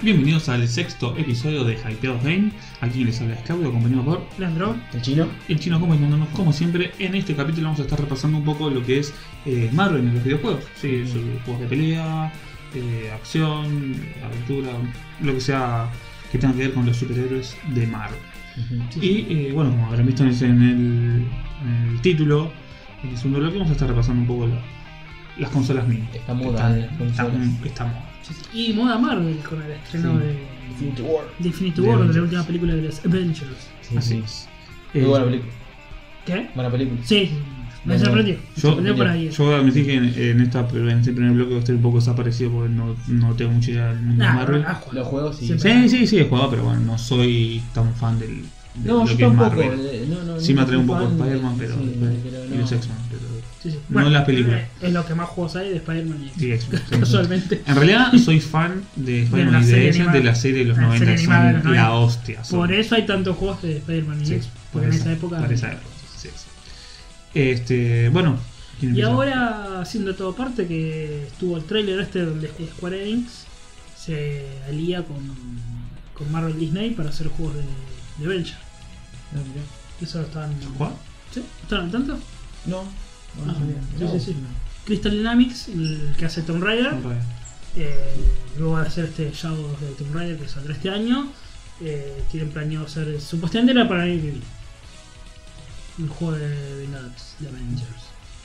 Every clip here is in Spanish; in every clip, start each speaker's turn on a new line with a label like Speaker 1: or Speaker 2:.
Speaker 1: Bienvenidos al sexto episodio de Hypeados Game. Aquí les habla Claudio, acompañado por
Speaker 2: Leandro.
Speaker 3: El chino.
Speaker 1: el chino acompañándonos como siempre. En este capítulo vamos a estar repasando un poco lo que es eh, Marvel en los videojuegos. Sí, sus juegos de pelea, eh, acción, aventura, lo que sea que tenga que ver con los superhéroes de Marvel. Y eh, bueno, como habrán visto en el, en el título, en el segundo bloque vamos a estar repasando un poco la- las consolas mini.
Speaker 3: Está muda en las
Speaker 1: Está,
Speaker 3: consolas.
Speaker 1: está moda.
Speaker 2: Y moda Marvel con el
Speaker 3: Sí.
Speaker 2: estreno de
Speaker 3: Infinity War.
Speaker 2: de Infinity
Speaker 3: De
Speaker 2: War, de
Speaker 3: Avengers.
Speaker 2: la última película de los Avengers.
Speaker 3: Sí,
Speaker 1: Así
Speaker 3: sí.
Speaker 1: es.
Speaker 3: Muy
Speaker 1: Eh,
Speaker 3: buena película.
Speaker 2: ¿Qué?
Speaker 3: Buena película.
Speaker 2: Sí, me
Speaker 3: Bueno,
Speaker 2: sorprendió. Me
Speaker 1: yo-
Speaker 2: sorprendió por ahí.
Speaker 1: Yo voy a admitir que en, en esta, en este primer bloque estoy un poco desaparecido porque no, no tengo mucha idea del mundo
Speaker 2: Nah,
Speaker 1: de Marvel.
Speaker 2: ah, Juan.
Speaker 3: Los juegos y.
Speaker 2: Siempre.
Speaker 1: Sí, sí, sí, he jugado, pero bueno, no soy tan fan del, de
Speaker 3: No,
Speaker 1: lo
Speaker 3: yo
Speaker 1: que es
Speaker 3: tampoco.
Speaker 1: Marvel.
Speaker 3: eh, No, no,
Speaker 1: Sí me
Speaker 3: no
Speaker 1: atrae un
Speaker 3: soy
Speaker 1: poco
Speaker 3: fan de-
Speaker 1: Spider-Man, pero,
Speaker 3: sí, pero
Speaker 1: y los
Speaker 3: no.
Speaker 1: X-Men, pero...
Speaker 2: Sí, sí.
Speaker 1: No las películas.
Speaker 2: eh, Es lo que más juegos hay de Spider-Man. y-
Speaker 1: Sí, X-Men, sí.
Speaker 2: Casualmente.
Speaker 1: En realidad soy fan de Spider-Man y
Speaker 2: serie
Speaker 1: de esa,
Speaker 2: animada.
Speaker 1: de la serie de los
Speaker 2: La
Speaker 1: 90,
Speaker 2: serie
Speaker 1: que
Speaker 2: animada de los
Speaker 1: son la
Speaker 2: 90.
Speaker 1: hostia. son-
Speaker 2: Por eso hay tantos juegos de Spider-Man y
Speaker 1: sí,
Speaker 2: X,
Speaker 1: por
Speaker 2: porque en esa época.
Speaker 1: Por esa época, sí, sí. Este, bueno, ¿quién
Speaker 2: Y
Speaker 1: empieza?
Speaker 2: ahora, haciendo todo parte, que estuvo el tráiler este donde Square Enix se alía con, con Marvel Disney para hacer juegos de, de Avengers.
Speaker 3: Ah, mirá.
Speaker 2: Eso estaban.
Speaker 1: ¿Juan?
Speaker 2: ¿Sí? ¿Estaban al tanto?
Speaker 3: No.
Speaker 2: Ah,
Speaker 3: no,
Speaker 2: sí, sí, sí. Crystal Dynamics, el que hace Tomb Raider,
Speaker 1: No, todavía.
Speaker 2: eh, luego van a hacer este Shadow de Tomb Raider que saldrá este año. eh, tienen planeado hacer, supuestamente era para el año que viene. Un juego de Vengadores, de Avengers.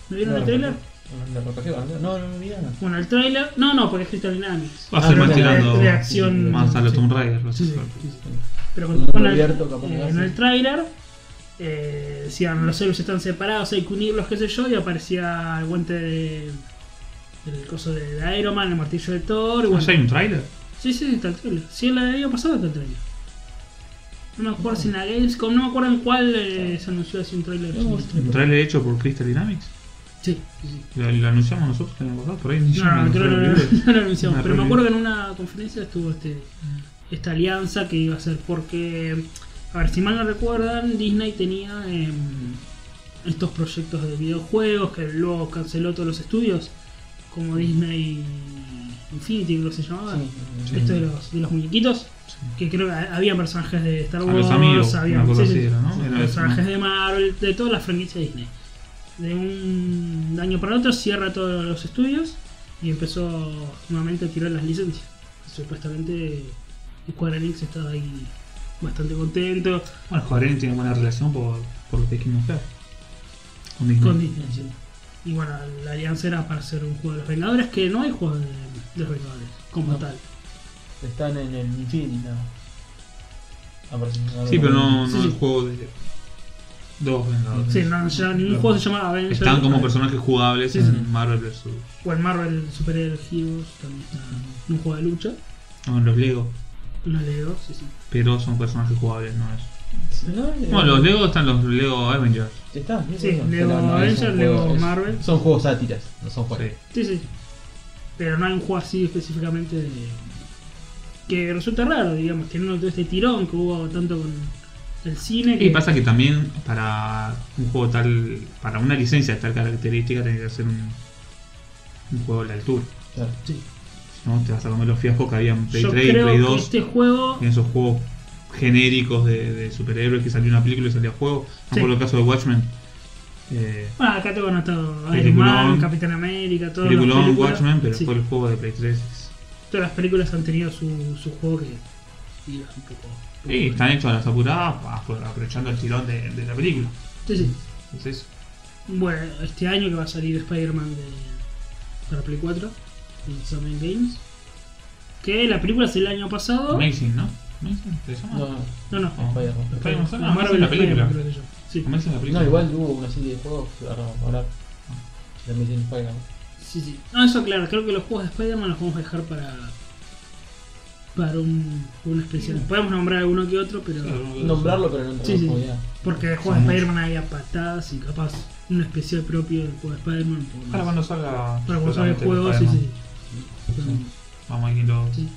Speaker 2: ¿No vieron
Speaker 3: No, no,
Speaker 2: el tráiler?
Speaker 3: no, no, no, recogió, ¿no? No, no, no, mirá, no.
Speaker 2: Bueno, el tráiler, no, no, porque es Crystal Dynamics.
Speaker 1: Va a ser
Speaker 3: Ah,
Speaker 1: más
Speaker 3: no,
Speaker 1: tirando
Speaker 2: de acción.
Speaker 1: más a los
Speaker 2: Sí.
Speaker 1: Tomb Raider. los
Speaker 2: Sí, sí,
Speaker 1: Xbox.
Speaker 2: sí, sí. Pero con,
Speaker 3: Mundo
Speaker 2: con el-
Speaker 3: abierto, capaz que
Speaker 2: eh, en
Speaker 3: hacen.
Speaker 2: el tráiler eh, decían los héroes están separados, hay que unirlos, qué sé yo, y aparecía el guante de, del coso de, de Iron Man, el martillo de Thor. y
Speaker 1: ¿No
Speaker 2: bueno.
Speaker 1: hay un trailer?
Speaker 2: Sí, sí, sí, está el trailer. Sí, el año pasado está el trailer. No me acuerdo si en la Gamescom, no me acuerdo en cuál eh, se anunció así un trailer.
Speaker 3: No,
Speaker 2: sí,
Speaker 1: ¿Un trailer hecho por Crystal Dynamics?
Speaker 2: sí, sí.
Speaker 1: ¿Lo, lo anunciamos nosotros que pasado? Por ahí ni yo me
Speaker 2: No, no, Ah, creo
Speaker 1: acuerdo
Speaker 2: que
Speaker 1: el
Speaker 2: no, no,
Speaker 1: video.
Speaker 2: no lo anunciamos.
Speaker 1: Me
Speaker 2: Pero me
Speaker 1: re
Speaker 2: acuerdo que en una conferencia estuvo este, esta alianza que iba a ser porque, a ver, si mal no recuerdan, Disney tenía em, estos proyectos de videojuegos que luego canceló todos los estudios, como Disney Infinity, creo que se llamaba.
Speaker 3: Sí.
Speaker 2: Esto de los, de los muñequitos, que creo que había personajes de Star
Speaker 1: A
Speaker 2: Wars,
Speaker 1: los amigos,
Speaker 2: había
Speaker 1: una cosa
Speaker 2: sí, sí,
Speaker 1: así era, ¿no?
Speaker 2: sí,
Speaker 1: Era eso,
Speaker 2: personajes
Speaker 1: ¿no?
Speaker 2: de Marvel, de todas las franquicias de Disney. De un año para otro cierra todos los estudios y empezó nuevamente a tirar las licencias. Supuestamente Square Enix estaba ahí bastante contento
Speaker 1: Bueno, Square Enix tiene buena relación por, por lo que es Kingdom Hearts. Con Disney.
Speaker 2: con Disney. sí. Y bueno, la alianza era para hacer un juego de los Vengadores, que no hay juego de, de los Vengadores como
Speaker 3: No.
Speaker 2: tal.
Speaker 3: Están en el Infinity nada más. Ah, por si
Speaker 1: Sí, pero no, no
Speaker 2: Sí,
Speaker 1: el
Speaker 2: sí.
Speaker 1: juego de dos Vengadores.
Speaker 2: Sí, no, ya ningún
Speaker 1: Los-
Speaker 2: juego se llama Avengers.
Speaker 1: Están como personajes jugables
Speaker 2: Sí, sí.
Speaker 1: en Marvel vs.
Speaker 2: O en Marvel Super Heroes también está en un juego de lucha.
Speaker 1: No, en los Lego.
Speaker 2: Los Lego, sí, sí.
Speaker 1: Pero son personajes jugables, no es.
Speaker 3: No, eh,
Speaker 1: Bueno, los Lego están los Lego Avengers.
Speaker 3: Está, sí,
Speaker 2: Sí,
Speaker 3: eso.
Speaker 2: Lego
Speaker 3: Pero no, es un
Speaker 2: Avengers, Lego
Speaker 3: juego- es-
Speaker 2: Marvel.
Speaker 3: Son juegos sátiras, no son
Speaker 1: Sí.
Speaker 3: juegos.
Speaker 2: Sí, sí. Pero no hay un juego así específicamente de... que resulta raro, digamos, teniendo todo este tirón que hubo tanto con el cine. Que...
Speaker 1: Y pasa que también para un juego tal, para una licencia de tal característica, tiene que ser un, un juego a la altura.
Speaker 3: Claro.
Speaker 2: Sí.
Speaker 1: Si no, te vas a comer los fiascos que había en Play
Speaker 2: Yo
Speaker 1: 3 y
Speaker 2: creo
Speaker 1: Play
Speaker 2: que
Speaker 1: 2.
Speaker 2: este juego.
Speaker 1: En esos juegos genéricos de, de superhéroes que salió una película y salía juego.
Speaker 2: Sí.
Speaker 1: No por el caso de Watchmen. Eh,
Speaker 2: Bueno, acá te van a todo. Iron
Speaker 1: Peliculón.
Speaker 2: Man, Capitán América, todas las
Speaker 1: peliculón
Speaker 2: películas.
Speaker 1: Watchmen, pero
Speaker 2: sí,
Speaker 1: después el juego de Play 3. es-
Speaker 2: Todas las películas han tenido su, su juego que. Y un poco.
Speaker 1: Sí, están hechos a las apuradas, pa- por- aprovechando el tirón de, de la película.
Speaker 2: Sí, sí.
Speaker 1: Es eso.
Speaker 2: Bueno, este año que va a salir Spider-Man de, para Play 4, Insomniac Games. Que la película es el año pasado.
Speaker 1: Amazing, ¿no? Amazing, ¿te llama?
Speaker 3: No, no.
Speaker 2: No, no.
Speaker 1: Oh.
Speaker 3: Spider-Man.
Speaker 1: Spider-Man son-
Speaker 2: No,
Speaker 1: Amazing la película.
Speaker 2: creo que yo. Sí.
Speaker 1: Amazing la película.
Speaker 3: No, igual hubo una serie de juegos. Ahora, ahora. También tiene Spider-Man.
Speaker 2: sí, sí. No, eso claro, creo que los juegos de Spider-Man los vamos a dejar para. Para un, un especial. Podemos nombrar alguno que otro, pero.
Speaker 1: Claro,
Speaker 3: Nombrarlo, pero no entramos
Speaker 2: Sí, sí.
Speaker 3: como idea.
Speaker 2: Porque de juegos de Spider-Man había patadas y capaz un especial propio del juego de Spider-Man. un poco más.
Speaker 1: Para cuando salga.
Speaker 2: Para cuando salga el
Speaker 1: solamente
Speaker 2: juego, sí, sí.
Speaker 1: Spider-Man.
Speaker 2: sí.
Speaker 1: Vamos a ir lo,
Speaker 2: Sí.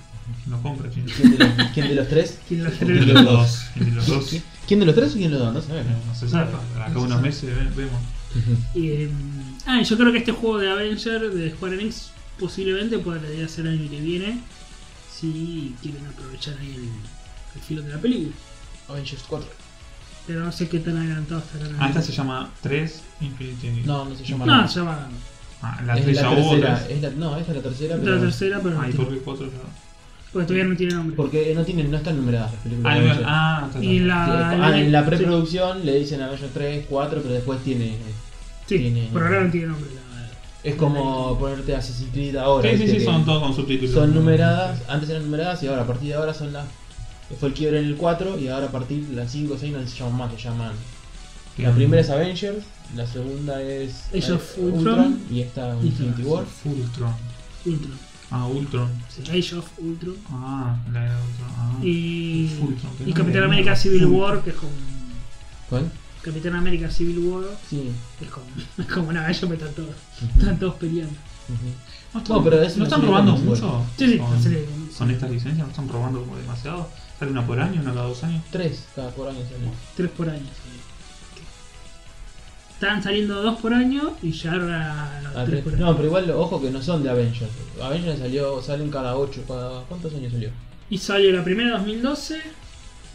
Speaker 1: lo compra, chino.
Speaker 3: ¿Quién de los, quién de los tres?
Speaker 2: ¿Quién lo
Speaker 1: ¿Quién de
Speaker 2: genera?
Speaker 1: los dos? ¿Quién de los dos?
Speaker 3: ¿Qui- ¿Quién de los tres o quién de los dos? No sabemos.
Speaker 1: No se sabe. Acá unos meses ve- vemos.
Speaker 2: Y, eh, ah, yo creo que este juego de Avenger de Square Enix posiblemente podría ser el año que viene. si quieren aprovechar ahí el, el filo de la película.
Speaker 3: Avengers 4.
Speaker 2: Pero no sé qué tan adelantado estarán.
Speaker 1: Ah, esta se llama 3 Infinity.
Speaker 3: No, no se llama.
Speaker 2: No,
Speaker 3: nada.
Speaker 2: ya va.
Speaker 1: Ah, la
Speaker 3: es
Speaker 1: 3 ya
Speaker 3: la
Speaker 1: hubo
Speaker 3: tercera.
Speaker 1: 3.
Speaker 3: es la- no, esta es la tercera, pero.
Speaker 2: La tercera, pero
Speaker 1: Ah, ¿y
Speaker 2: no
Speaker 1: por
Speaker 2: tiene-
Speaker 1: qué 4 ya?
Speaker 2: porque todavía no tiene nombre.
Speaker 3: Porque no tienen, no están numeradas las películas.
Speaker 1: Ah,
Speaker 3: de
Speaker 1: no,
Speaker 3: Avengers.
Speaker 1: ah, está, está,
Speaker 2: Y
Speaker 1: está.
Speaker 2: la-
Speaker 3: Ah, en la
Speaker 2: sí.
Speaker 3: preproducción le dicen Avengers 3, 4, pero después tiene.
Speaker 2: Sí,
Speaker 3: tiene-
Speaker 2: por ahora no tiene nombre. la-
Speaker 3: Es como ponerte Assassin's Creed ahora.
Speaker 1: Sí, sí,
Speaker 3: ¿viste?
Speaker 1: sí,
Speaker 3: que
Speaker 1: son todos con subtítulos.
Speaker 3: son numeradas, antes eran numeradas y ahora a partir de ahora son las. Fue el quiebre en el 4 y ahora a partir de las 5 o 6 no se llaman más, se llaman. La primera es Avengers, la segunda es.
Speaker 2: Age of
Speaker 3: eh,
Speaker 2: Ultron.
Speaker 3: y esta
Speaker 2: Y
Speaker 3: Infinity
Speaker 2: esta-
Speaker 3: War.
Speaker 1: Ultron.
Speaker 2: Ultron.
Speaker 1: Ah, Ultron.
Speaker 2: Sí, Age of Ultron.
Speaker 1: Ah, la de Ultron. Ah.
Speaker 2: Y,
Speaker 1: Ultron, que
Speaker 2: y
Speaker 1: no
Speaker 2: Capitán
Speaker 1: me-
Speaker 2: América Civil
Speaker 1: Ultron.
Speaker 2: War, que es como.
Speaker 3: ¿Cuál?
Speaker 2: Capitán América Civil War,
Speaker 3: Sí.
Speaker 2: es como. Es como nada, ellos me están todos. Están todos peleando.
Speaker 3: Ujú.
Speaker 1: No,
Speaker 3: No, pero es
Speaker 1: ¿no
Speaker 3: una
Speaker 1: están
Speaker 3: serie
Speaker 1: robando
Speaker 3: también,
Speaker 1: mucho?
Speaker 2: Sí, sí,
Speaker 1: con,
Speaker 2: la serie también, sí.
Speaker 1: con estas licencias, ¿no están robando como demasiado? ¿Sale una por año, una cada dos años?
Speaker 3: Tres cada por año sale.
Speaker 2: Tres por año. sí. Estaban saliendo dos por año y ya ahora
Speaker 3: Ah,
Speaker 2: tres
Speaker 3: tres.
Speaker 2: por año.
Speaker 3: No, pero igual, ojo que no son de Avengers. Avengers salió, salen cada 8, cada. ¿Cuántos años salió?
Speaker 2: Y salió la primera 2012,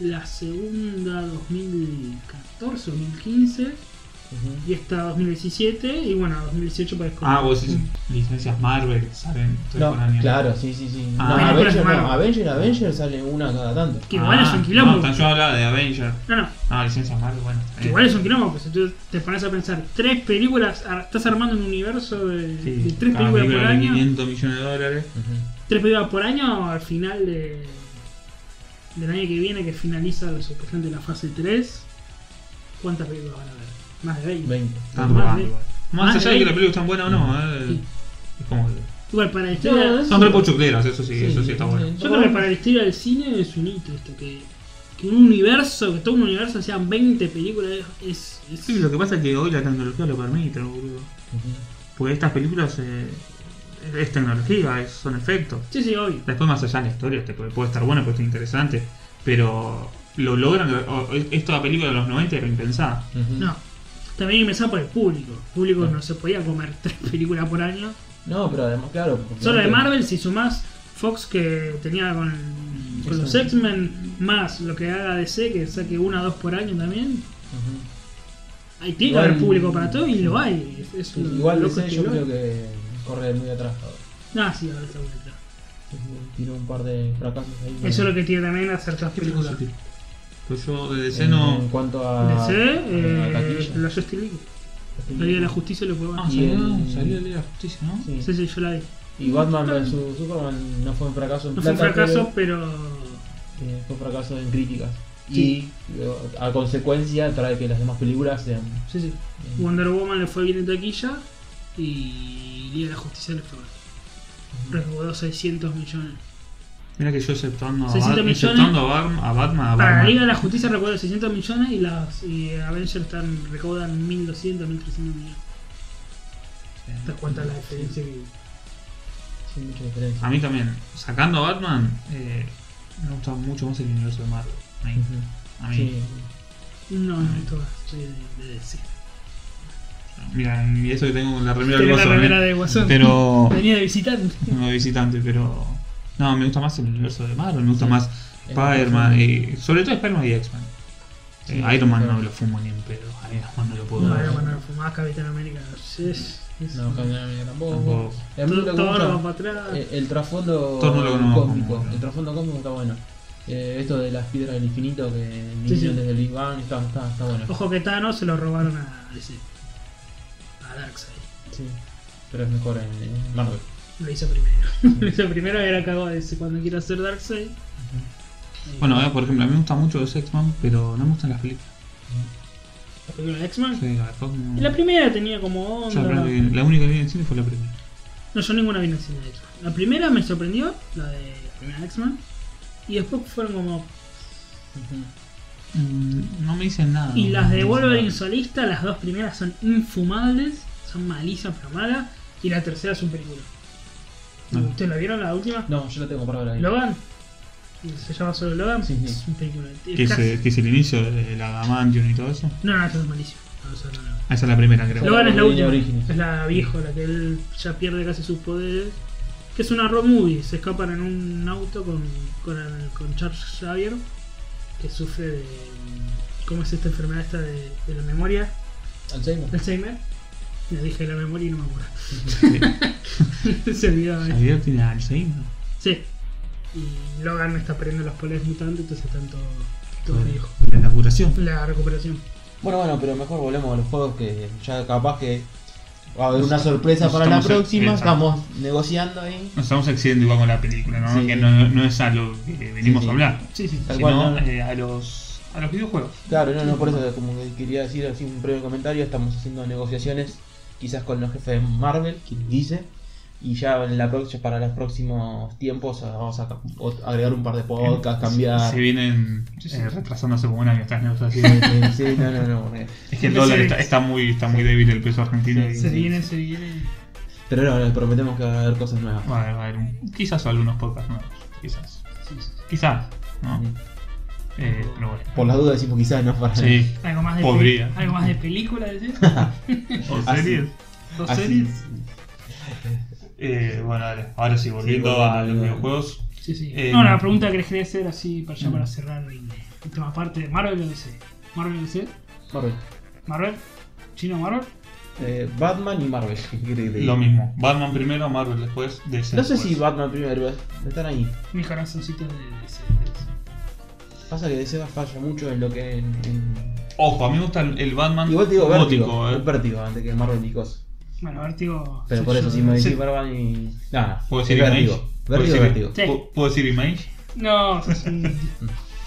Speaker 2: la segunda 2014, 2015
Speaker 3: Ujú.
Speaker 2: y esta 2017 y bueno, 2018 para
Speaker 1: Ah, vos decís
Speaker 2: sí.
Speaker 1: licencias Marvel que salen tres
Speaker 3: No,
Speaker 1: por año.
Speaker 3: claro, sí, sí, sí.
Speaker 1: Ah.
Speaker 3: No,
Speaker 1: Películas
Speaker 3: Avengers,
Speaker 2: de
Speaker 3: no,
Speaker 2: Marvel.
Speaker 3: Avengers, Avengers sale una cada tanto.
Speaker 2: Que igual es un
Speaker 1: Ah, No,
Speaker 2: quilombo.
Speaker 1: tan-
Speaker 2: No,
Speaker 1: yo hablaba de Avenger.
Speaker 2: no,
Speaker 1: Ah, licencias Marvel, bueno.
Speaker 2: que
Speaker 1: eh.
Speaker 2: igual es un quilombo, pues si tú te pones a pensar, tres películas, ar- estás armando un universo de,
Speaker 1: Sí,
Speaker 2: de tres
Speaker 1: cada
Speaker 2: películas por
Speaker 1: película vale
Speaker 2: año.
Speaker 1: 500 millones de dólares.
Speaker 3: Ujú.
Speaker 2: Tres películas por año al final de, del año que viene, que finaliza la supuestamente la fase 3. ¿Cuántas películas van a haber? Más de 20.
Speaker 3: 20.
Speaker 1: Están
Speaker 2: Más
Speaker 1: robando.
Speaker 2: de-
Speaker 1: igual.
Speaker 2: más
Speaker 1: Más
Speaker 2: de
Speaker 1: allá de que
Speaker 2: veinte.
Speaker 1: la película está buena o no, eh,
Speaker 2: Sí.
Speaker 1: es como que-
Speaker 2: Igual, para la
Speaker 3: No,
Speaker 2: historia.
Speaker 3: no,
Speaker 1: Son re pochocleras, eso sí, eso sí está bueno.
Speaker 2: Yo creo que para la historia del cine es un hito esto, que, que un universo, que todo un universo sean 20 películas, es. es-
Speaker 1: Sí, lo que pasa es que hoy la tecnología lo permite, boludo.
Speaker 3: Ujú.
Speaker 1: Porque estas películas eh, es tecnología, es- son efectos.
Speaker 2: sí, sí, obvio.
Speaker 1: Después más allá de la historia, te puede, puede estar buena, puede estar interesante, pero lo logran, o- o- esta película de los 90 era impensada.
Speaker 3: Ujú.
Speaker 2: No. También empezaba por el público. El público
Speaker 3: Ah.
Speaker 2: no se podía comer tres películas por año.
Speaker 3: No, pero además, claro. porque
Speaker 2: Solo de
Speaker 3: no-
Speaker 2: Marvel, si sumás Fox que tenía con,
Speaker 3: Mm,
Speaker 2: con los
Speaker 3: Exacto.
Speaker 2: X-Men, más lo que haga DC, que saque una o dos por año también,
Speaker 3: Ujú.
Speaker 2: ahí tiene
Speaker 3: Igual-
Speaker 2: que haber público para todo y lo hay. Es- es lo-
Speaker 3: Igual
Speaker 2: lo
Speaker 3: ese
Speaker 2: que
Speaker 3: yo
Speaker 2: lo
Speaker 3: creo
Speaker 2: hay.
Speaker 3: que corre muy atrás ahora.
Speaker 2: Ah, sí, ahora está vuelta.
Speaker 3: Ujú. Tiró un par de fracasos ahí.
Speaker 2: Eso es lo que tiene también hacer las películas.
Speaker 1: Pues yo de DC
Speaker 3: en,
Speaker 1: no.
Speaker 3: en cuanto a.
Speaker 2: DC,
Speaker 3: a Ah, la
Speaker 2: eh,
Speaker 3: taquilla.
Speaker 2: la Justice League. La Liga de la Justicia lo fue
Speaker 1: Ah,
Speaker 2: bueno.
Speaker 3: y
Speaker 1: salió,
Speaker 3: el-
Speaker 1: salió el Día de la Justicia, ¿no?
Speaker 3: Sí.
Speaker 2: Sí, sí, yo la vi.
Speaker 3: Y Batman vs Superman no fue un fracaso en
Speaker 2: No fue un
Speaker 3: plata,
Speaker 2: fracaso, pero.
Speaker 3: pero, eh, fue un fracaso en críticas. Y eh, a consecuencia trae que las demás películas sean. eh,
Speaker 2: Sí, sí.
Speaker 3: Ujú.
Speaker 2: Wonder Woman le fue bien en taquilla y Liga de la Justicia le fue mal.
Speaker 3: Mm.
Speaker 2: Recaudó 600 millones.
Speaker 1: Mira que yo exceptuando a, Bat-
Speaker 2: 600 millones.
Speaker 1: exceptuando a, Bar- a Batman, a
Speaker 2: Para la
Speaker 1: Batman.
Speaker 2: Liga de la Justicia recaudó 600 millones y las y Avengers están, recaudan 1200, 1300 millones. ¿Te das cuenta la diferencia que
Speaker 3: Sin mucha diferencia.
Speaker 1: A mí también, sacando a Batman, eh, me gusta mucho más el universo de Marvel. A mí. A
Speaker 3: Ujú.
Speaker 1: mí.
Speaker 3: Sí.
Speaker 2: No, no, todas. Soy de, de DC.
Speaker 1: Mira, y eso que tengo con la remera del
Speaker 2: Tengo la
Speaker 1: Guasón,
Speaker 2: remera
Speaker 1: eh.
Speaker 2: de Guasón.
Speaker 1: Pero.
Speaker 2: Venía de visitante.
Speaker 1: como visitante, pero. No, me gusta más el universo de Marvel, me gusta más Spider-Man, eh, sobre todo Spider-Man y X-Men. Eh,
Speaker 3: Sí,
Speaker 1: Iron Man
Speaker 3: claro.
Speaker 1: no lo fumo ni en pedo, Iron Man no lo puedo
Speaker 2: No,
Speaker 1: ver.
Speaker 2: Iron Man no fumaba Capitán América. Es, es-
Speaker 3: No, Capitán América tampoco.
Speaker 1: Tampoco.
Speaker 3: A mí lo que
Speaker 2: todo
Speaker 3: me gusta-
Speaker 2: todo va para atrás.
Speaker 3: Eh, El trasfondo
Speaker 1: Thor no lo conozco,
Speaker 3: cósmico.
Speaker 1: no.
Speaker 3: El trasfondo cósmico está bueno. Eh, esto de las piedras del infinito que vinieron
Speaker 2: sí.
Speaker 3: desde el Big Bang está, está, está bueno.
Speaker 2: Ojo que Thanos se lo robaron a DC. A Darkseid.
Speaker 3: Sí. Pero es mejor en, en Marvel.
Speaker 2: Lo hizo primero. lo hizo primero y ahora cagó a DC cuando quiera hacer Darkseid.
Speaker 1: Bueno, eh, por ejemplo, a mí me gusta mucho los X-Men, pero no me gustan las películas.
Speaker 3: eh.
Speaker 2: La película de X-Men.
Speaker 1: Sí, la verdad no-
Speaker 2: Y Mm. La primera tenía como
Speaker 1: Yo la
Speaker 2: onda.
Speaker 1: verdad que la única que vi en el cine fue la primera.
Speaker 2: No, yo ninguna vi en el cine, de hecho. La primera me sorprendió, la de la primera X-Men. Y después fueron como.
Speaker 1: Mm, No me dicen
Speaker 3: Ah,
Speaker 1: nada.
Speaker 2: Y
Speaker 1: no,
Speaker 2: las
Speaker 1: no
Speaker 2: de
Speaker 1: me
Speaker 2: Wolverine
Speaker 1: dicen
Speaker 2: solista, las dos primeras son infumables, son malísimas pero malas. Y la tercera es un película.
Speaker 3: Ah.
Speaker 1: No.
Speaker 2: ¿Ustedes la vieron la última?
Speaker 3: No, yo la tengo para ver ahí.
Speaker 2: Logan. Se llama solo Logan.
Speaker 3: Sí, sí.
Speaker 2: Es un película. Es
Speaker 1: nada. ¿Qué es,
Speaker 2: casi-
Speaker 1: eh, qué es el inicio de la Adamantium y todo eso?
Speaker 2: No, no, eso es malísimo. No, eso no, no.
Speaker 1: Ah, esa es la primera, creo.
Speaker 3: Lo-
Speaker 2: Logan es la
Speaker 3: Wolverine
Speaker 2: última.
Speaker 3: Origins.
Speaker 2: Es la vieja, la que él ya pierde casi sus poderes. que es una road movie. Se escapan en un auto con, con, el- con Charles Xavier, que sufre de. ¿Cómo es esta enfermedad esta de, de la memoria?
Speaker 3: Alzheimer.
Speaker 2: Alzheimer. Le dije la memoria y no me acuerdo.
Speaker 1: Sí.
Speaker 2: Se olvidaba. eh.
Speaker 1: Xavier tiene Alzheimer.
Speaker 2: Sí. Y Logan está perdiendo los poderes mutantes, entonces están todos todos viejos.
Speaker 1: La la curación.
Speaker 2: La recuperación.
Speaker 3: Bueno, bueno, pero mejor volvemos a los juegos que ya capaz que va a haber una sorpresa
Speaker 1: Nos
Speaker 3: para la
Speaker 1: estamos-
Speaker 3: próxima.
Speaker 1: exacto.
Speaker 3: Estamos negociando ahí.
Speaker 1: Nos estamos excediendo igual con la película, ¿no?
Speaker 3: Sí.
Speaker 1: Que no, no es a lo que venimos
Speaker 3: Sí, sí.
Speaker 1: a hablar. Sí, sí,
Speaker 3: Tal
Speaker 1: sino
Speaker 3: cual, ¿no?
Speaker 1: eh, a, los, a los videojuegos.
Speaker 3: Claro, no, no, por eso como que quería decir así un breve comentario, estamos haciendo negociaciones quizás con los jefes de Marvel, quien dice, y ya en la próxima, para los próximos tiempos ah, vamos a ca- o- agregar un par de podcasts, cambiar...
Speaker 1: Se vienen eh, retrasándose como un año estas negociaciones.
Speaker 3: Sí, sí, no, no, no. porque-
Speaker 1: Es que el
Speaker 2: Sí,
Speaker 1: dólar
Speaker 2: sí.
Speaker 1: está, está muy está muy débil el peso argentino.
Speaker 3: Sí,
Speaker 1: y,
Speaker 2: Se
Speaker 3: sí.
Speaker 2: viene, se viene.
Speaker 3: Pero no, les prometemos que va a haber cosas nuevas.
Speaker 1: Va a haber un- quizás algunos podcasts nuevos. Quizás. Quizás, ¿no? Eh, pero bueno.
Speaker 3: Por las dudas decimos quizás, ¿no? Para...
Speaker 1: Sí.
Speaker 2: Algo más de
Speaker 1: Podría.
Speaker 2: peli- algo más de película, decís.
Speaker 1: ¿Por
Speaker 3: Así.
Speaker 1: series?
Speaker 2: Dos
Speaker 3: Así-
Speaker 2: series.
Speaker 1: Eh, bueno, dale. Ahora sí, volviendo
Speaker 3: volviendo
Speaker 1: a los
Speaker 3: a-
Speaker 1: videojuegos.
Speaker 2: Sí, sí.
Speaker 1: Eh,
Speaker 2: no, la pregunta que les quería hacer así para ya
Speaker 3: Mm.
Speaker 2: para cerrar el, el tema parte de Marvel o DC. Marvel o DC.
Speaker 3: Marvel.
Speaker 2: Marvel. Chino Marvel.
Speaker 3: Eh, Batman y Marvel. ¿qué querés que te
Speaker 1: Lo
Speaker 3: diga?
Speaker 1: mismo. Batman primero, Marvel después. DC
Speaker 3: No sé si
Speaker 1: después.
Speaker 3: Batman primero, pero están ahí.
Speaker 2: Mis corazoncitos de DC.
Speaker 3: Pasa que DC falla mucho en lo que... en- en-
Speaker 1: Ojo, a mí me gusta el el Batman
Speaker 3: Igual te digo Vértigo,
Speaker 1: gótico. eh.
Speaker 3: es Vértigo antes que Marvel y cosas.
Speaker 2: Bueno, Vértigo.
Speaker 3: Pero
Speaker 2: sí,
Speaker 3: por eso,
Speaker 2: yo-
Speaker 3: si me
Speaker 2: sí.
Speaker 3: decís Barban y. No, no.
Speaker 1: ¿Puedo
Speaker 3: es
Speaker 1: decir Image?
Speaker 3: Vértigo.
Speaker 1: ¿Puedo
Speaker 3: Vértigo,
Speaker 1: decir-
Speaker 3: vértigo.
Speaker 2: Sí.
Speaker 1: ¿Puedo- ¿Puedo decir Image?
Speaker 2: No, sos un-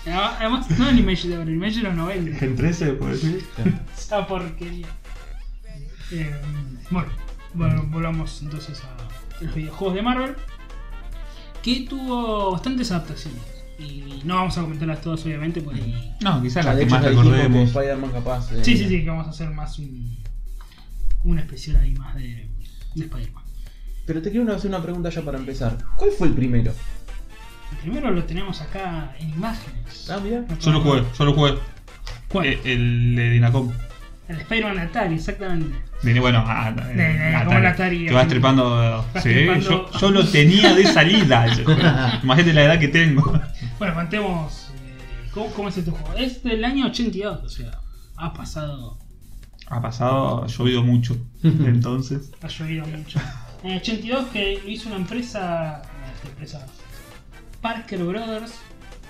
Speaker 2: Ah, Además, no el Image de ahora, el Image de los 90.
Speaker 1: Gen 13, puedo decir.
Speaker 2: Esa porquería. Eh, bueno, bueno, volvamos entonces a los videojuegos de Marvel. Que tuvo bastantes adaptaciones. Y no vamos a comentarlas todas, obviamente, pues.
Speaker 1: No,
Speaker 3: Ya,
Speaker 1: quizás la
Speaker 3: de
Speaker 1: que
Speaker 3: hecho,
Speaker 1: más
Speaker 3: ya dijimos que
Speaker 1: recordemos.
Speaker 3: Spider-Man capaz. eh,
Speaker 2: Sí, sí, sí, que vamos a hacer más un, una especial ahí más de, de Spider-Man.
Speaker 3: Pero te quiero hacer una pregunta ya para empezar. ¿Cuál fue el primero?
Speaker 2: El primero lo tenemos acá en imágenes.
Speaker 3: Ah, mira.
Speaker 1: Yo lo jugué, yo lo jugué.
Speaker 2: ¿Cuál?
Speaker 1: Eh, El de Dinacom.
Speaker 2: El Spider-Man Atari, exactamente.
Speaker 1: De- Bueno, a,
Speaker 2: de-
Speaker 1: eh,
Speaker 2: como el Atari,
Speaker 1: Que vas
Speaker 2: eh.
Speaker 1: trepando.
Speaker 2: Vas
Speaker 1: sí,
Speaker 2: trepando.
Speaker 1: Yo, yo lo tenía de salida. yo- Imagínate la edad que tengo.
Speaker 2: Bueno, contemos eh, ¿cómo, cómo es este juego. Es del año 82, o sea, ha pasado,
Speaker 1: Ha pasado, ha llovido mucho. Entonces.
Speaker 2: ha llovido mucho. En el 82 que lo hizo una empresa, esta empresa Parker Brothers,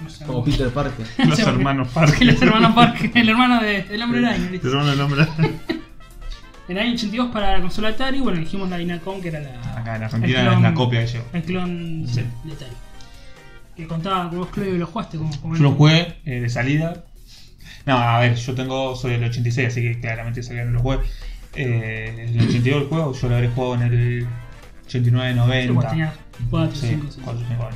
Speaker 2: no sé,
Speaker 3: Como Peter Parker.
Speaker 1: Oh, Los hermanos Parker.
Speaker 2: los hermanos Parker, el hermano de, del hombre araña. ¿viste?
Speaker 1: Pero no el nombre.
Speaker 2: En el año 82 para la consola Atari, bueno, dijimos la Dinacon, que era la,
Speaker 1: Acá en
Speaker 2: el
Speaker 1: Argentina
Speaker 2: clon-
Speaker 1: es la copia que llevo.
Speaker 2: el clon sí, de Atari. Que contaba con vos, Claudio, lo jugaste como como
Speaker 1: Yo lo jugué eh, de salida. No, a ver, yo tengo, soy del 86, así que claramente salía no lo jugué. Eh, en el 82 el juego, yo lo habré jugado en el 89,
Speaker 2: Yo cuando
Speaker 1: 90.
Speaker 2: tenía 4,
Speaker 1: Sí,
Speaker 2: 5, 6.
Speaker 1: cuatro, cinco años.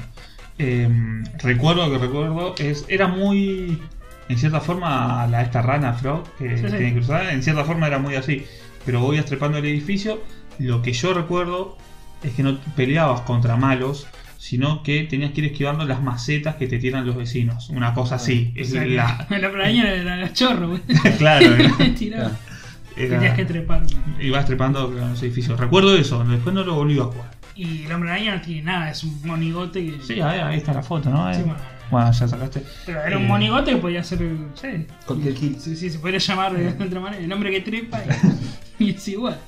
Speaker 1: Em, recuerdo que recuerdo es era muy en cierta forma la esta rana Frog que
Speaker 2: Sí, sí.
Speaker 1: tiene que cruzar, en cierta forma era muy así, pero voy trepando el edificio, lo que yo recuerdo es que no peleabas contra malos, sino que tenías que ir esquivando las macetas que te tiran los vecinos, una cosa así,
Speaker 2: O
Speaker 1: es
Speaker 2: sea,
Speaker 1: la
Speaker 2: El hombre araña era era la chorro, güey.
Speaker 1: claro, era-
Speaker 2: Te tiraba. Tenías que trepar.
Speaker 1: ibas trepando en los edificios. Recuerdo eso, después no lo volví a jugar.
Speaker 2: Y el hombre araña no tiene nada, es un monigote que.
Speaker 1: Sí, ahí, ahí está la foto, ¿no?
Speaker 2: Sí, bueno.
Speaker 1: bueno, ya sacaste.
Speaker 2: Pero era
Speaker 1: Eh.
Speaker 2: un monigote que podía ser. Sí,
Speaker 3: Cualquier kill.
Speaker 2: sí, sí, se podría llamar
Speaker 1: Eh.
Speaker 2: de otra manera. El hombre que trepa y, y es igual.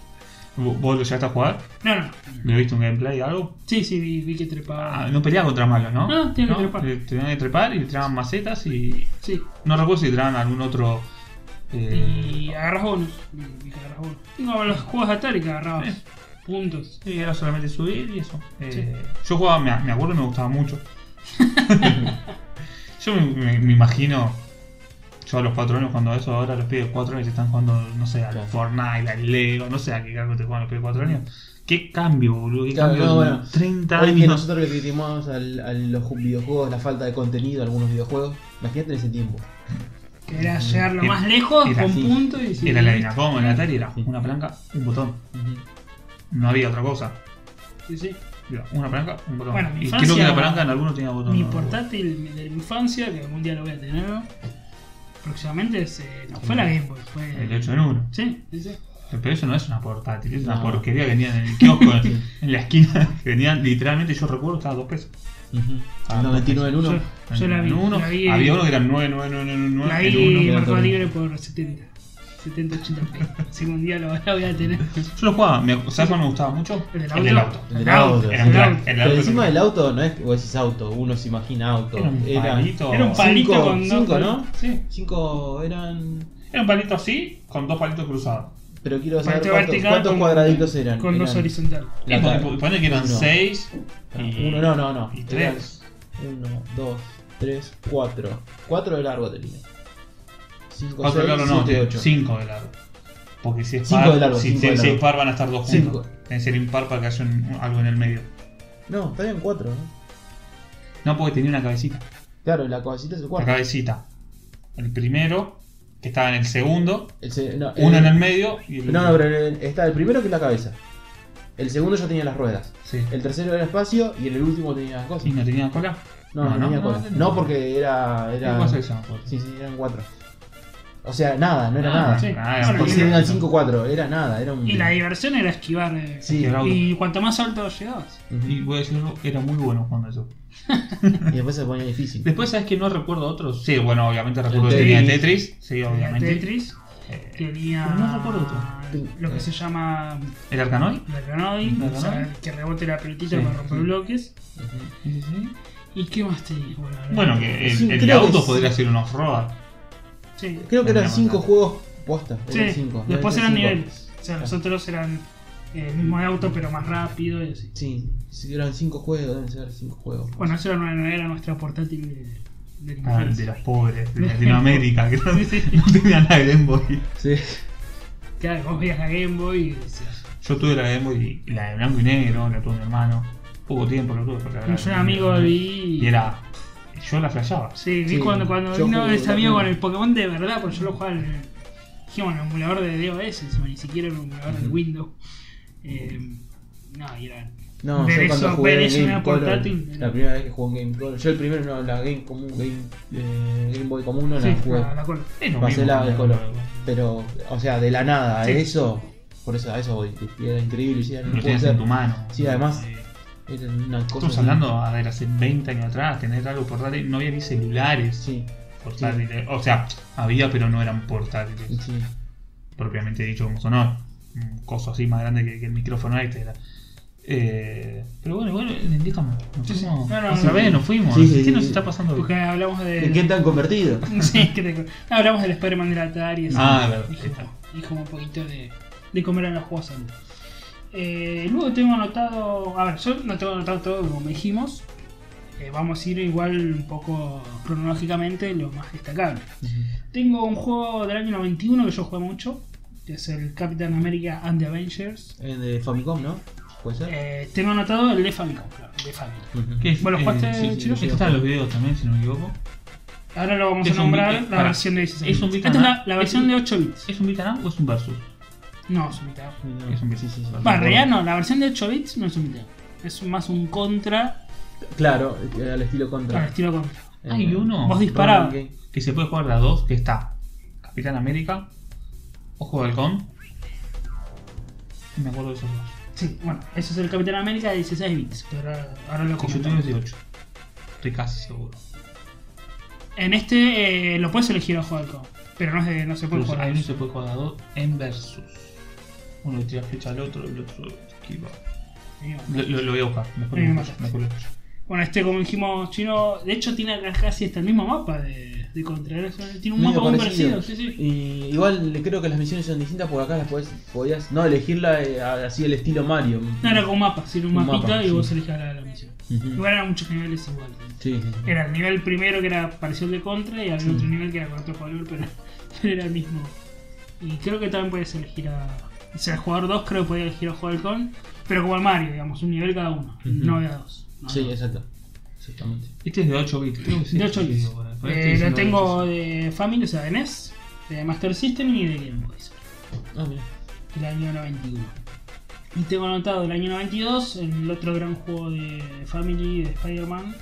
Speaker 1: ¿Vos vos lo llegaste a jugar?
Speaker 2: No, no.
Speaker 1: ¿Me viste un gameplay algo?
Speaker 2: Sí, sí, vi, vi que
Speaker 1: Ah,
Speaker 2: trepaba.
Speaker 1: no peleaba contra malos, ¿no?
Speaker 2: No, tenía Ah, que trepar.
Speaker 1: Le- Tenían que trepar y le tiraban macetas y.
Speaker 2: Sí.
Speaker 1: No recuerdo si le tiraban algún otro. eh,
Speaker 2: Y agarras bonus. Vi, vi que agarras bonus. Como los juegos de Atari que agarrabas.
Speaker 1: Sí.
Speaker 2: Puntos.
Speaker 1: sí, era solamente subir y eso. Eh,
Speaker 2: Sí.
Speaker 1: Yo jugaba, me, me acuerdo, me gustaba mucho. yo me, me- me imagino. Yo a los 4 años cuando eso, ahora los pibes de 4 años están jugando, no sé, al
Speaker 3: Claro.
Speaker 1: Fortnite, al Lego, no sé a qué cargo te juegan los pibes de 4 años. ¿Qué cambio, boludo? ¿Qué
Speaker 3: Claro,
Speaker 1: cambio?
Speaker 3: no, bueno.
Speaker 1: 30
Speaker 3: Hoy que
Speaker 1: años.
Speaker 3: nosotros le criticamos al- a los ju- videojuegos la falta de contenido, algunos videojuegos. Imagínate en ese tiempo.
Speaker 2: Que era llegar lo
Speaker 1: Era-
Speaker 2: más lejos
Speaker 1: era
Speaker 2: con
Speaker 3: así.
Speaker 2: puntos y sí.
Speaker 1: Era la Dinacom, el Atari, era
Speaker 3: Sí.
Speaker 1: una palanca, un botón. No había otra cosa.
Speaker 2: Sí, sí.
Speaker 1: Era Una palanca, un botón.
Speaker 2: Bueno, mi
Speaker 1: y
Speaker 2: infancia-
Speaker 1: creo que la palanca en alguno tenía botón.
Speaker 2: Mi
Speaker 1: no recuerdo.
Speaker 2: portátil de mi infancia, que algún día lo voy a tener, próximamente se, no, fue la Game Boy. Fue,
Speaker 1: El 8 en 1.
Speaker 2: Sí, sí, sí.
Speaker 1: Pero eso no es una portátil, es una
Speaker 3: No.
Speaker 1: porquería que vendían en el kiosco, en, en la esquina. Que vendían, literalmente, yo recuerdo, estaba a dos pesos.
Speaker 3: Ah,
Speaker 1: Ah,
Speaker 3: El 99 en 1.
Speaker 2: Yo- yo la vi,
Speaker 1: En uno.
Speaker 2: la vi.
Speaker 1: Había uno que era 9999.
Speaker 2: La
Speaker 1: el
Speaker 2: vi
Speaker 1: uno.
Speaker 3: Mercado
Speaker 2: Mercado
Speaker 3: Libre.
Speaker 2: Libre por 70. 70, 80 pesos. Si un día lo, la voy a tener.
Speaker 1: Yo lo jugaba, me, ¿sabes cuál me gustaba mucho?
Speaker 2: ¿El del
Speaker 1: El del
Speaker 2: auto?
Speaker 1: auto.
Speaker 3: El del auto.
Speaker 1: Era un crack, el del
Speaker 3: Pero
Speaker 1: auto
Speaker 3: encima
Speaker 1: también.
Speaker 3: del auto no es que vos decís auto, uno se imagina auto.
Speaker 1: Era un palito.
Speaker 2: Era un
Speaker 1: palito.
Speaker 2: palito
Speaker 3: cinco-
Speaker 2: con dos
Speaker 3: cinco,
Speaker 2: col-
Speaker 3: ¿no?
Speaker 1: Sí,
Speaker 3: Cinco eran.
Speaker 1: era un palito así, con dos palitos cruzados.
Speaker 3: Pero quiero saber
Speaker 2: Parte
Speaker 3: cuántos,
Speaker 2: vertical
Speaker 3: cuántos
Speaker 2: con-
Speaker 3: cuadraditos eran.
Speaker 2: Con dos
Speaker 3: Eran-
Speaker 2: horizontales.
Speaker 1: Y
Speaker 3: La cara.
Speaker 1: pone pone que eran
Speaker 3: Uno.
Speaker 1: seis.
Speaker 3: Ah,
Speaker 1: y-
Speaker 3: Uno, no, no, no.
Speaker 1: Y
Speaker 3: Eran
Speaker 1: tres.
Speaker 3: Uno, dos, tres, cuatro. Cuatro de largo tenía. Cinco,
Speaker 1: Cuatro de
Speaker 3: seis,
Speaker 1: largo Ah, no,
Speaker 3: siete, ocho.
Speaker 1: cinco de largo. Porque si es
Speaker 3: Cinco
Speaker 1: par,
Speaker 3: de largo,
Speaker 1: si,
Speaker 3: cinco
Speaker 1: si-
Speaker 3: de
Speaker 1: si
Speaker 3: largo.
Speaker 1: es par van a estar dos juntos.
Speaker 3: Cinco.
Speaker 1: Tiene que ser impar para que haya un- algo en el medio.
Speaker 3: No, estarían cuatro, ¿no?
Speaker 1: No, porque tenía una cabecita.
Speaker 3: Claro, la cabecita es el
Speaker 1: La
Speaker 3: cuarto.
Speaker 1: cabecita. El primero, que estaba en el segundo,
Speaker 3: El se- no,
Speaker 1: uno en
Speaker 3: el-
Speaker 1: el medio y el
Speaker 3: Eh, No, no,
Speaker 1: otro.
Speaker 3: pero el- está el primero que es la cabeza. El segundo ya tenía las ruedas.
Speaker 1: Sí.
Speaker 3: El tercero era espacio y el último tenía las
Speaker 1: ¿Y
Speaker 3: cosas.
Speaker 1: no tenía cola?
Speaker 3: No, no, tenía cola. No, porque era.
Speaker 1: ¿Qué
Speaker 3: era...
Speaker 1: cosa es esa? foto?
Speaker 3: Sí, sí, eran cuatro. O sea, nada, no era
Speaker 2: Ah,
Speaker 3: nada.
Speaker 2: sí.
Speaker 1: Ah,
Speaker 2: Bueno,
Speaker 1: por
Speaker 3: Porque
Speaker 2: y-
Speaker 1: si
Speaker 3: si eran
Speaker 1: eran
Speaker 3: 5-4, era nada, era un.
Speaker 2: Y la diversión era esquivar. eh,
Speaker 3: Sí.
Speaker 1: Era auto.
Speaker 2: Y cuanto más alto llegabas.
Speaker 3: Ujú.
Speaker 1: Y
Speaker 3: Y
Speaker 1: voy a decir algo, era muy bueno jugando eso.
Speaker 3: después se ponía difícil.
Speaker 1: Después, ¿sabes que no recuerdo otros? Sí, bueno, obviamente recuerdo
Speaker 3: El
Speaker 1: que tenía
Speaker 3: Tetris.
Speaker 1: Tetris. Sí,
Speaker 2: Tenía
Speaker 1: obviamente.
Speaker 2: Tetris.
Speaker 1: Eh,
Speaker 2: Tenía.
Speaker 1: Pero no recuerdo otro.
Speaker 2: Lo que se llama.
Speaker 1: ¿El Arcanoi?
Speaker 2: La Granoi.
Speaker 1: La
Speaker 2: O sea,
Speaker 1: Granoi.
Speaker 2: que rebote la pelotita
Speaker 1: Sí,
Speaker 2: para romper
Speaker 1: sí.
Speaker 2: bloques.
Speaker 3: Ujú.
Speaker 1: Sí, sí.
Speaker 2: ¿Y qué más tenía? Bueno, la-
Speaker 1: Bueno, que el,
Speaker 3: Sí,
Speaker 1: el de
Speaker 3: creo que
Speaker 1: autos
Speaker 3: sí.
Speaker 1: podría ser un off-road.
Speaker 2: Sí.
Speaker 3: Creo que
Speaker 1: No,
Speaker 3: eran
Speaker 1: no,
Speaker 3: 5
Speaker 1: no.
Speaker 3: juegos posta.
Speaker 2: Sí,
Speaker 3: Eran cinco, no
Speaker 2: después eran
Speaker 3: cinco.
Speaker 2: niveles. O sea, los otros eran eh, el mismo auto, pero más rápido y así.
Speaker 3: Sí, si eran 5 juegos, deben ser 5 juegos.
Speaker 2: Bueno, eso era, una- era nuestra portátil de, de la
Speaker 1: Ah, el de
Speaker 2: infancia.
Speaker 1: los pobres, de Latinoamérica, que no,
Speaker 2: Sí, sí.
Speaker 1: no tenían la Game Boy.
Speaker 3: Sí.
Speaker 2: Claro, vos veías la Game Boy y decías.
Speaker 1: Yo tuve la Game Boy, y la de blanco y negro, la tuvo mi hermano. Poco tiempo lo tuve, porque la verdad
Speaker 2: Yo un
Speaker 1: que-
Speaker 2: amigo vi.
Speaker 1: Y era. Yo la flasheaba.
Speaker 2: Sí, vi
Speaker 3: Sí,
Speaker 2: cuando, cuando
Speaker 3: yo
Speaker 2: vino
Speaker 3: jugué
Speaker 2: ese
Speaker 3: la
Speaker 2: amigo con
Speaker 3: primera.
Speaker 2: el Pokémon de verdad, porque yo lo jugaba en el. Dijimos, en el emulador de DOS, encima, ni siquiera en el emulador de
Speaker 3: Ujú.
Speaker 2: Windows. Eh, no, y era.
Speaker 3: No,
Speaker 2: Ver
Speaker 3: yo
Speaker 2: eso-
Speaker 3: cuando
Speaker 2: ver
Speaker 3: jugué
Speaker 2: eso
Speaker 3: en
Speaker 2: en
Speaker 3: Game
Speaker 2: una
Speaker 3: Color,
Speaker 2: portátil.
Speaker 3: la primera vez que jugué en Game Color, yo el primero no, la Game común, Game, eh, Game Boy común no la
Speaker 2: sí,
Speaker 3: jugué.
Speaker 2: la, la cola.
Speaker 1: Es lo
Speaker 3: Pasé
Speaker 1: mismo.
Speaker 3: la de color. Pero, o sea, de la nada,
Speaker 2: Sí.
Speaker 3: eso, por eso a eso voy, que era increíble, sí, era,
Speaker 1: Lo
Speaker 3: no
Speaker 1: tenías
Speaker 3: puedo
Speaker 1: en tu mano.
Speaker 3: Sí, además,
Speaker 1: Eh,
Speaker 3: creer, era una cosa.
Speaker 1: Estamos
Speaker 3: así.
Speaker 1: hablando, a ver, hace 20 años atrás, tener algo portátil, no había ni celulares
Speaker 3: Sí,
Speaker 1: portátiles. O sea, había, pero no eran portátiles,
Speaker 3: sí.
Speaker 1: propiamente dicho como sonor. Un coso así más grande que, que el micrófono este era. Eh, pero bueno, igual indicamos. Nos
Speaker 2: Sí, sí.
Speaker 1: fuimos,
Speaker 2: No, no,
Speaker 1: otra
Speaker 2: no.
Speaker 1: vez nos fuimos.
Speaker 3: Sí, sí,
Speaker 1: ¿Qué
Speaker 3: sí,
Speaker 1: nos
Speaker 3: sí.
Speaker 1: está pasando hoy?
Speaker 2: Porque hablamos
Speaker 1: Eh,
Speaker 2: de.
Speaker 3: ¿En qué tan convertido?
Speaker 2: Sí, que te- no, hablamos del Spider-Man de la Atari. así,
Speaker 1: Ah, verdad,
Speaker 2: y como-
Speaker 1: ahí está.
Speaker 2: Y como un poquito de, de comer a los juegos antes. Eh, luego tengo anotado. A ver, yo no tengo anotado todo, como dijimos. Eh, vamos a ir igual un poco cronológicamente lo más destacable. Tengo un juego del año 91 que yo jugué mucho, que es el Capitán America and the Avengers.
Speaker 3: Eh, de Famicom, ¿no? ¿Puede ser?
Speaker 2: Eh, tengo anotado el de Famicom, claro, el de Famicom.
Speaker 3: Ujú.
Speaker 1: ¿Qué? Eh,
Speaker 2: ¿Vos lo jugaste,
Speaker 1: sí, sí,
Speaker 2: Chiro?
Speaker 1: sí, Están los videos también, si no me equivoco.
Speaker 2: Ahora lo vamos
Speaker 1: Es
Speaker 2: a
Speaker 1: un
Speaker 2: nombrar
Speaker 1: beat-
Speaker 2: la
Speaker 1: pará,
Speaker 2: versión de 16
Speaker 1: es un
Speaker 2: bits.
Speaker 1: beat
Speaker 2: Esta es
Speaker 1: and
Speaker 2: la,
Speaker 1: up,
Speaker 2: la
Speaker 1: es
Speaker 2: versión
Speaker 1: un-
Speaker 2: de 8 bits.
Speaker 1: ¿Es un beat 'em up o es un versus?
Speaker 2: No, es un beat up.
Speaker 1: Es un
Speaker 3: Sí, sí, sí.
Speaker 2: Va, en realidad no, la versión de 8 bits no es un video. Es más un contra
Speaker 3: Claro, eh, al estilo
Speaker 2: al
Speaker 3: contra.
Speaker 2: estilo contra.
Speaker 3: Eh,
Speaker 1: Ah, Hay uno.
Speaker 2: Vos disparado.
Speaker 3: Roman Reigns.
Speaker 1: que se puede jugar de a dos, que está Capitán América, Ojo de Halcón. Y me acuerdo de esos dos.
Speaker 2: Sí, bueno, eso es el Capitán América de 16 bits. Pero ahora, ahora lo
Speaker 1: Y yo tengo
Speaker 2: comentamos.
Speaker 1: 18. Estoy casi seguro.
Speaker 2: En este eh, lo puedes elegir a jugar con. Pero no, es de- no se puede
Speaker 1: Pero
Speaker 2: jugar.
Speaker 1: hay
Speaker 2: a
Speaker 1: uno que
Speaker 2: dos.
Speaker 1: se puede jugar de a dos en versus. Uno le tira flecha al otro, el otro esquiva. Lo, lo- lo voy a buscar, después
Speaker 2: Bien,
Speaker 1: lo busco yo,
Speaker 2: mataste.
Speaker 1: después lo busco yo.
Speaker 2: Bueno, este como dijimos chino, de hecho tiene acá casi hasta el mismo mapa de, de contra. Era- Tiene un
Speaker 3: Medio
Speaker 2: mapa muy
Speaker 3: parecido.
Speaker 2: parecido, sí, sí.
Speaker 3: Y igual creo que las misiones son distintas porque acá las podés, podías no elegirla eh, así el estilo Mario.
Speaker 2: No era con mapa, sino un
Speaker 3: Un
Speaker 2: mapita
Speaker 3: mapa,
Speaker 2: y vos
Speaker 3: sí.
Speaker 2: elegías la, la misión.
Speaker 3: Ujú.
Speaker 2: Igual Eh, eran muchos niveles iguales.
Speaker 3: Sí, sí, sí.
Speaker 2: Era el nivel primero que era parecido al de Contra y había
Speaker 3: Sí.
Speaker 2: otro nivel que era con otro color, pero, pero era el mismo. Y creo que también puedes elegir a. O sea, el jugador 2 creo que podía elegir a jugar con, pero como al Mario, digamos, un nivel cada uno,
Speaker 3: Ujú.
Speaker 2: no había dos. no
Speaker 3: Sí,
Speaker 2: había dos.
Speaker 3: exacto. Exactamente.
Speaker 1: Este es de 8 bits, creo que sí.
Speaker 2: De 8 bits.
Speaker 1: Digo, bueno, este
Speaker 2: Eh,
Speaker 1: estoy
Speaker 2: lo
Speaker 1: diciendo
Speaker 2: tengo
Speaker 1: eso.
Speaker 2: de Family, o sea, de NES, de Master System y de Game Boy.
Speaker 3: Ah, mira.
Speaker 2: El año 91. Y tengo anotado el año 92, el otro gran juego de Family de Spider-Man,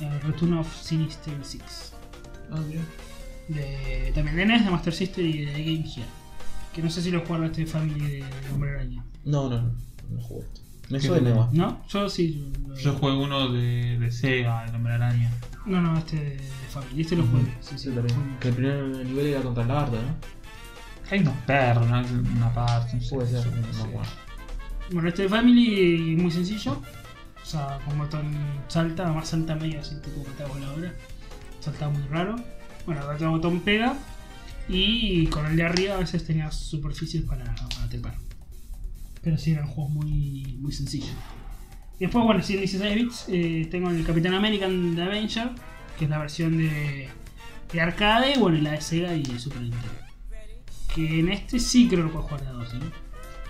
Speaker 2: el Return of Sinister 6.
Speaker 3: Ah, mira.
Speaker 2: E de, también de NES, de Master System y de Game Gear. Que no sé si lo jugaron este Family de Hombre Araña.
Speaker 3: No, no, no, no jugué esto. Me
Speaker 1: ¿Qué
Speaker 3: suena
Speaker 1: tenés?
Speaker 3: igual.
Speaker 2: ¿No? Yo sí. lo-
Speaker 1: Yo jugué uno de, de Sega, el hombre araña.
Speaker 2: No, no, este de Family. Este lo jugué. Sí, sí,
Speaker 3: Sí, también. Que el primer nivel era contra el lagarto, ¿no?
Speaker 1: Hay unos perros, una, una parte, no sé.
Speaker 3: Puede ser,
Speaker 1: no sé.
Speaker 3: no me acuerdo.
Speaker 2: Bueno, este de Family es muy sencillo. O sea, con botón salta, además salta medio así, tipo patada voladora. Salta muy raro. Bueno, acá tengo botón pega. Y con el de arriba a veces tenías superficies para, para trepar. Pero sí eran juegos muy, muy sencillos. Y Después, bueno, si en 16 bits, eh, tengo el Capitán American The Avenger, que es la versión de, de arcade, y bueno, y la de Sega y de Super Nintendo. Que en este sí creo que puedo jugar de a dos, ¿no?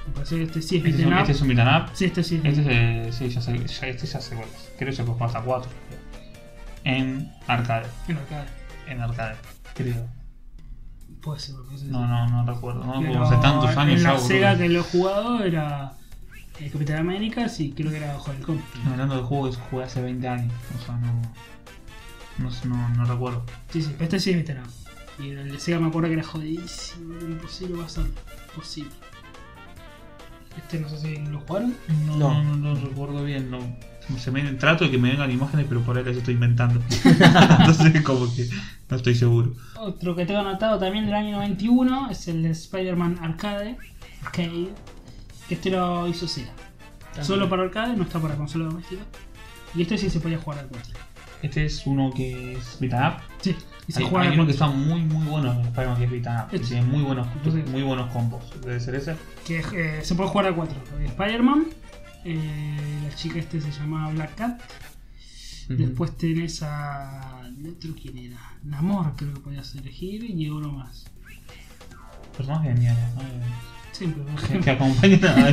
Speaker 2: Me parece que este sí es
Speaker 1: Este es
Speaker 2: beat'em
Speaker 1: un,
Speaker 2: up.
Speaker 1: este es un beat 'em up.
Speaker 2: Sí, este sí.
Speaker 1: Este es, eh, sí, ya sé, ya, este ya sé cuál es. Creo que se puede jugar hasta 4. En arcade.
Speaker 2: En arcade.
Speaker 1: En arcade, creo.
Speaker 2: Puede ser, puede ser.
Speaker 1: No, no, no recuerdo. No,
Speaker 2: Pero
Speaker 1: como hace tantos años ya,
Speaker 2: En la
Speaker 1: boludo.
Speaker 2: Sega que lo he jugado era eh, Capitán América, sí, creo que era bajo el com.
Speaker 1: Hablando de juegos que jugué hace 20 años. O sea, no. No, sé, no, no recuerdo.
Speaker 2: Sí, sí, pero este sí es veterano. Y en el de Sega me acuerdo que era jodidísimo, era imposible pasar. Imposible. Este no sé si lo jugaron.
Speaker 1: No, no,
Speaker 3: No.
Speaker 1: no, recuerdo bien. No. Se me trato de que me vengan imágenes, pero por ahí las estoy inventando. Entonces, como que no estoy seguro.
Speaker 2: Otro que tengo anotado también del año 91 es el de Spider-Man Arcade. Arcade. Que este lo hizo Sega. Solo para arcade, no está para consola doméstica. Y este sí se podía jugar al 4.
Speaker 1: Este es uno que es beat 'em up.
Speaker 2: Sí, y se
Speaker 1: Hay,
Speaker 2: juega
Speaker 1: hay
Speaker 2: al
Speaker 1: uno que
Speaker 2: 4.
Speaker 1: está muy, muy bueno en Spider-Man que es beat 'em up. que
Speaker 2: Este.
Speaker 1: Tiene muy buenos,
Speaker 2: Entonces-
Speaker 1: muy buenos combos. Debe ser ese.
Speaker 2: que eh, se puede jugar a cuatro. Spider-Man, eh, la chica este se llama Black Cat. Después tenés a. ¿El otro quién era? Namor, creo que podías elegir, y uno más.
Speaker 1: Personajes de mierda.
Speaker 2: Siempre, por
Speaker 1: ¿no? Que,
Speaker 2: ejemplo.
Speaker 1: que acompañan a Ah,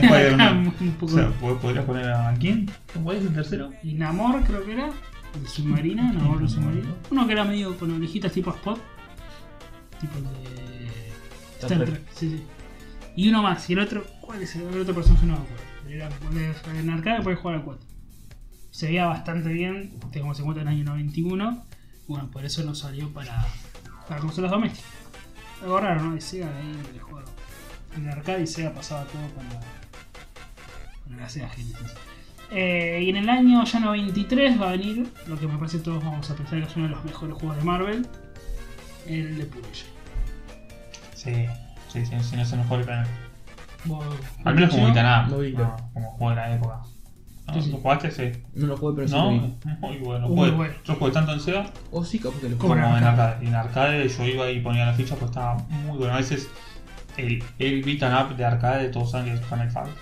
Speaker 1: Spider-Man.
Speaker 2: Un
Speaker 1: o
Speaker 2: poco-
Speaker 1: sea, ¿pod- ¿podrías poner a quién? ¿Cuál es el tercero?
Speaker 2: Y Namor, creo que era. El submarino, Namor el
Speaker 1: Sí,
Speaker 2: submarino.
Speaker 1: Namor.
Speaker 2: Uno que era medio con orejitas tipo Spot. Tipo el de.
Speaker 3: Star
Speaker 2: Star
Speaker 3: Trek.
Speaker 2: Trek, sí, sí. Y uno más, y el otro, ¿cuál es el, el otro personaje? No me acuerdo. Pero Era, podés- en arcade podés jugar a 4. Se veía bastante bien, tengamos en cuenta en el año 91. Bueno, por eso no salió para, para consolas domésticas. Algo raro, ¿no? De Sega de ahí el juego. En el arcade y Sega pasaba todo para, para la Sega Genesis. Eh, y en el año ya 93 va a venir lo que me parece todos vamos a pensar que es uno de los mejores juegos de Marvel, el de Punisher.
Speaker 1: Sí, sí, sí, sí, no se nos fue el planeta.
Speaker 2: Vos-
Speaker 1: Al menos como
Speaker 2: Punisher,
Speaker 1: Itanab,
Speaker 3: Lo vi,
Speaker 1: no, como juego de la época. No,
Speaker 2: Sí, sí.
Speaker 1: Ah, ¿Lo jugaste? Sí.
Speaker 3: No lo jugué, pero sí
Speaker 1: ¿No?
Speaker 3: lo vi.
Speaker 1: Muy bueno.
Speaker 2: Muy
Speaker 1: jugué-
Speaker 2: bueno.
Speaker 1: Yo jugué tanto en Sega
Speaker 3: O sí, capaz que lo
Speaker 2: ¿Cómo
Speaker 3: jugué.
Speaker 1: como en
Speaker 2: en
Speaker 1: arcade.
Speaker 2: arcade.
Speaker 1: En arcade yo iba y ponía la ficha, pues estaba muy bueno. A veces el, el beat 'em up de arcade, todos saben que es Final Fight.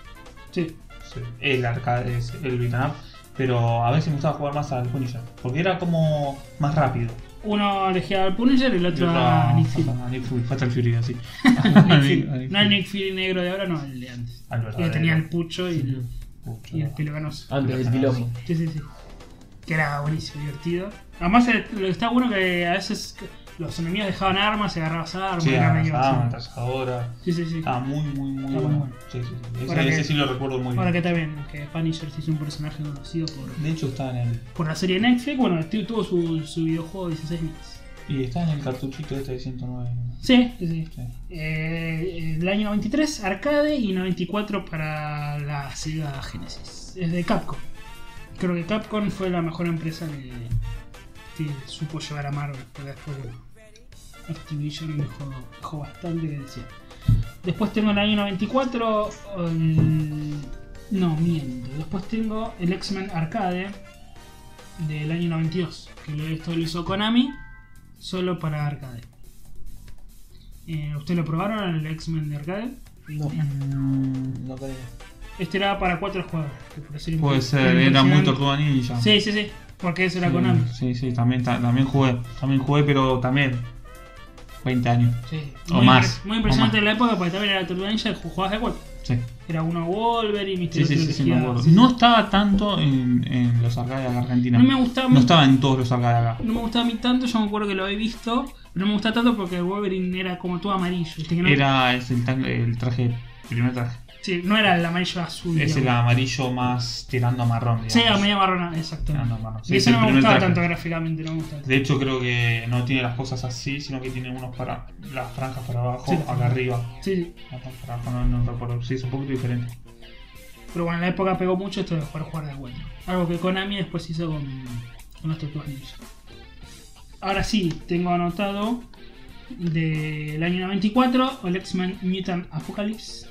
Speaker 2: Sí,
Speaker 1: Sí, El arcade es el beat 'em up. Pero a veces me gustaba jugar más al Punisher, porque era como más rápido.
Speaker 2: uno elegía al Punisher y el
Speaker 1: Y
Speaker 2: otro
Speaker 1: otro-
Speaker 2: a Nick Fury.
Speaker 1: a Nick Fury, Fatal Fury, así.
Speaker 2: Nick
Speaker 1: A
Speaker 2: Fury.
Speaker 1: Nick- a Nick
Speaker 2: No el
Speaker 1: Fury. Ah,
Speaker 2: Nick Fury negro de ahora, no, el de antes.
Speaker 1: Al
Speaker 2: Que
Speaker 1: verdadero.
Speaker 2: tenía el pucho y, el-
Speaker 1: Pucho,
Speaker 2: y el
Speaker 1: no.
Speaker 2: pelo canoso.
Speaker 3: Antes del quilombo.
Speaker 2: Sí, sí, sí. Que era buenísimo, divertido. Además, eh, lo que está bueno que a veces los enemigos dejaban armas, se agarrabas armas,
Speaker 1: Sí,
Speaker 2: era
Speaker 1: ah,
Speaker 2: medio
Speaker 1: ah,
Speaker 2: así.
Speaker 1: ametralladora.
Speaker 2: Sí, sí, sí.
Speaker 1: Estaba muy, muy, muy
Speaker 2: Está muy
Speaker 1: bueno.
Speaker 2: bueno.
Speaker 1: Sí, sí, sí. Ese,
Speaker 2: Ahora
Speaker 1: ese
Speaker 2: que-
Speaker 1: sí lo recuerdo muy bien.
Speaker 2: Ahora que está bien, que Punisher se hizo un personaje conocido por,
Speaker 1: De hecho, está en el.
Speaker 2: por la serie Netflix. Bueno, el tío tuvo su, su videojuego de 16 bits.
Speaker 1: Y está en el cartuchito este de 109. ¿no?
Speaker 2: Sí, sí, sí.
Speaker 1: Sí.
Speaker 2: Eh, el año 93 arcade y 94 para la Sega Genesis. Es de Capcom. Creo que Capcom fue la mejor empresa que, que supo llevar a Marvel. Porque después, bueno, Activision dejó, dejó bastante que decía. Después tengo el año 94. el- no, miento. Después tengo el X-Men Arcade del año 92. Que lo- esto lo hizo Konami solo para arcade. Eh, ¿Ustedes lo probaron el X-Men de arcade?
Speaker 3: No,
Speaker 1: Mm,
Speaker 3: no creo.
Speaker 2: Este era para cuatro jugadores. que por decir-
Speaker 1: Puede ser, era muy
Speaker 2: impresionante.
Speaker 1: tortuga ninja.
Speaker 2: Sí, sí, sí. Porque eso era
Speaker 1: Sí,
Speaker 2: Konami.
Speaker 1: Sí, sí, también, ta- también jugué. También jugué, pero también. 20 años.
Speaker 2: Sí.
Speaker 1: O
Speaker 2: muy
Speaker 1: más,
Speaker 2: impre- Muy impresionante
Speaker 1: o
Speaker 2: en la época porque también era Tortuga Ninja jugabas de cuatro.
Speaker 1: Sí,
Speaker 2: Era uno Wolverine, Mr.
Speaker 1: sí, sí,
Speaker 2: Otro
Speaker 1: sí, sí,
Speaker 2: elegía-
Speaker 1: me acuerdo.
Speaker 2: sí, sí.
Speaker 1: No estaba tanto en, en los arcades de Argentina.
Speaker 2: No me gustaba
Speaker 1: No
Speaker 2: mucho.
Speaker 1: estaba en todos los arcades de acá.
Speaker 2: No me gustaba a mí tanto, yo me acuerdo que lo había visto, pero no me gustaba tanto porque Wolverine era como todo amarillo. ¿viste que no?
Speaker 1: Era es el, tra- el traje primer traje.
Speaker 2: Sí, no era el amarillo azul.
Speaker 1: Es el
Speaker 2: digamos.
Speaker 1: amarillo más tirando a marrón.
Speaker 2: Sí,
Speaker 1: digamos.
Speaker 2: la media marrona, exacto.
Speaker 1: Tirando a marrón. Ah, Sí,
Speaker 2: y
Speaker 1: es
Speaker 2: eso
Speaker 1: el
Speaker 2: no me
Speaker 1: primer
Speaker 2: gustaba
Speaker 1: traje.
Speaker 2: tanto gráficamente, no me gustaba.
Speaker 1: De hecho, creo que no tiene las cosas así, sino que tiene unos para las franjas para abajo,
Speaker 2: Sí.
Speaker 1: acá arriba.
Speaker 2: Sí, sí.
Speaker 1: Las franjas para abajo, no, no recuerdo. Sí, es un poquito diferente.
Speaker 2: Pero bueno, en la época pegó mucho esto de jugar jugar de vuelta. Algo que Konami después hizo con, con las tortugas ninja. Ahora sí, tengo anotado del año 94, el X-Men Mutant Apocalypse.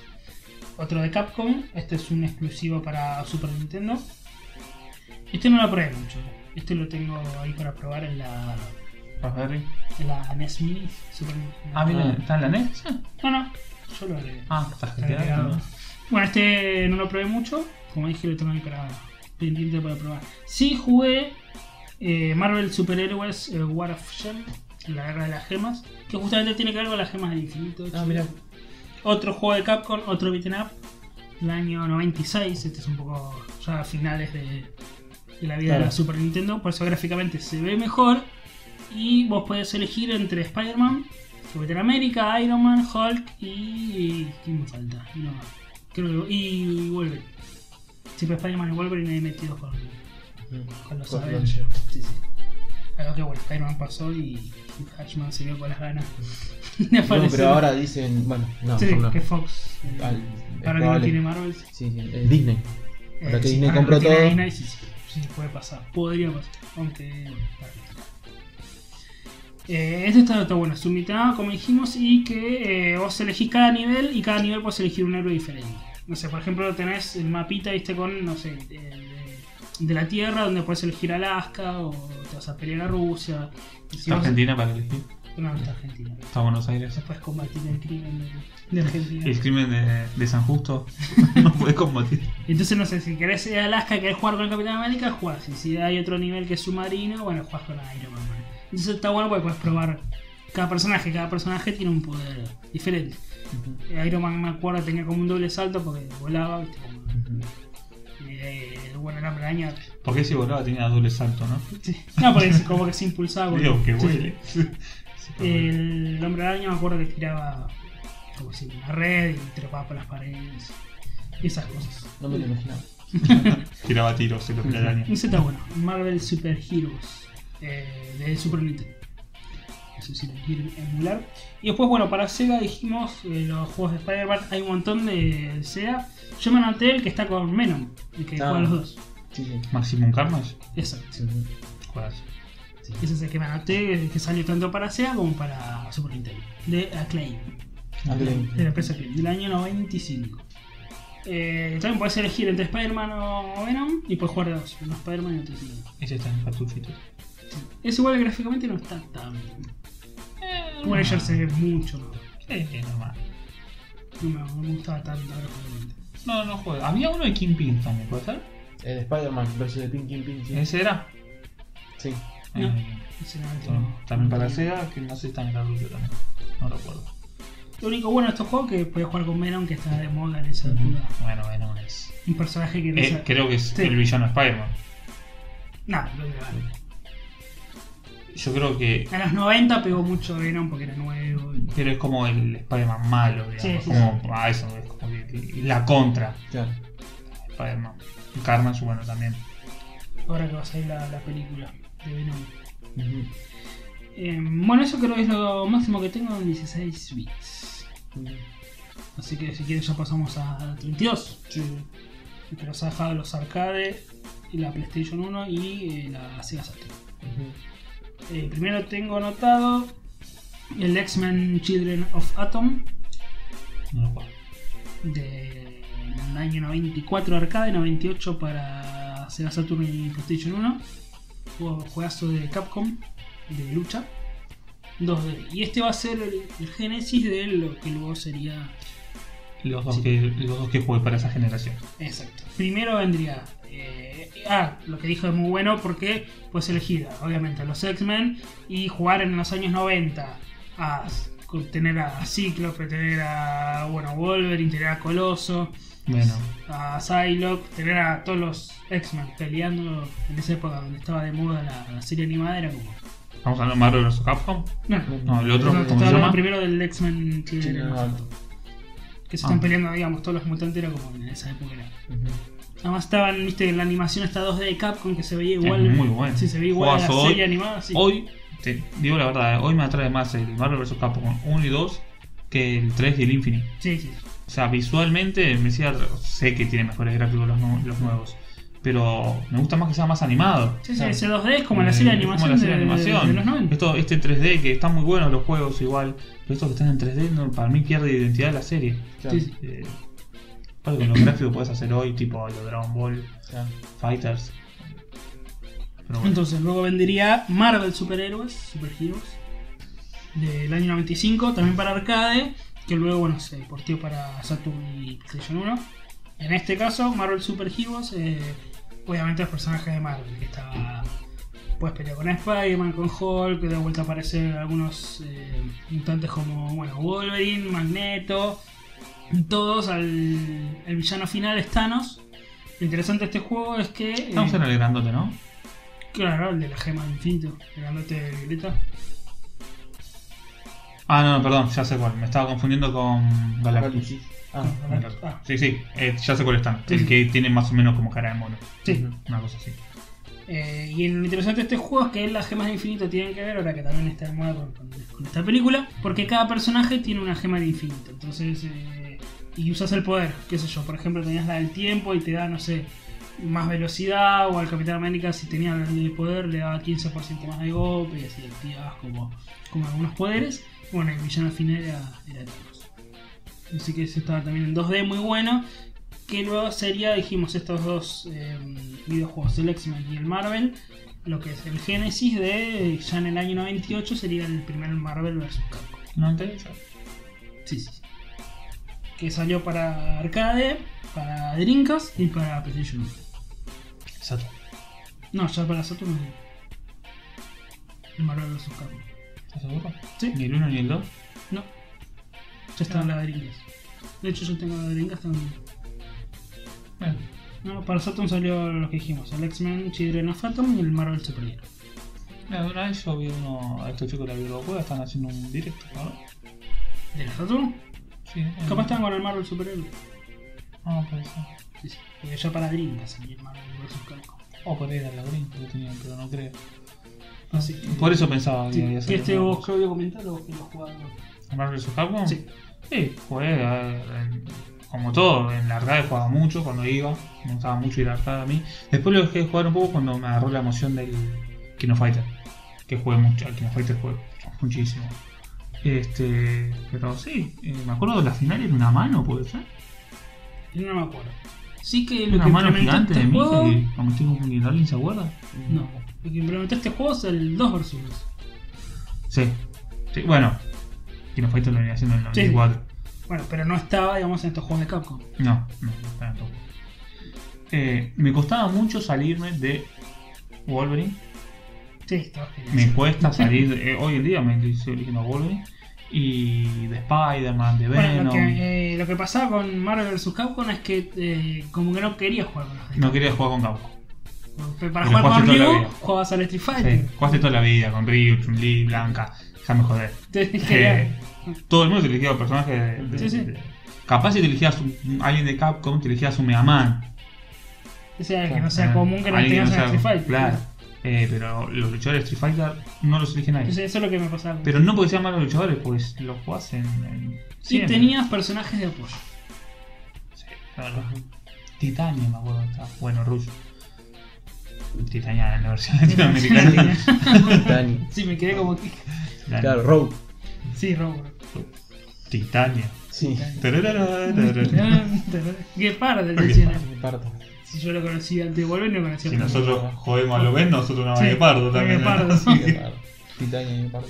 Speaker 2: Otro de Capcom. Este es un exclusivo para Super Nintendo. Este no lo probé mucho. Este lo tengo ahí para probar en la,
Speaker 1: Raspberry.
Speaker 2: en la NES Mini. Super Nintendo.
Speaker 1: Ah, mira, está en la NES.
Speaker 2: No, no, yo lo haré.
Speaker 1: Ah, está
Speaker 2: Está agregado.
Speaker 1: genial.
Speaker 2: Eh, Bueno, este no lo probé mucho. Como dije, lo tengo ahí para pendiente para probar. Sí jugué eh, Marvel Superhéroes eh, War of Gem, la guerra de las gemas, que justamente tiene que ver con las gemas del infinito.
Speaker 3: Ah, mirá.
Speaker 2: Otro juego de Capcom, otro beat'em up, del año 96. Este es un poco ya a finales de, de la vida
Speaker 3: Claro.
Speaker 2: de la Super Nintendo, por eso gráficamente se ve mejor. Y vos podés elegir entre Spider-Man, Capitán América, Iron Man, Hulk y. ¿Quién me falta? No, creo que. Y Wolverine. Siempre Spider-Man y Wolverine he metido con, con los
Speaker 3: Con
Speaker 2: Avengers. Sí, sí. Algo que bueno, Spider-Man pasó y Hugh Hatchman se vio con las ganas de
Speaker 3: No,
Speaker 2: aparecer.
Speaker 3: pero ahora dicen, bueno, no,
Speaker 2: Sí,
Speaker 3: mejor no.
Speaker 2: que Fox. eh,
Speaker 3: Al- es
Speaker 2: ahora que no
Speaker 3: probable.
Speaker 2: tiene Marvel.
Speaker 3: Sí, sí, es Disney. Ahora que Disney
Speaker 2: ahora
Speaker 3: compró
Speaker 2: lo tiene
Speaker 3: todo.
Speaker 2: Disney, sí, sí, sí, puede pasar. Podría pasar. Aunque. bueno. Eh, este está, está bueno, es un mitad, como dijimos, y que eh, vos elegís cada nivel y cada nivel puedes elegir un héroe diferente. No sé, por ejemplo, tenés el mapita, viste, con, no sé, de, de- de la Tierra, donde puedes elegir Alaska o te vas a pelear a Rusia. Y si
Speaker 1: Está
Speaker 2: vas-
Speaker 1: Argentina para elegir.
Speaker 2: No, está Argentina.
Speaker 1: Está Buenos Aires.
Speaker 2: No puedes combatir el crimen de, de Argentina.
Speaker 1: El crimen de, de San Justo no puede combatir.
Speaker 2: Entonces, no sé, si querés ir a Alaska, querés jugar con el Capitán América, jugás. Y si hay otro nivel que es submarino, bueno, jugás con Iron Man. Entonces está bueno porque puedes probar cada personaje. Cada personaje tiene un poder diferente. Eh, Iron Man, me acuerdo, tenía como un doble salto porque volaba, viste, como... eh, el bueno, el hombre araña.
Speaker 1: Porque si volaba tenía doble salto, ¿no?
Speaker 2: Sí. No, porque se- como que se impulsaba. bueno.
Speaker 1: Digo, que
Speaker 2: Sí.
Speaker 1: huele. Ah, Sí, Eh. pero bueno.
Speaker 2: El hombre araña me acuerdo que tiraba como si una red y trepaba por las paredes. Y esas cosas.
Speaker 3: No me lo imaginaba.
Speaker 1: Tiraba tiros en los
Speaker 3: Ujú.
Speaker 1: telarañas.
Speaker 2: Ese está bueno. Marvel Super Heroes. eh, de Super Nintendo. No sé si lo quieren emular. Y después, bueno, para Sega dijimos eh, los juegos de Spider-Man. Hay un montón de Sega. Yo me anoté el que está con Venom. El que
Speaker 3: Ah.
Speaker 2: juega los dos.
Speaker 3: Sí, sí.
Speaker 1: Maximum Carnage.
Speaker 2: Exacto.
Speaker 3: sí, sí.
Speaker 1: Juegazo.
Speaker 2: Ese es el que me anoté. el que salió tanto para Sega como para Super Nintendo. De Acclaim.
Speaker 3: Acclaim.
Speaker 2: De la empresa Acclaim. Del año 95. Eh, también puedes elegir entre Spider-Man o Venom. Y puedes jugar de dos. Uno Spider-Man y otro Venom.
Speaker 1: Ese está en cartuchito.
Speaker 2: Es igual que gráficamente no está tan. Voyager se ve mucho mejor.
Speaker 1: Sí, normal.
Speaker 2: No me, no me gustaba tanto gráficamente.
Speaker 1: No, no juego. Había uno de Kingpin también, ¿puede ser?
Speaker 3: El Spider-Man versus el Pinky Pink, sí.
Speaker 1: ¿Ese era?
Speaker 3: Sí.
Speaker 2: No.
Speaker 1: Eh,
Speaker 2: Sinceramente,
Speaker 1: bueno,
Speaker 2: no.
Speaker 1: también para Sega, que no sé si está en cartucho también. No recuerdo.
Speaker 2: Lo único bueno de estos juegos es que podías jugar con Venom, que está de moda en esa época.
Speaker 1: Bueno, bueno, es.
Speaker 2: Un personaje que no
Speaker 1: Eh,
Speaker 2: sabe-
Speaker 1: creo que es
Speaker 2: Sí.
Speaker 1: el villano Spider-Man.
Speaker 2: No, no le vale.
Speaker 1: Yo creo que.
Speaker 2: A los 90 pegó mucho Venom porque era nuevo. y-
Speaker 1: Pero es como el Spider-Man malo, digamos.
Speaker 2: Sí, sí,
Speaker 1: como, Ah, eso es como que- que- la contra
Speaker 3: Claro.
Speaker 1: Spider-Man. Y Carnage, bueno, también.
Speaker 2: Ahora que va a salir la, la película de Venom.
Speaker 3: Ujú.
Speaker 2: Eh, bueno, eso creo que es lo máximo que tengo en 16 bits.
Speaker 3: Ujú.
Speaker 2: Así que si quieren ya pasamos a 32.
Speaker 3: Sí, sí.
Speaker 2: que nos ha dejado los arcades, la PlayStation 1 y eh, la Sega Saturn.
Speaker 3: Ujú.
Speaker 2: Eh, primero tengo anotado el X-Men Children of Atom
Speaker 1: No lo juego.
Speaker 2: del año 94 arcade, 98 para Sega Saturn y PlayStation 1. Juego, juegazo de Capcom de lucha 2D. Y este va a ser el, el génesis de lo que luego sería
Speaker 1: Los dos,
Speaker 2: Sí.
Speaker 1: que, los dos que jugué para esa generación.
Speaker 2: Exacto. Primero vendría. eh, ah, lo que dijo es muy bueno porque puedes elegir, obviamente, a los X-Men y jugar en los años 90 a s- con- tener a Cíclope, tener a bueno, Wolverine, tener a Coloso,
Speaker 1: Bueno,
Speaker 2: a Psylocke, tener a todos los X-Men peleando en esa época donde estaba de moda la, la serie animada. Era como.
Speaker 1: vamos a hablar de Marvel vs. Capcom.
Speaker 2: No, no,
Speaker 1: No, el otro,
Speaker 2: no, te
Speaker 1: ¿cómo
Speaker 2: estaba
Speaker 1: se
Speaker 2: hablando
Speaker 1: llama?
Speaker 2: primero del X-Men Children of
Speaker 3: no,
Speaker 2: Atom. que se
Speaker 1: Ah.
Speaker 2: están peleando, digamos, todos los mutantes, era como en esa época era.
Speaker 3: Ujú.
Speaker 2: Además estaban, viste, la animación está 2D de Capcom que se veía
Speaker 1: Es
Speaker 2: igual.
Speaker 1: muy bueno.
Speaker 2: Sí, se veía igual a la
Speaker 1: Juegazo hoy.
Speaker 2: serie animada. Sí.
Speaker 1: Hoy, te digo la verdad, eh, hoy me atrae más el Marvel vs. Capcom 1 y 2 que el 3 y el Infinite.
Speaker 2: Sí, sí.
Speaker 1: O sea, visualmente me decía, sé que tiene mejores gráficos los, nu- los nuevos, pero me gusta más que sea más animado.
Speaker 2: Sí, sí,
Speaker 3: Claro.
Speaker 2: ese 2D es como la serie de
Speaker 1: Eh, es
Speaker 2: animación,
Speaker 1: como la serie de
Speaker 2: de,
Speaker 1: animación.
Speaker 2: de los 90.
Speaker 1: Esto, este 3D que están muy buenos los juegos igual, pero estos que están en 3D no, para mí pierde identidad de la serie.
Speaker 3: Claro,
Speaker 2: Sí, sí.
Speaker 1: Eh, aparte con los gráficos puedes hacer hoy, tipo los Dragon Ball
Speaker 3: claro.
Speaker 1: Fighters. Pero bueno.
Speaker 2: Entonces, luego vendría Marvel Superhéroes, Super Heroes, del año 95, también para arcade, que luego, bueno, se portió para Saturn y PlayStation 1. En este caso, Marvel Super Heroes, eh, obviamente los personajes de Marvel, que estaba... Puedes pelear con Spider-Man, con Hulk, de vuelta aparecen algunos eh, mutantes como, bueno, Wolverine, Magneto, todos al... El villano final es Thanos. Lo interesante de este juego es que... eh,
Speaker 1: Estamos en el grandote, ¿no?
Speaker 2: Claro, el de la gema del infinito, el grandote de violeta.
Speaker 1: Ah, no, no, perdón, ya sé cuál. Me estaba confundiendo con Galactus.
Speaker 3: Apocalipsis. Ah,
Speaker 2: Ah.
Speaker 1: Sí, sí, eh, ya sé cuál están.
Speaker 2: Sí,
Speaker 1: El
Speaker 2: sí.
Speaker 1: que tiene más o menos como cara de mono.
Speaker 2: Sí.
Speaker 1: Una cosa así.
Speaker 2: Eh, y lo interesante de este juego es que las gemas del infinito tienen que ver, ahora que también está de moda con, con- con esta película, porque cada personaje tiene una gema del infinito. Entonces, eh, y usas el poder, qué sé yo, por ejemplo, tenías la del tiempo y te da, no sé, más velocidad, o al Capitán América, si tenía el poder, le daba 15% más de golpe y así activabas como, como algunos poderes. Bueno, el villano final era, era Thanos. Así que ese estaba también en 2D muy bueno. Que luego sería, dijimos, estos dos eh, videojuegos, el X-Men y el Marvel. Lo que es el génesis de ya en el año 98 sería el primer Marvel vs. Capcom.
Speaker 1: No interesa.
Speaker 2: Sí, sí. sí. Que salió para arcade, para Dreamcast y para PlayStation 1.
Speaker 1: Exacto.
Speaker 2: No, ya para Saturn. no. El Marvel vs. Capcom.
Speaker 1: ¿Estás seguro?
Speaker 2: Sí.
Speaker 1: Ni el 1 ni el 2.
Speaker 2: No. Ya está en la de Dreamcast. De hecho, yo tengo la de Dreamcast también.
Speaker 1: Bueno,
Speaker 2: No, para Saturn salió lo que dijimos: el X-Men Children of Atom y el Marvel Super Hero.
Speaker 1: mira, de una vez yo vi uno a estos chicos de la videojuega, están haciendo un directo, ¿no?
Speaker 2: ¿De la Saturn?
Speaker 1: Sí. en-
Speaker 2: Capaz están con el Marvel Super Hero.
Speaker 1: Ah, por eso.
Speaker 2: Sí, sí. Porque ya para Dreamcast salió el Marvel vs. Capcom.
Speaker 1: O Oh, por ahí era la green que tenían, pero no creo.
Speaker 2: Así que.
Speaker 1: Por eso pensaba que
Speaker 2: Eh, Sí,
Speaker 1: había
Speaker 2: que
Speaker 1: salido.
Speaker 2: este vos, Claudio, comentalo vos que lo has jugado.
Speaker 1: Marvel vs. Capcom?
Speaker 2: Sí.
Speaker 1: Sí, jugué eh, en- como todo, en la arcade jugaba mucho cuando iba, me gustaba mucho ir a la arcade a mí. Después lo dejé de jugar un poco cuando me agarró la emoción del Kino Fighter, que jugué mucho, al Kino Fighter jugué muchísimo. Este, pero sí, eh, me acuerdo de la final era una mano, puede ser.
Speaker 2: No me acuerdo. Sí que lo
Speaker 1: Una
Speaker 2: que
Speaker 1: mano
Speaker 2: implementó
Speaker 1: gigante
Speaker 2: este
Speaker 1: de mí,
Speaker 2: juego.
Speaker 1: que como estoy confundiendo, ¿alguien se acuerda?
Speaker 2: No, lo que implementó este juego es el 2 vs 2.
Speaker 1: Sí, sí, bueno, Kino Fighter lo venía haciendo en el
Speaker 2: Sí.
Speaker 1: 94.
Speaker 2: Bueno, pero no estaba, digamos, en estos juegos de Capcom.
Speaker 1: No, no, no tanto. Eh, me costaba mucho salirme de Wolverine.
Speaker 2: Sí, estaba genial.
Speaker 1: Me cuesta salir. eh, hoy en día me estoy eligiendo Wolverine. Y de Spider-Man, de
Speaker 2: Bueno,
Speaker 1: Venom.
Speaker 2: lo que, eh, lo que pasaba con Marvel vs Capcom es que eh, como que no quería jugar con los de
Speaker 1: No quería jugar con Capcom.
Speaker 2: Capcom.
Speaker 1: Pero
Speaker 2: Para jugar con
Speaker 1: jugaste toda la
Speaker 2: Ryu,
Speaker 1: vida.
Speaker 2: jugabas al Street
Speaker 1: Sí,
Speaker 2: Fighter.
Speaker 1: jugaste toda la vida con Ryu, Chun-Li, Blanca. Ya me jodé.
Speaker 2: Entonces,
Speaker 1: Eh,
Speaker 2: quería-
Speaker 1: todo el mundo te elegía personajes de, de-
Speaker 2: Sí, sí.
Speaker 1: de- Capaz si te elegías un- alguien de Capcom, te elegías un Mega Man.
Speaker 2: o sea, que no sea
Speaker 1: Ah,
Speaker 2: común que no
Speaker 1: alguien
Speaker 2: tengas
Speaker 1: que
Speaker 2: en
Speaker 1: no sea-
Speaker 2: Street Fighter.
Speaker 1: Claro. Eh, pero los luchadores de Street Fighter no los elige nadie.
Speaker 2: Entonces, eso es lo que me pasaba.
Speaker 1: Pero no porque sean malos luchadores, pues los jugás en. en
Speaker 2: y
Speaker 1: siempre.
Speaker 2: tenías personajes de apoyo.
Speaker 1: Sí, la verdad. Titania, me acuerdo. estaba. Bueno, Rush. Titania en la versión latinoamericana.
Speaker 3: Dani.
Speaker 2: sí, me quedé como que.
Speaker 1: Titania.
Speaker 3: Claro, Road.
Speaker 2: Sí, Robo.
Speaker 1: Titania.
Speaker 3: Sí.
Speaker 1: Tararara,
Speaker 2: Ah,
Speaker 1: tararara.
Speaker 2: Qué par del
Speaker 1: Qué
Speaker 2: diccionario.
Speaker 1: par.
Speaker 3: Me parto.
Speaker 2: Si yo lo conocí antes de volver, no conocía
Speaker 1: Si
Speaker 2: a Pablo.
Speaker 1: nosotros jodemos a lo ven, nosotros una
Speaker 2: Sí,
Speaker 1: sí, de pardo también. ¿no?
Speaker 2: de pardo.
Speaker 1: Así que-
Speaker 3: Titania y me parto.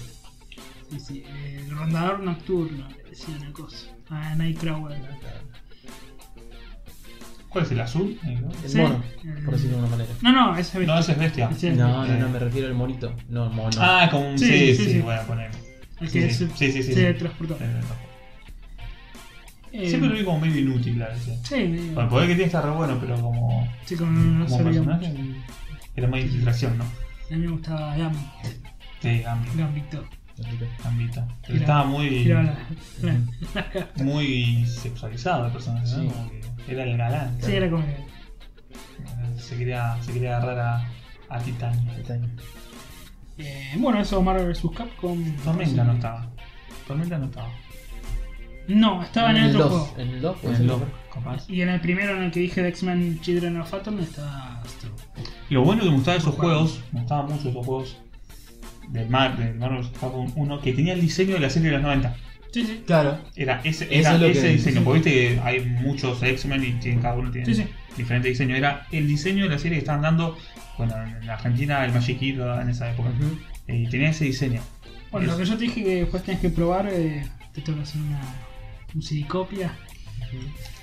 Speaker 2: Sí, sí, eh, el rondador nocturno, le decía una cosa. Ah, Nightcrawler.
Speaker 1: ¿Cuál es el azul? negro?
Speaker 3: El
Speaker 2: Sí.
Speaker 3: mono, por decirlo de una manera. Eh,
Speaker 2: No, no, ese es
Speaker 1: No, ese es bestia. Eh,
Speaker 2: Ese es-
Speaker 3: No, no, no, me refiero al monito. No, mono.
Speaker 1: Ah, con un.
Speaker 2: Sí,
Speaker 1: Sí, sí,
Speaker 2: sí, sí.
Speaker 1: bueno, ponemos.
Speaker 2: el
Speaker 1: Sí,
Speaker 2: que
Speaker 1: sí,
Speaker 2: se,
Speaker 1: sí, sí, sí,
Speaker 2: se
Speaker 1: sí.
Speaker 2: transportó. Eh,
Speaker 1: Siempre lo vi como medio inútil a veces.
Speaker 2: Sí, medio-
Speaker 1: Bueno, el poder que tiene está re bueno, pero como.
Speaker 2: sí, como no, no
Speaker 1: Ah, como
Speaker 2: sabía
Speaker 1: personaje. Era más infiltración, ¿no?
Speaker 2: mucho. A mí me gustaba Gam,
Speaker 1: Sí, a mí.
Speaker 2: Gambito.
Speaker 1: Gambita. Pero
Speaker 2: Era-
Speaker 1: estaba muy.
Speaker 2: Era la- la-
Speaker 1: muy sexualizado el personaje, ¿no?
Speaker 3: Sí.
Speaker 1: Como que Era el galán.
Speaker 2: sí, era como que-
Speaker 1: Se quería, se quería agarrar a, a Titania.
Speaker 2: Eh, bueno, eso Marvel vs. Capcom.
Speaker 1: Tormenta no estaba. Tormenta no estaba.
Speaker 2: No, estaba en el otro
Speaker 3: dos,
Speaker 2: juego.
Speaker 3: En el 2,
Speaker 1: Pues lo, capaz.
Speaker 2: Y en el primero en el que dije de X-Men Children of Atom estaba Astro.
Speaker 1: Lo bueno que me gustaba de esos juegos, me gustaban mucho esos juegos del Mar, del Marvel Capcom 1, que tenía el diseño de la serie de los 90.
Speaker 2: Sí, sí.
Speaker 3: Claro.
Speaker 1: Era ese,
Speaker 3: Eso
Speaker 1: era
Speaker 3: es lo
Speaker 1: ese
Speaker 3: que-
Speaker 1: diseño, porque viste que hay muchos X-Men y tienen- cada uno tiene
Speaker 2: Sí, sí.
Speaker 1: diferente diseño. Era el diseño de la serie que estaban dando, bueno, en Argentina, el Magic Kid en esa época. Eh,
Speaker 3: Ujú.
Speaker 1: Y tenía ese diseño.
Speaker 2: Bueno,
Speaker 1: Es-
Speaker 2: lo que yo te dije que después tenés que probar, eh, te tengo que hacer una un CD copia.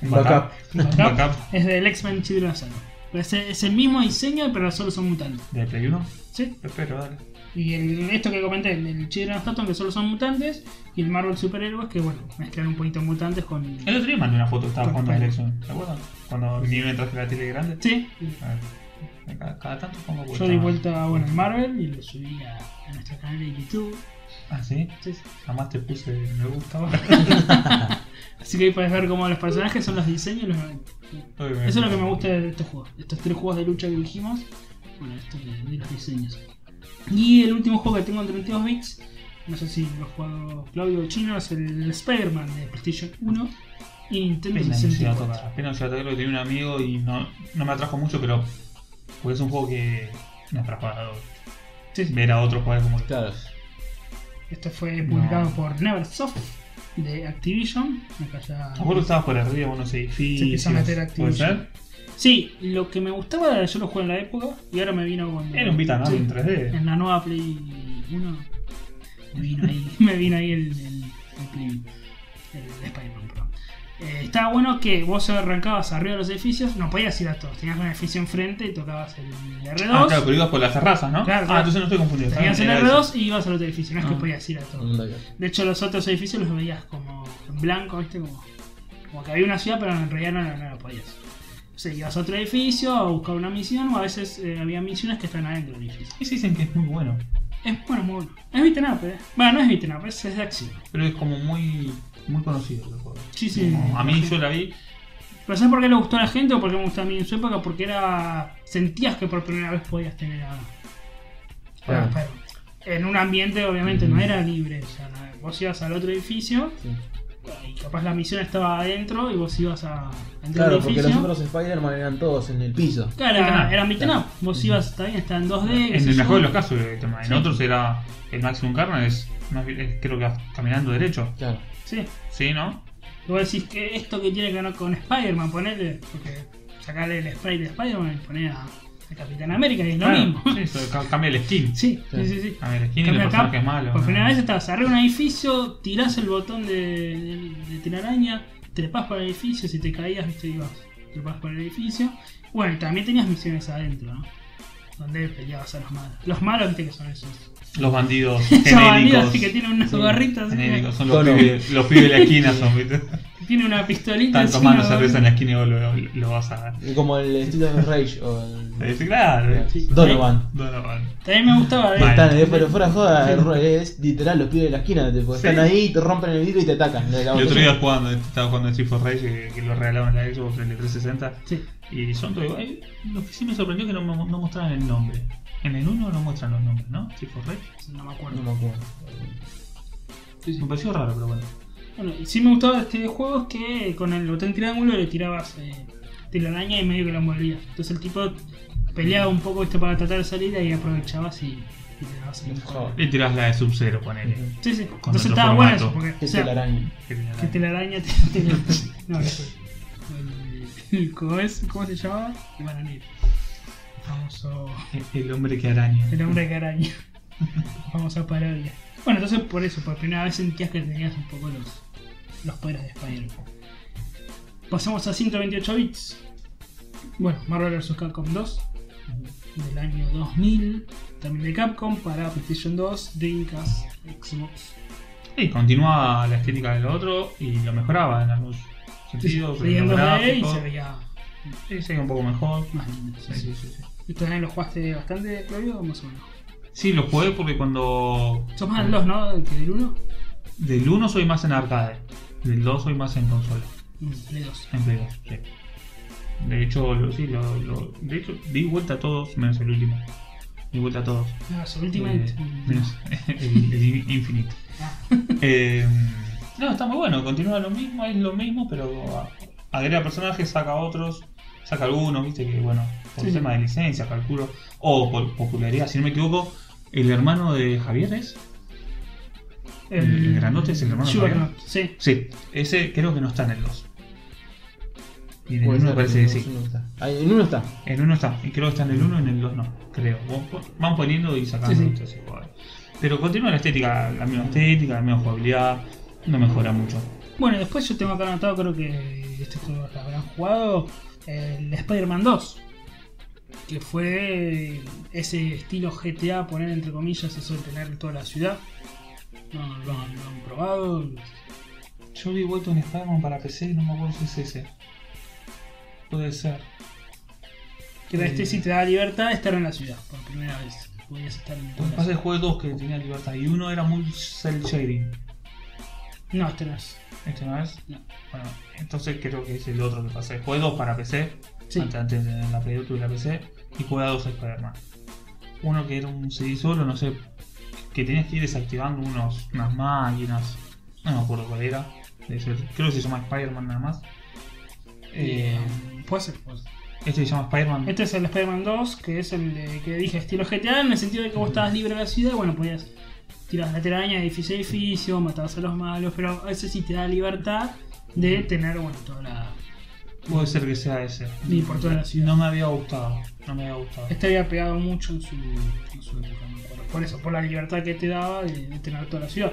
Speaker 1: Un
Speaker 3: Backup.
Speaker 1: Un backup
Speaker 2: Es del X-Men Children of Atom. Pero Es, es el mismo diseño, pero solo son mutantes.
Speaker 1: de Play 1.
Speaker 2: ¿Sí?
Speaker 1: Espero, dale.
Speaker 2: Y el, esto que comenté, el, el Children of Atom, que solo son mutantes, y el Marvel Superhéroes, que bueno, mezclan un poquito mutantes con.
Speaker 1: El otro día mandé una foto que estaba jugando a
Speaker 2: Perfecto.
Speaker 1: Elección. ¿Te acuerdas? Cuando ni me traje la tele grande.
Speaker 2: Sí,
Speaker 1: A ver, Cada, cada tanto pongo
Speaker 2: yo di vuelta bueno, al Marvel y lo subí a, a nuestro canal de YouTube.
Speaker 1: Ah, sí.
Speaker 2: Sí, sí.
Speaker 1: Jamás te puse me gusta.
Speaker 2: Así que ahí podés ver cómo los personajes son los diseños y los 90.
Speaker 1: Eso
Speaker 2: Eso es lo que me gusta de estos juegos, de estos tres juegos de lucha que dijimos. Bueno, esto de, de los diseños. Y el último juego que tengo en 32 bits, no sé si lo ha jugado Claudio o Chino, es el Spider-Man de PlayStation 1 y Nintendo
Speaker 1: Apenas se iba a
Speaker 2: 64.
Speaker 1: tocar. Apenas iba a tocar porque tenía un amigo y no, no me atrajo mucho, pero. Porque es un juego que. No es para jugar a dos.
Speaker 2: Sí, sí.
Speaker 1: Ver a otro jugar como.
Speaker 3: Claro.
Speaker 2: Esto fue publicado
Speaker 1: No.
Speaker 2: por Neversoft de Activision. Acá ya-
Speaker 1: Tampoco "Ah, estabas por arriba, bueno, sí.
Speaker 2: Se empezó a meter
Speaker 1: ¿Puede
Speaker 2: Activision.
Speaker 1: ser?
Speaker 2: Sí, lo que me gustaba, yo lo jugué en la época y ahora me vino con.
Speaker 1: Era un beat and up
Speaker 2: Sí.
Speaker 1: en 3D.
Speaker 2: En la nueva Play 1 me vino ahí, me vino ahí el, el, el Play- el Spider-Man, perdón. Eh, estaba bueno que vos arrancabas arriba de los edificios, no podías ir a todos, tenías un edificio enfrente y tocabas el R2,
Speaker 1: Ah, claro, pero ibas por las terrazas, ¿no?
Speaker 2: Claro,
Speaker 1: Ah,
Speaker 2: claro.
Speaker 1: entonces no estoy confundido.
Speaker 2: tenías el
Speaker 1: Era eso.
Speaker 2: R2 y ibas al otro edificio, no es que
Speaker 1: Ah.
Speaker 2: podías ir a todos.
Speaker 3: No,
Speaker 2: De hecho los otros edificios los veías como en blanco, viste, como, como que había una ciudad pero en realidad no, la- no lo podías. O sea, ibas a otro edificio a buscar una misión o a veces eh, había misiones que están adentro del edificio.
Speaker 1: Y se dicen que es muy bueno,
Speaker 2: Es bueno, muy bueno. Es beaten up, eh. Bueno, no es beaten up, es, es de acción.
Speaker 1: pero es como muy, muy conocido el juego.
Speaker 2: Sí, sí.
Speaker 1: Como a mí yo la vi,
Speaker 2: Pero ¿sabes por qué le gustó a la gente o por qué me gustó a mí en su época? Porque era. sentías que por primera vez podías tener a.
Speaker 3: Claro.
Speaker 2: a Spider-Man. En un ambiente, obviamente, no era libre. O sea, no- vos ibas al otro edificio y capaz la misión estaba adentro y vos ibas a. al otro
Speaker 3: Claro, porque los
Speaker 2: edificio.
Speaker 3: otros Spider-Man eran todos en el piso.
Speaker 2: Claro, era,
Speaker 1: Claro.
Speaker 2: era beaten
Speaker 3: Claro.
Speaker 2: up. Vos ibas, está bien, estaba en 2D. qué
Speaker 1: en
Speaker 2: sé
Speaker 1: el
Speaker 2: yo.
Speaker 1: mejor de los casos, el tema. en
Speaker 2: Sí.
Speaker 1: otros era el Maximum Carnage, es más bien- es- creo que vas caminando derecho,
Speaker 3: Claro.
Speaker 2: Sí.
Speaker 1: ¿sí, no?
Speaker 2: Y vos decís que esto que tiene que ver con Spider-Man, ponele. Porque sacarle el sprite de Spider-Man y poner a, a Capitán América y es lo
Speaker 1: Claro,
Speaker 2: mismo.
Speaker 1: Sí, eso, ca- cambia el skin.
Speaker 2: Sí, sí,
Speaker 3: Sí.
Speaker 2: sí. sí.
Speaker 1: Cambia el skin y el
Speaker 2: Cambia
Speaker 1: personaje
Speaker 2: acá,
Speaker 1: es malo.
Speaker 2: por
Speaker 1: ¿no?
Speaker 2: primera vez estás arriba de un edificio, tirás el botón de, de- de telaraña, trepás para el edificio, si te caías, viste, ibas, trepás para el edificio. Bueno, y también tenías misiones adentro, ¿no? Donde peleabas a los malos. Los malos, viste, que son esos.
Speaker 1: Los bandidos
Speaker 2: Esos bandidos
Speaker 1: genéricos.
Speaker 2: así que tienen unas
Speaker 3: Sí,
Speaker 2: gorritas, así
Speaker 1: genéricos,
Speaker 2: que
Speaker 1: son los
Speaker 3: Tono.
Speaker 1: pibes, los pibes de la esquina, son, ¿viste?
Speaker 2: tiene una pistolita.
Speaker 1: Tantos
Speaker 2: encima,
Speaker 1: manos cerveza en la
Speaker 2: boludo.
Speaker 1: esquina y vos lo, lo vas a.
Speaker 3: Y Como el estilo de Rage o el.
Speaker 1: Sí, Claro,
Speaker 2: Sí.
Speaker 3: Donovan.
Speaker 1: Donovan.
Speaker 2: También me gustaba
Speaker 1: Vale.
Speaker 2: ver.
Speaker 3: Están, eh, pero fuera joda,
Speaker 2: Sí.
Speaker 3: el Rage es literal los pibes de la esquina, tipo,
Speaker 1: Sí.
Speaker 3: están ahí, te rompen el vidrio y te atacan. de la
Speaker 1: El otro
Speaker 3: botella.
Speaker 1: día jugando, estaba jugando en Street for Rage que, que lo regalaban en la Xbox en el 360.
Speaker 2: Sí.
Speaker 1: Y son todos igual. Lo que sí me sorprendió es que no, mo- no mostraban el nombre. En el 1 no muestran los nombres, ¿no? Street for Rage.
Speaker 2: No me
Speaker 3: No
Speaker 2: acuerdo.
Speaker 3: me acuerdo.
Speaker 2: Sí, sí.
Speaker 1: Me pareció raro, pero bueno.
Speaker 2: Bueno, y sí me gustaba de este juego es que con el botón triángulo le tirabas eh, telaraña y medio que lo envolvías. Entonces el tipo peleaba un poco esto para tratar de salir y aprovechabas y, y le dabas el
Speaker 3: Joder.
Speaker 1: Le tirás la de Sub-Zero, ponele.
Speaker 3: Ujú.
Speaker 2: Sí, sí.
Speaker 1: otro
Speaker 2: Entonces estaba bueno eso,
Speaker 1: formato.
Speaker 2: porque
Speaker 3: Qué
Speaker 2: o sea,
Speaker 3: telaraña.
Speaker 1: Que tenía la-
Speaker 2: que telaraña te, te- No, eso. El- el- ¿Cómo, es? ¿Cómo se llamaba? El bananero. Famoso.
Speaker 1: El hombre que araña.
Speaker 2: El hombre que araña. Famosa parodia. Bueno, entonces por eso, por primera vez sentías que tenías un poco los, los poderes de Spider-Man. Pasamos a 128 bits. Bueno, Marvel vs. Capcom 2 del año 2000. También de Capcom para PlayStation 2, Dreamcast, Xbox.
Speaker 1: Sí, continuaba la estética del otro y lo mejoraba en algunos sentidos. en
Speaker 2: Leyendo
Speaker 1: los
Speaker 2: de y
Speaker 1: gráficos.
Speaker 2: se veía
Speaker 1: Sí, se veía un poco mejor.
Speaker 2: más lindo. sí,
Speaker 1: Sí,
Speaker 2: sí.
Speaker 1: sí, sí.
Speaker 2: ¿Y también lo jugaste bastante, Claudio? o Más o menos.
Speaker 1: Sí, lo jugué porque cuando.
Speaker 2: Sos más del 2, ¿no? Que del 1.
Speaker 1: Del 1 soy más en arcade. Del 2 soy más en consola.
Speaker 2: Mm, De 2.
Speaker 1: En Play 2, sí. De hecho, lo- sí, lo, lo- de hecho, di vuelta a todos menos el último. Di vuelta a todos.
Speaker 2: Ah, su Ultimate.
Speaker 1: Eh, menos el, el Infinite.
Speaker 2: Ah.
Speaker 1: Eh, no, está muy bueno. Continúa lo mismo, es lo mismo, pero a- agrega personajes, saca otros, saca algunos, viste que bueno, por
Speaker 2: Sí, sí.
Speaker 1: tema de licencia, calculo. O por popularidad, si no me equivoco, el hermano de Javier es. El- el grandote Eh, es el hermano de
Speaker 2: Juggernaut, Sí.
Speaker 1: Sí, ese creo que no está en el 2. Y en el
Speaker 3: Puede
Speaker 1: 1
Speaker 3: ser,
Speaker 1: parece
Speaker 3: en
Speaker 1: que
Speaker 3: el
Speaker 1: sí.
Speaker 3: uno está. Ah, En uno está.
Speaker 1: En uno está, y creo que está en el 1 y en el 2 no, creo. Vos po- Van poniendo y sacando.
Speaker 2: Sí, sí.
Speaker 1: entonces, bueno. Pero continúa la estética, la misma estética, la misma jugabilidad, no mejora mucho.
Speaker 2: Bueno, y después yo tengo acá anotado, creo que este juego lo habrán jugado, el Spider-Man 2. Que fue ese estilo GTA, poner entre comillas, eso de tener toda la ciudad. No, no, lo han- lo han probado.
Speaker 1: Yo vi vuelto un Spider-Man para PC y no me acuerdo si es ese. Puede ser.
Speaker 2: Que
Speaker 1: Eh.
Speaker 2: este sí te da libertad de estar en la ciudad, por primera vez. Podías estar en
Speaker 1: Lo
Speaker 2: toda
Speaker 1: que
Speaker 2: la
Speaker 1: pasa es
Speaker 2: ciudad.
Speaker 1: que jugué dos que tenía libertad y uno era muy cel shading.
Speaker 2: No, este no es.
Speaker 1: Este no es.
Speaker 2: No.
Speaker 1: Bueno, entonces creo que es el otro que pasé. Jugué dos para PC,
Speaker 2: Sí.
Speaker 1: antes, antes de la Play 2 tuve la PC, y jugué a dos Spider-Man. Uno que era un CD solo, no sé, que tenías que ir desactivando unos, unas máquinas, no me acuerdo cuál era. de ese- Creo que se llama Spider-Man nada más. Eh,
Speaker 2: Eh, puede ser, puede ser.
Speaker 1: este se llama Spider-Man.
Speaker 2: Este es el Spider-Man 2, que es el de- que dije estilo GTA, en el sentido de que
Speaker 1: Mm.
Speaker 2: vos estabas libre de la ciudad, y bueno, podías tirar la telaraña de edificio a edificio, matabas a los malos, pero ese sí te da libertad
Speaker 1: Mm.
Speaker 2: de tener, bueno, toda la.
Speaker 1: Puede ser que sea ese.
Speaker 2: Ni por toda la ciudad.
Speaker 1: No me había gustado. No me había gustado.
Speaker 2: Este había pegado mucho en su, en su época, me acuerdo. Por eso, por la libertad que te daba de, de tener toda la ciudad.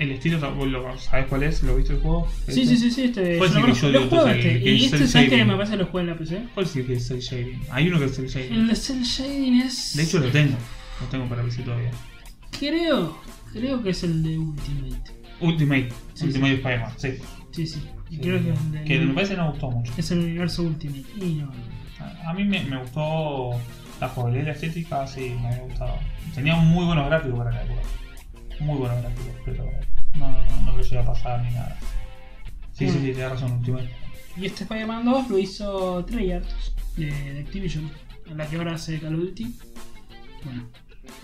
Speaker 1: El estilo, ¿vos lo- ¿sabés cuál es? ¿Lo viste el juego?
Speaker 2: Sí,
Speaker 1: ¿Este?
Speaker 2: sí, sí, sí, este.
Speaker 1: Puede
Speaker 2: yo
Speaker 1: ser que
Speaker 2: lo conozco.
Speaker 1: yo
Speaker 2: Lo
Speaker 1: digo
Speaker 2: juego
Speaker 1: que es el-
Speaker 2: este.
Speaker 1: que
Speaker 2: Y
Speaker 1: es
Speaker 2: este,
Speaker 1: el
Speaker 2: ¿sabes que
Speaker 1: shading.
Speaker 2: me pasa? Lo juego en la PC.
Speaker 1: ¿Cuál es el que es el shading? Hay uno que es el shading.
Speaker 2: El Cell Shading es.
Speaker 1: De hecho lo tengo. Lo tengo para PC todavía.
Speaker 2: Creo, creo que es el de Ultimate.
Speaker 1: Ultimate.
Speaker 2: Sí,
Speaker 1: Ultimate Spider-Man, sí.
Speaker 2: Sí, sí. Y creo que es el de-
Speaker 1: Que me parece que no me gustó mucho.
Speaker 2: Es el universo Ultimate. Y no.
Speaker 1: A- A mí me, me gustó la jugabilidad y la estética, sí, me había gustado. Tenía muy buenos gráficos para la época. Muy buenos gráficos, pero no, no, no lo llegué a pasar ni nada. Sí, sí,
Speaker 2: Bueno.
Speaker 1: sí, tenés razón, Ultimate.
Speaker 2: Y este Spider-Man 2 lo hizo Treyarch de, de Activision, en la que ahora hace Call of Duty. Bueno,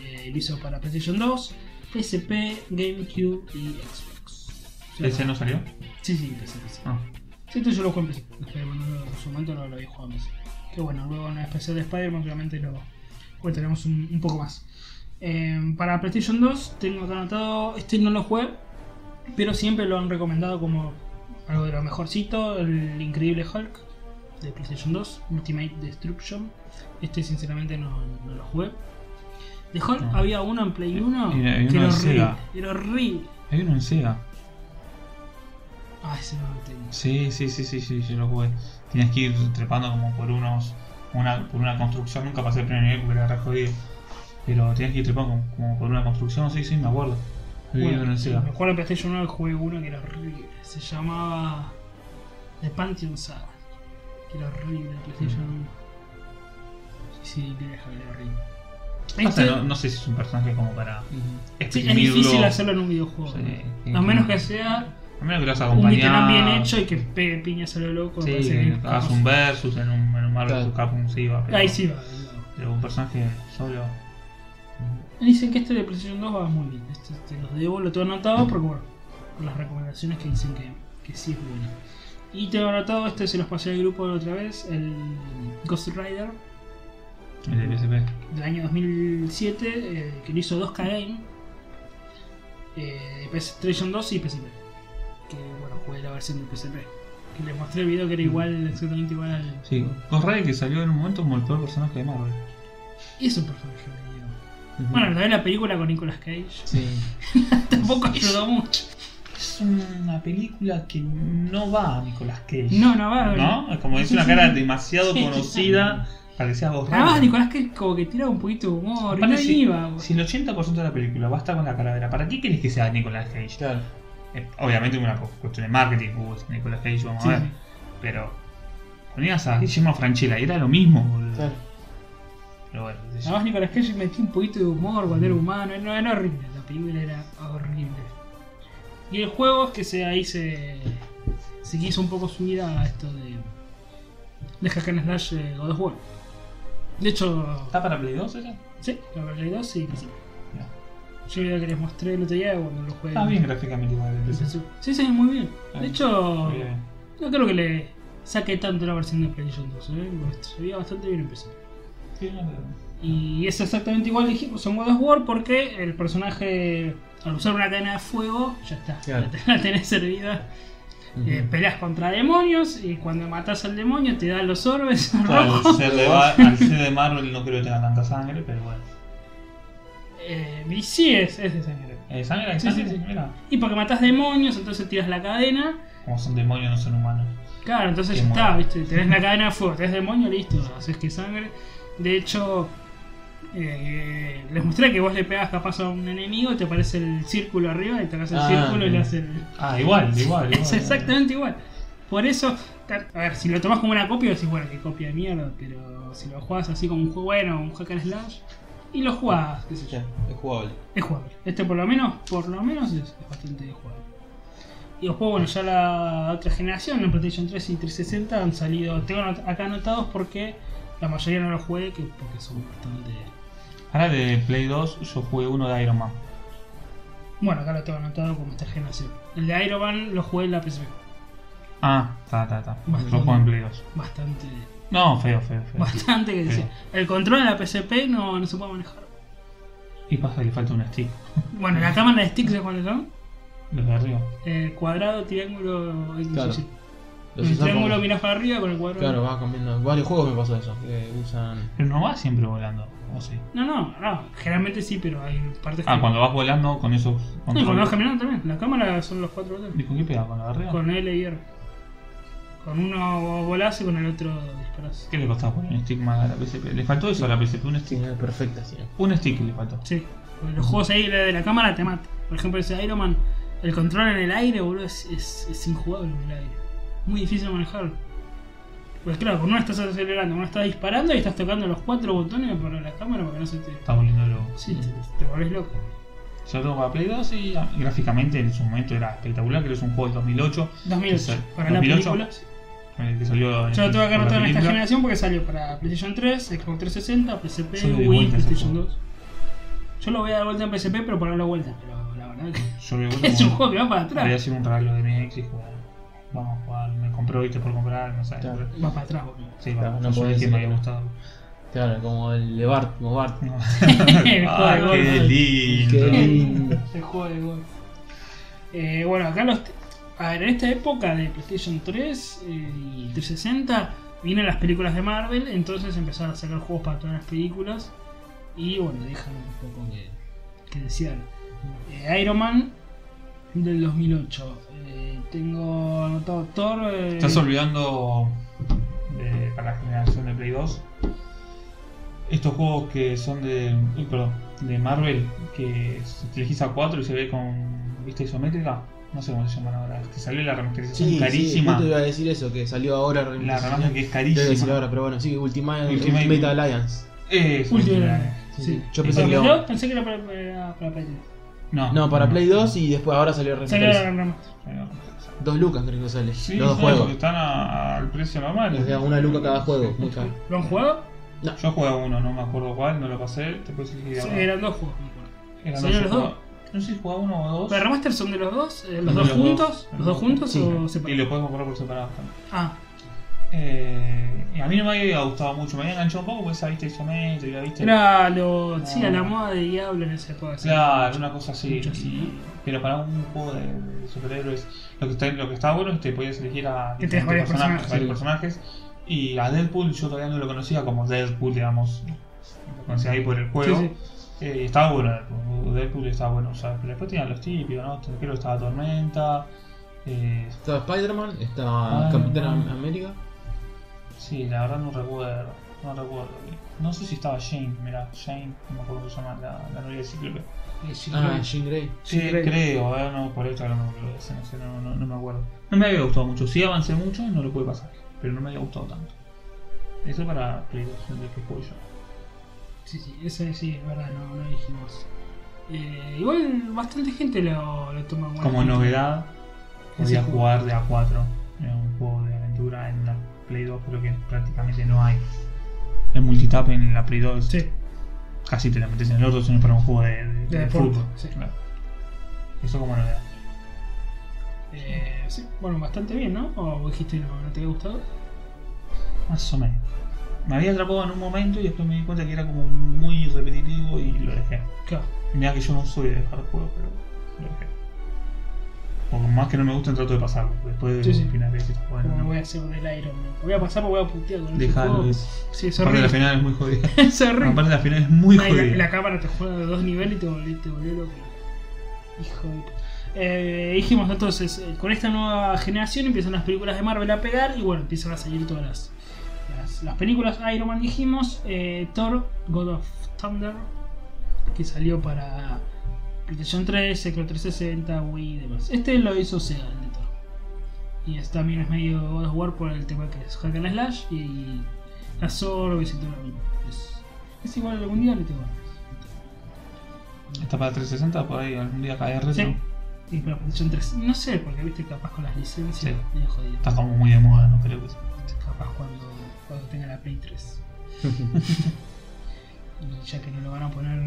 Speaker 2: eh, lo hizo para PlayStation 2, PSP, GameCube y Xbox. O sea,
Speaker 1: ¿Ese no salió?
Speaker 2: Sí, sí, PC, PC.
Speaker 1: Ah.
Speaker 2: Sí, entonces yo lo juego en PC. Los Spider-Man no lo- en su momento no lo había jugado en PC. Que bueno, luego en el especial de Spider-Man obviamente lo volveremos un, un poco más. Eh, para PlayStation 2 tengo acá anotado, este no lo jugué, pero siempre lo han recomendado como algo de lo mejorcito, el increíble Hulk de PlayStation 2, Ultimate Destruction. Este sinceramente no, no lo jugué. De Hulk
Speaker 1: No.
Speaker 2: había uno en Play 1
Speaker 1: Ah. Eh, Y hay uno
Speaker 2: que era
Speaker 1: de
Speaker 2: horrible.
Speaker 1: Sega.
Speaker 2: Era horrible.
Speaker 1: Hay uno en Sega.
Speaker 2: Ah, ese no lo tengo.
Speaker 1: Sí, sí, sí, sí, sí, yo lo jugué. Tienes que ir trepando como por unos. Una, por una construcción, nunca pasé el primer nivel porque era re jodido. Pero tienes que ir trepando como, como por una construcción, sí, sí, me acuerdo. Lo vi en el
Speaker 2: sí,
Speaker 1: Sega.
Speaker 2: me acuerdo en PlayStation 1 jugué uno que era horrible. Se llamaba The Pantheon Saga. Que era horrible en PlayStation
Speaker 1: Mm.
Speaker 2: 1. Sí, sí, tiene que era horrible.
Speaker 1: Pasa,
Speaker 2: Este-
Speaker 1: no, no sé si es un personaje como para
Speaker 2: sí, es
Speaker 1: exprimirlo.
Speaker 2: difícil hacerlo en un videojuego.
Speaker 1: este Sí.
Speaker 2: A menos que sea
Speaker 1: A menos que lo hagas
Speaker 2: un
Speaker 1: acompañar.
Speaker 2: Viteran bien hecho y que pegue piñas a lo loco. me
Speaker 1: Sí,
Speaker 2: parece
Speaker 1: que
Speaker 2: que-
Speaker 1: hagas un versus en un, en un Marvel
Speaker 3: Claro.
Speaker 1: vs. Capcom, sí, va. Pero,
Speaker 2: Ahí sí va.
Speaker 1: Pero un personaje solo.
Speaker 2: Dicen que este de PlayStation 2 va muy bien. Este, te los debo, lo tengo anotado porque bueno, por las recomendaciones que dicen que, que sí es bueno. Y tengo anotado, este se los pasé al grupo la otra vez, el Ghost Rider
Speaker 1: El de PSP.
Speaker 2: del año 2007, eh, que lo hizo 2K Game, eh, de PlayStation 2 y PSP. Que bueno, jugué la versión del PSP. Que les mostré el video que era igual, exactamente igual al.
Speaker 1: Sí, Ghost Rider que salió en un momento como el peor personaje de Marvel.
Speaker 2: Y es un personaje medio- Bueno, también la película con Nicolas Cage
Speaker 3: Sí.
Speaker 2: tampoco ayudó mucho.
Speaker 1: Es una película que no va a Nicolas Cage.
Speaker 2: No, no va.
Speaker 1: ¿No? Es Como es
Speaker 2: Sí,
Speaker 1: una
Speaker 2: sí,
Speaker 1: cara
Speaker 2: sí.
Speaker 1: demasiado
Speaker 2: Sí, sí,
Speaker 1: conocida para que sea vos
Speaker 2: Además, Nicolás que como que tiraba un poquito de humor,
Speaker 1: Aparte,
Speaker 2: no
Speaker 1: si,
Speaker 2: iba. güey.
Speaker 1: si el 80% de la película va a estar con la calavera, ¿para qué querés que sea Nicolas Cage?
Speaker 3: Claro.
Speaker 1: Eh, Obviamente una cu- cuestión de marketing, pues, Nicolas Cage, vamos
Speaker 2: Sí,
Speaker 1: a ver.
Speaker 2: sí.
Speaker 1: Pero ponías a Guillermo Franchella y era lo mismo, boludo.
Speaker 3: Claro.
Speaker 1: Pero bueno, qué sé yo.
Speaker 4: Además, Nicolas Cage metía un poquito de humor cuando era humano. No, era horrible. La película era horrible.
Speaker 2: Y el juego es que se, ahí se, se quiso un poco subir a esto de, de Hack and Slash eh, God of War. De hecho,
Speaker 1: ¿Está para Play 2 ella?
Speaker 2: sí, la Play 2 sí, sí. Eh,
Speaker 1: No.
Speaker 2: Yo la que les mostré el otro día cuando lo jugué.
Speaker 1: Está Ah, bien gráficamente igual. entonces.
Speaker 2: Sí, sí, muy bien.
Speaker 1: Ah,
Speaker 2: De hecho,
Speaker 1: Muy bien.
Speaker 2: no creo que le saque tanto la versión de PlayStation 2, ¿eh? Porque Se veía bastante bien empezado.
Speaker 1: Sí, no, no.
Speaker 2: Y es exactamente igual dijimos en God of War porque el personaje, al usar una cadena de fuego, ya está,
Speaker 3: Claro.
Speaker 2: la ten- la tenés servida. Eh, peleas contra demonios y cuando matas al demonio te dan los orbes
Speaker 1: Claro,
Speaker 2: rojos.
Speaker 1: al ser, de Mar- al ser de Marvel no creo que tenga tanta sangre, pero bueno.
Speaker 2: Eh, y sí, es, es de sangre.
Speaker 1: Eh, ¿Sangre? ¿Hay
Speaker 2: Sí,
Speaker 1: sangre?
Speaker 2: sí, sí.
Speaker 1: Mira,
Speaker 2: Y porque matas demonios, entonces tiras la cadena.
Speaker 1: como son demonios, no son humanos.
Speaker 2: Claro, entonces
Speaker 1: Qué
Speaker 2: ya está,
Speaker 1: mono.
Speaker 2: ¿viste? Tenés la cadena de fuego, tenés demonio, listo, haces que sangre. De hecho, eh, les mostré que vos le pegas capaz a un enemigo, te aparece el círculo arriba y te hagas el
Speaker 3: Ah,
Speaker 2: círculo y le
Speaker 3: bien.
Speaker 2: haces el.
Speaker 1: Ah, igual, igual.
Speaker 2: Es
Speaker 1: igual.
Speaker 2: exactamente igual. Por eso, a ver, si lo tomás como una copia, decís, bueno, qué copia de mierda, pero si lo jugás así como un juego bueno, un hack and slash, y lo jugás, qué sé yo.
Speaker 3: Ya, es jugable.
Speaker 2: Es jugable. Este por lo menos, por lo menos es, es bastante jugable. Y después, bueno, ya la otra generación, en PlayStation 3 y 360 han salido, tengo anot- acá anotados porque la mayoría no los jugué, que, porque son bastante...
Speaker 1: Ahora de Play 2 yo jugué uno de Iron Man.
Speaker 2: Bueno, acá lo tengo anotado como esta generación. El de Iron Man lo jugué en la PSP.
Speaker 1: Ah, está, está, está.
Speaker 2: Bastante.
Speaker 1: Lo jugué en Play 2.
Speaker 2: Bastante...
Speaker 1: No, feo, feo, feo.
Speaker 2: Bastante que decía. El control en la PSP no, no se puede manejar.
Speaker 1: Y pasa que le falta un stick.
Speaker 2: Bueno, la cámara de stick, ¿sabes cuáles son?
Speaker 1: Los de arriba.
Speaker 2: Eh, cuadrado, triángulo, X,
Speaker 3: Claro.
Speaker 2: Y.
Speaker 3: Los
Speaker 2: Con el
Speaker 3: usan
Speaker 2: triángulo
Speaker 3: como-
Speaker 2: miras para arriba con el cuadrado.
Speaker 3: Claro, va cambiando. Varios juegos me pasó eso. Que usan.
Speaker 1: Pero no va siempre volando, ¿o sí?
Speaker 2: No, no, no, generalmente sí, pero hay partes
Speaker 1: Ah,
Speaker 2: que-
Speaker 1: cuando vas volando con esos
Speaker 2: No, y cuando vas
Speaker 1: controles.
Speaker 2: caminando también. La cámara son los cuatro botones.
Speaker 1: ¿Y con qué pega? ¿Con la de arriba?
Speaker 2: Con L y R. Con uno volás y con el otro disparás.
Speaker 1: ¿Qué le costaba poner un stick más a la PSP? ¿Le faltó eso a la PSP? Un
Speaker 3: Sí,
Speaker 1: stick.
Speaker 3: no es perfecta, sí.
Speaker 1: Un stick le faltó.
Speaker 2: Sí. porque Los juegos ahí de la cámara te matan. Por ejemplo, ese Iron Man, el control en el aire, boludo, es, es, es injugable en el aire. Muy difícil de manejar. Pues claro, con uno estás acelerando, con uno estás disparando y estás tocando los cuatro botones para la cámara para que no se te.
Speaker 1: Está volviendo loco.
Speaker 2: Sí, te, te volvés loco.
Speaker 1: Sobre todo para Play 2 y ah, gráficamente en su momento era espectacular, creo que es un juego del 2008
Speaker 2: 2008,
Speaker 1: Sí.
Speaker 2: para la
Speaker 1: 2008.
Speaker 2: película.
Speaker 1: eh, que salió en
Speaker 2: Yo lo tuve que
Speaker 1: por la
Speaker 2: anotar en esta
Speaker 1: película.
Speaker 2: generación porque salió para PlayStation 3, Xbox 360, PSP,
Speaker 1: Yo le di
Speaker 2: Wii,
Speaker 1: vuelta a ese
Speaker 2: PlayStation
Speaker 1: juego.
Speaker 2: 2. Yo lo voy a dar vuelta en PSP, pero para la vuelta. Pero la verdad que
Speaker 1: Yo lo
Speaker 2: es un juego que va para
Speaker 1: Había
Speaker 2: atrás.
Speaker 1: sido un regalo de mi ex y jugar. Vamos a jugar, me compró, viste, por comprar, no sé.
Speaker 3: Claro.
Speaker 2: Va para atrás, boludo.
Speaker 1: Sí,
Speaker 3: Claro,
Speaker 1: bueno,
Speaker 3: no
Speaker 1: no yo
Speaker 3: podés
Speaker 1: dije que me
Speaker 3: decir que
Speaker 1: había
Speaker 3: no.
Speaker 1: gustado.
Speaker 3: Claro, como el de Bart, como Bart.
Speaker 1: No. Ay,
Speaker 2: El juego
Speaker 1: qué
Speaker 2: de golf.
Speaker 1: lindo.
Speaker 3: Qué lindo.
Speaker 2: El juego de golf. Eh, bueno, acá los. A ver, en esta época de PlayStation 3 eh, y 360 vienen las películas de Marvel, entonces empezaron a sacar juegos para todas las películas y bueno, dejan un poco que, que desear. Eh, Iron Man del 2008. Eh, tengo anotado Thor. eh,
Speaker 1: Estás olvidando de- para la generación de Play 2 estos juegos que son de, uy, perdón, de Marvel que se te elegís a 4 y se ve con vista isométrica. No sé cómo se llaman ahora. Que salió la remasterización carísima.
Speaker 3: Yo te iba a decir eso, que salió ahora.
Speaker 1: la remaster que es
Speaker 3: Yo iba a decir
Speaker 1: carísima.
Speaker 3: ahora, pero bueno, sí, Ultimate,
Speaker 1: Ultimate-
Speaker 3: Ultimate, Alliance.
Speaker 1: Eh,
Speaker 2: Ultimate.
Speaker 3: Sí,
Speaker 2: Sí.
Speaker 1: Sí.
Speaker 3: Yo pensé que
Speaker 2: Porque
Speaker 3: era-
Speaker 2: yo pensé que era para, para, para Play
Speaker 1: No,
Speaker 3: No, para Play 2 y después ahora salió
Speaker 2: 3.
Speaker 3: Resident
Speaker 2: Salió la
Speaker 3: Evil.
Speaker 2: rama.
Speaker 3: Dos lucas creo que sale.
Speaker 1: Sí,
Speaker 3: los dos
Speaker 1: sí,
Speaker 3: juegos.
Speaker 1: porque están a- al precio normal.
Speaker 3: Les da una luca cada juego, muy caro.
Speaker 2: ¿Lo han jugado?
Speaker 1: Yo jugué a uno, no me acuerdo cuál, no lo pasé. Te puedes elegir
Speaker 2: Sí,
Speaker 1: ahora.
Speaker 2: eran dos juegos, me acuerdo.
Speaker 1: Eran
Speaker 2: ¿Salieron
Speaker 1: dos,
Speaker 2: los
Speaker 1: yo jugaba- No sé si jugaba uno o dos.
Speaker 2: ¿Los remaster son de los dos? Eh,
Speaker 1: De
Speaker 2: ¿Los dos
Speaker 1: los
Speaker 2: juntos?
Speaker 1: dos.
Speaker 2: ¿Los dos juntos
Speaker 3: Sí.
Speaker 2: o
Speaker 1: Y
Speaker 2: separados?
Speaker 1: lo podemos comprar por separado también.
Speaker 2: Ah,
Speaker 1: Eh, y a mí no me había gustado mucho, me había enganchado un poco pues, porque esa vista isométrica, viste.
Speaker 2: era lo.
Speaker 1: Ah.
Speaker 2: Sí, a la moda de Diablo en ese juego. así.
Speaker 1: Claro, una cosa así.
Speaker 2: Mucho así,
Speaker 1: Y-
Speaker 2: ¿no?
Speaker 1: Pero para un juego de, de superhéroes, lo que, está, lo que está bueno es que podías elegir a
Speaker 2: Que tenés varios
Speaker 1: diferentes varios personajes. Y a Deadpool yo todavía no lo conocía como Deadpool, digamos. Lo conocía ahí por el juego.
Speaker 2: Sí,
Speaker 1: Eh, y estaba bueno Deadpool, Deadpool estaba bueno. o sea, pero después tenían los típicos, ¿no? Creo que estaba Tormenta. Eh,
Speaker 3: Está Spider-Man, está
Speaker 1: Ah,
Speaker 3: Capitán
Speaker 1: no.
Speaker 3: Am- América.
Speaker 1: Sí, la verdad no recuerdo. No recuerdo. No sé si estaba Jane, mirá, Jane, no me acuerdo cómo se llama, la, la novia de Cíclope.
Speaker 2: sí.
Speaker 3: Ah, Jean Grey.
Speaker 1: Sí, creo, eh, no, por eso no, no, no, no me acuerdo. No me había gustado mucho, sí avancé mucho, no lo pude pasar, pero no me había gustado tanto. Eso para Play 2, de que juego yo.
Speaker 2: Sí, sí, ese sí, es verdad, no, no dijimos. Eh, igual bastante gente lo, lo toma en buena
Speaker 1: Como
Speaker 2: gente.
Speaker 1: novedad, podía
Speaker 2: Ese
Speaker 1: jugar de A4 en un juego de aventura en la Play 2, creo que prácticamente no hay. El multitap en la Play 2
Speaker 2: Sí,
Speaker 1: casi te la metes en el orto, sino para un juego de, de-
Speaker 2: De
Speaker 1: de
Speaker 2: deporte,
Speaker 1: fútbol.
Speaker 2: sí.
Speaker 1: Claro. Eso como novedad.
Speaker 2: eh, sí, bueno, bastante bien, ¿no? O vos dijiste no, no te había gustado.
Speaker 1: Más o menos. Me había atrapado en un momento y después me di cuenta que era como muy repetitivo y lo dejé.
Speaker 2: Claro,
Speaker 1: Mira que yo no soy de dejar juegos, pero lo dejé. Por más que no me gusten, trato de pasarlo. Después de
Speaker 2: Sí, sí.
Speaker 1: final de decís, bueno,
Speaker 2: como
Speaker 1: no.
Speaker 2: voy a hacer del Iron Man. Voy a pasar porque voy a putear con ese
Speaker 1: Dejalo.
Speaker 2: juego.
Speaker 1: es-
Speaker 2: Sí, es
Speaker 1: Aparte la
Speaker 2: horrible.
Speaker 1: final es muy jodida.
Speaker 2: Es horrible.
Speaker 1: Aparte la final es muy
Speaker 2: Ay, la-
Speaker 1: jodida.
Speaker 2: la, cámara te juega de dos niveles y te volvió, te volvió loco. Hijo de... puta. Eh, dijimos entonces, eh, con esta nueva generación empiezan las películas de Marvel a pegar y bueno, empiezan a salir todas las, las, las películas. Iron Man dijimos, eh, Thor, God of Thunder, que salió para PlayStation 3, Xbox 360, Wii y demás. Este lo hizo Sega, el de Thor. Y es- también es medio God of War por el tema que es Hack and Slash y la Zoro y todo lo mismo. Es- es igual algún día le tengo ganas.
Speaker 1: Está para 360, por ahí algún día cae retro.
Speaker 2: Sí. Y para PlayStation 3. No sé, porque viste capaz con las licencias
Speaker 1: Sí. Ah,
Speaker 2: medio jodido.
Speaker 1: Está como muy de moda, no creo que sea.
Speaker 2: Capaz cuando, cuando tenga la Play 3. Y ya que no lo van a poner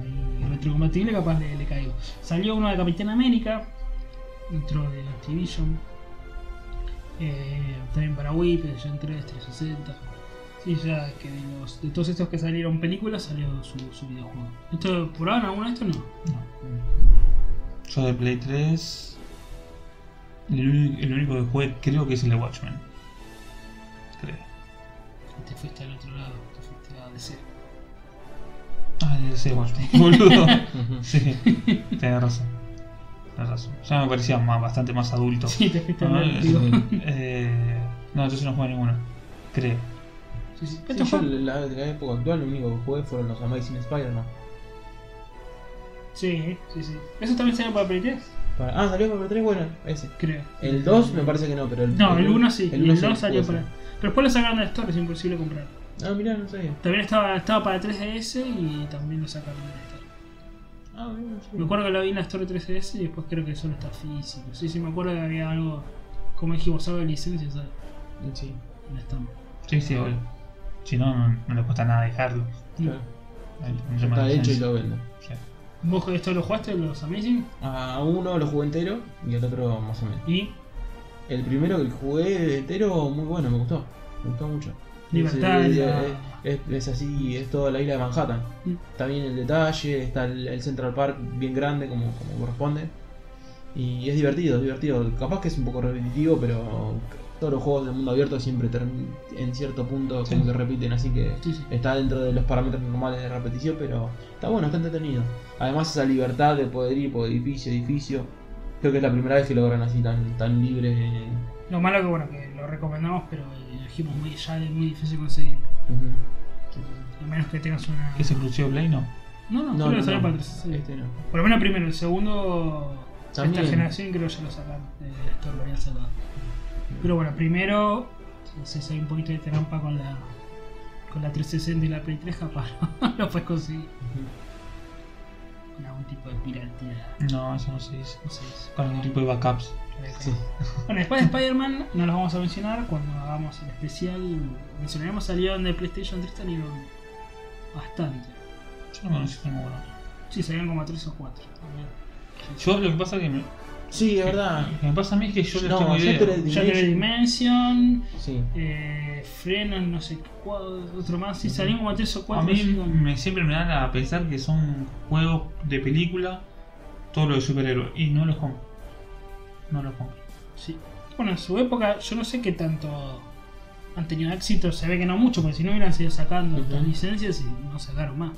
Speaker 2: ahí retrocompatible, capaz le, le caigo. Salió uno de Capitán América, dentro de la Activision. Eh, también para Wii, PlayStation 3, 360. Sí, ya que de, los, de todos estos que salieron películas salió su, su videojuego. Esto, ¿Por ahora alguno de estos no?
Speaker 1: No. Yo de Play 3. El, uni- el único que jugué creo que es el de Watchmen. Creo.
Speaker 2: Te fuiste al otro lado, te fuiste a DC.
Speaker 1: Ah, el de Watchmen. Boludo. sí. Tenés razón. Tenés razón. Ya me parecía más, bastante más adulto.
Speaker 2: Sí, te fuiste a
Speaker 1: Ah,
Speaker 2: ver,
Speaker 1: eh,
Speaker 2: digo.
Speaker 1: Eh, no, yo sí no jugué ninguno. Creo.
Speaker 2: Sí, sí.
Speaker 3: Sí,
Speaker 2: Esto
Speaker 3: yo
Speaker 2: fue-
Speaker 3: en la, de la época actual lo único que jugué fueron los Amazing Spider-Man.
Speaker 2: Sí, sí, sí. ¿Eso también salió para Play 3?
Speaker 3: Para- Ah, salió para 3, bueno, ese.
Speaker 2: Creo.
Speaker 3: El 2 me parece que no, pero el
Speaker 2: No, el 1 sí, y el 2
Speaker 3: sí
Speaker 2: salió
Speaker 3: puede
Speaker 2: para. Pero después lo sacaron del store, es imposible comprar.
Speaker 3: ser. Ah, mirá, no sabía.
Speaker 2: También estaba, estaba para 3DS y también lo sacaron del store.
Speaker 3: Ah, mirá, no sabía.
Speaker 2: Me acuerdo que lo vi en la store 3DS y después creo que solo está físico. Sí, sí, me acuerdo que había algo, como dijimos, algo de licencias ¿sabes?
Speaker 3: Sí,
Speaker 2: en la stand.
Speaker 1: Sí, sí, obvio. Si no, no, no le cuesta nada dejarlo.
Speaker 3: claro.
Speaker 1: Ahí, no llama
Speaker 3: Está
Speaker 1: la
Speaker 3: hecho y
Speaker 1: atención.
Speaker 3: lo vendo.
Speaker 1: Sí.
Speaker 2: ¿Vos esto lo jugaste, los Amazing?
Speaker 3: A uno lo jugué entero y al otro más o menos.
Speaker 2: Y
Speaker 3: El primero que jugué entero, muy bueno, me gustó. Me gustó mucho.
Speaker 2: Libertad
Speaker 3: Es,
Speaker 2: en
Speaker 3: es-
Speaker 2: la-
Speaker 3: es- es así, es toda la isla de Manhattan.
Speaker 2: Mm.
Speaker 3: Está bien el detalle, está el, el Central Park bien grande como, como corresponde. Y es divertido, es divertido. Capaz que es un poco repetitivo, pero todos los juegos del mundo abierto siempre term- en cierto punto
Speaker 1: Sí.
Speaker 3: como que repiten, así que
Speaker 2: Sí, sí.
Speaker 3: está dentro de los parámetros normales de repetición, pero está bueno, está entretenido. Además esa libertad de poder ir por edificio, edificio. Creo que es la primera vez que logran así tan, tan libre.
Speaker 2: Lo malo que bueno, que lo recomendamos, pero dijimos muy ya es muy difícil conseguir.
Speaker 3: Ujú.
Speaker 2: A menos que tengas una.
Speaker 1: ¿Qué es exclusivo de Play? No.
Speaker 2: No, no,
Speaker 3: No,
Speaker 2: creo
Speaker 3: no,
Speaker 2: que salió
Speaker 3: no.
Speaker 2: para 360.
Speaker 3: Este no.
Speaker 2: Por lo menos primero, el segundo.
Speaker 3: También.
Speaker 2: Esta generación creo que ya lo sacaron. eh, esto lo habían sacado. Pero bueno, primero. No sé si hay un poquito de trampa con la. Con la 360 y la Play 3, capaz no lo puedes conseguir.
Speaker 3: Ujú.
Speaker 2: Con algún tipo de piratería.
Speaker 1: No, eso no se dice.
Speaker 2: No sé. eso.
Speaker 1: Con algún tipo de backups.
Speaker 3: Sí.
Speaker 2: Bueno, después de Spider-Man, no los vamos a mencionar. Cuando hagamos el especial, mencionaremos al guión de PlayStation 3 salieron bastante.
Speaker 1: Yo no conocí ninguno.
Speaker 2: Sí, salieron como 3 o 4.
Speaker 1: Yo lo que pasa que me,
Speaker 3: Sí, es verdad.
Speaker 1: lo que me pasa a mí es que yo les
Speaker 3: No,
Speaker 1: tengo
Speaker 3: yo
Speaker 1: idea.
Speaker 3: te lo digo.
Speaker 2: Shattered Dimension,
Speaker 3: Sí.
Speaker 2: eh, Frenon, no sé qué, cuadro, otro más. Sí, salieron como 3 o
Speaker 1: A
Speaker 2: 4.
Speaker 1: mí
Speaker 3: mm.
Speaker 1: me, siempre me dan a pensar que son juegos de película, todo lo de superhéroes. Y no los compro. No los compro.
Speaker 2: Sí. Bueno, en su época, yo no sé qué tanto han tenido éxito. Se ve que no mucho, porque si no hubieran seguido sacando
Speaker 3: Ujú.
Speaker 2: las licencias y no sacaron más.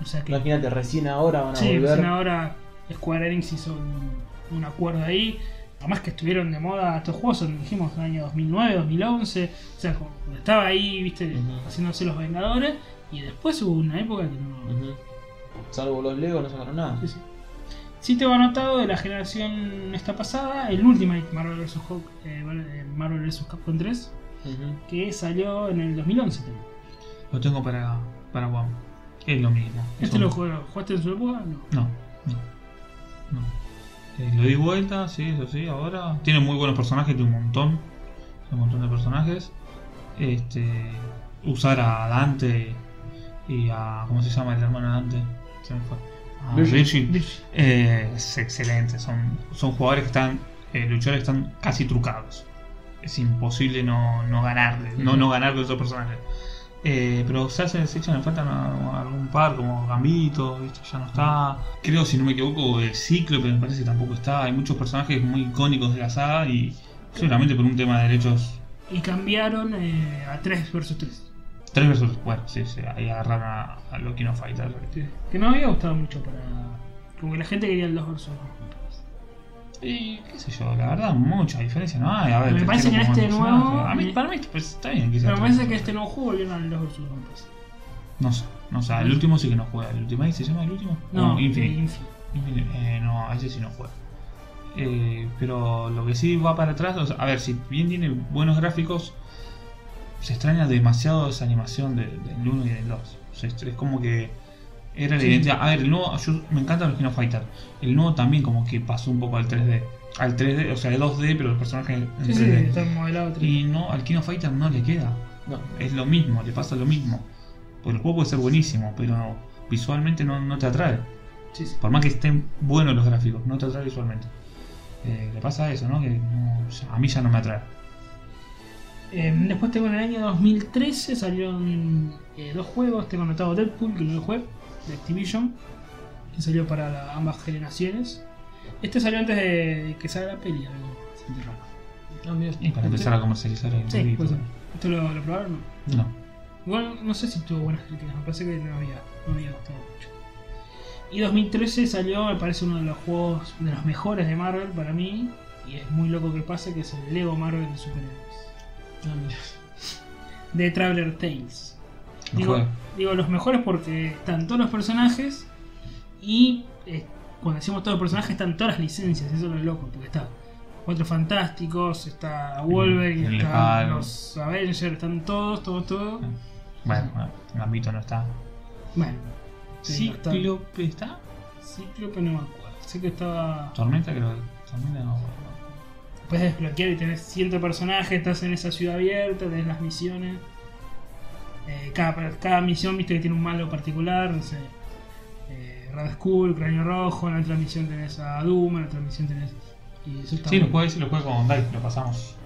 Speaker 2: O sea que.
Speaker 3: Imagínate, recién ahora van a
Speaker 2: Sí,
Speaker 3: volver.
Speaker 2: recién ahora Square Enix hizo un, un acuerdo ahí. Además que estuvieron de moda estos juegos, son, dijimos, en el año 2009, 2011. O sea, como- como estaba ahí, viste,
Speaker 3: Ujú.
Speaker 2: haciéndose los Vengadores. Y después hubo una época que no...
Speaker 3: Ujú. Salvo los Lego no sacaron nada.
Speaker 2: Sí, sí. Sí te va anotado de la generación esta pasada, el Ultimate Marvel vs. Hulk, eh, vale, eh, Marvel vs. Capcom 3,
Speaker 3: Ujú.
Speaker 2: que salió en el 2011 también.
Speaker 1: Lo tengo para, para One. Es lo mismo.
Speaker 2: ¿Este
Speaker 1: Son-
Speaker 2: lo jugó- jugaste en su época? No.
Speaker 1: No, no. no. Eh, lo di vuelta, sí, eso sí, ahora. Tiene muy buenos personajes, tiene un montón. Un montón de personajes. Este. Usar a Dante y a. ¿Cómo se llama el hermano de Dante? Se me fue. A
Speaker 3: Virgil.
Speaker 1: Virgil. Eh, es excelente. Son, son jugadores que están. eh, luchadores que están casi trucados. Es imposible no, no ganarle. No, no ganar con esos personajes. Eh, pero se hacen, se echan en falta a- a algún par como Gambito, ¿viste? ya no está. Creo, si no me equivoco, el Cíclope me parece que tampoco está. Hay muchos personajes muy icónicos de la saga y seguramente por un tema de derechos
Speaker 2: Y cambiaron eh, a 3 versus 3.
Speaker 1: 3 versus bueno, sí, sí, ahí agarraron a, a Loki no Fighter.
Speaker 2: Que no había gustado mucho para. Como que la gente quería el 2 versus 1.
Speaker 1: Y qué sé yo, la verdad, mucha diferencia no hay. A ver,
Speaker 2: Me
Speaker 1: te
Speaker 2: parece
Speaker 1: quiero
Speaker 2: que
Speaker 1: como
Speaker 2: este
Speaker 1: personaje.
Speaker 2: nuevo-
Speaker 1: A mí,
Speaker 2: me-
Speaker 1: para mí, pues, está bien. que sea
Speaker 2: Pero me parece
Speaker 1: tres.
Speaker 2: que este nuevo juego volvieron al 2 versus 1. pues.
Speaker 1: No sé, no sé, el último sí que no juega. ¿El Ultimate se llama el último?
Speaker 2: No,
Speaker 1: Infinite.
Speaker 2: Infinite.
Speaker 1: Eh, no, a ese sí no juega. Eh, pero lo que sí va para atrás, o sea, a ver, si bien tiene buenos gráficos, se extraña demasiado esa animación de- del 1 y del 2. O sea, es, es como que era la
Speaker 2: Sí.
Speaker 1: identidad. A ver, el nuevo, yo- me encanta los Kino Fighter. El nuevo también como que pasó un poco al 3D. Al 3D, o sea, al 2D, pero el personaje en
Speaker 2: Sí, sí,
Speaker 1: 3D.
Speaker 2: está modelado 3.
Speaker 1: y no, al Kino Fighter no le queda.
Speaker 3: No,
Speaker 1: Es lo mismo, le pasa lo mismo. Porque el juego puede ser buenísimo, pero visualmente no, no te atrae.
Speaker 2: Sí, sí.
Speaker 1: Por más que estén buenos los gráficos, no te atrae visualmente. Eh, le pasa eso, ¿no? Que no- ya- a mí ya no me atrae.
Speaker 2: Eh, después tengo en el año 2013 salieron eh, dos juegos. Tengo anotado Deadpool, que no lo jugué, de Activision, que salió para la- ambas generaciones. Este salió antes de que salga la peli, algo bastante raro.
Speaker 3: no, mira,
Speaker 1: Y para empezar a comercializar el
Speaker 2: Sí,
Speaker 1: jueguito.
Speaker 2: pues, ¿Esto lo, lo probaron? No.
Speaker 1: No.
Speaker 2: Igual no sé si tuvo buenas críticas, me parece que no había, no había gustado mucho. Y 2013 salió, me parece uno de los juegos de los mejores de Marvel para mí, y es muy loco que pase, que es el Lego Marvel de Superhéroes.
Speaker 1: Ah,
Speaker 3: no, mira.
Speaker 2: De Traveler Tales.
Speaker 1: No
Speaker 2: Digo,
Speaker 1: juega.
Speaker 2: digo los mejores porque están todos los personajes y eh, cuando decimos todos los personajes están todas las licencias, eso es lo loco, porque está Cuatro Fantásticos, está Wolverine,
Speaker 1: El
Speaker 2: está
Speaker 1: Leopardo. Ah.
Speaker 2: los Avengers, están todos, todos, todos.
Speaker 1: Bueno, bueno, Gambito no está.
Speaker 2: Bueno, Sí, no está.
Speaker 1: ¿Cíclope está?
Speaker 2: Cíclope no me acuerdo. Sé que estaba.
Speaker 1: Tormenta creo que. Tormenta no.
Speaker 2: Puedes desbloquear y tenés ciento personajes, estás en esa ciudad abierta, tenés las misiones. Eh, cada, cada misión viste que tiene un malo particular, no sé. Eh, Red Skull, Cráneo Rojo, en la otra misión tenés a Doom, en la otra misión tenés. Y eso está
Speaker 1: Sí, lo
Speaker 2: bueno.
Speaker 1: jugué, sí, lo jugué con Dice, lo pasamos.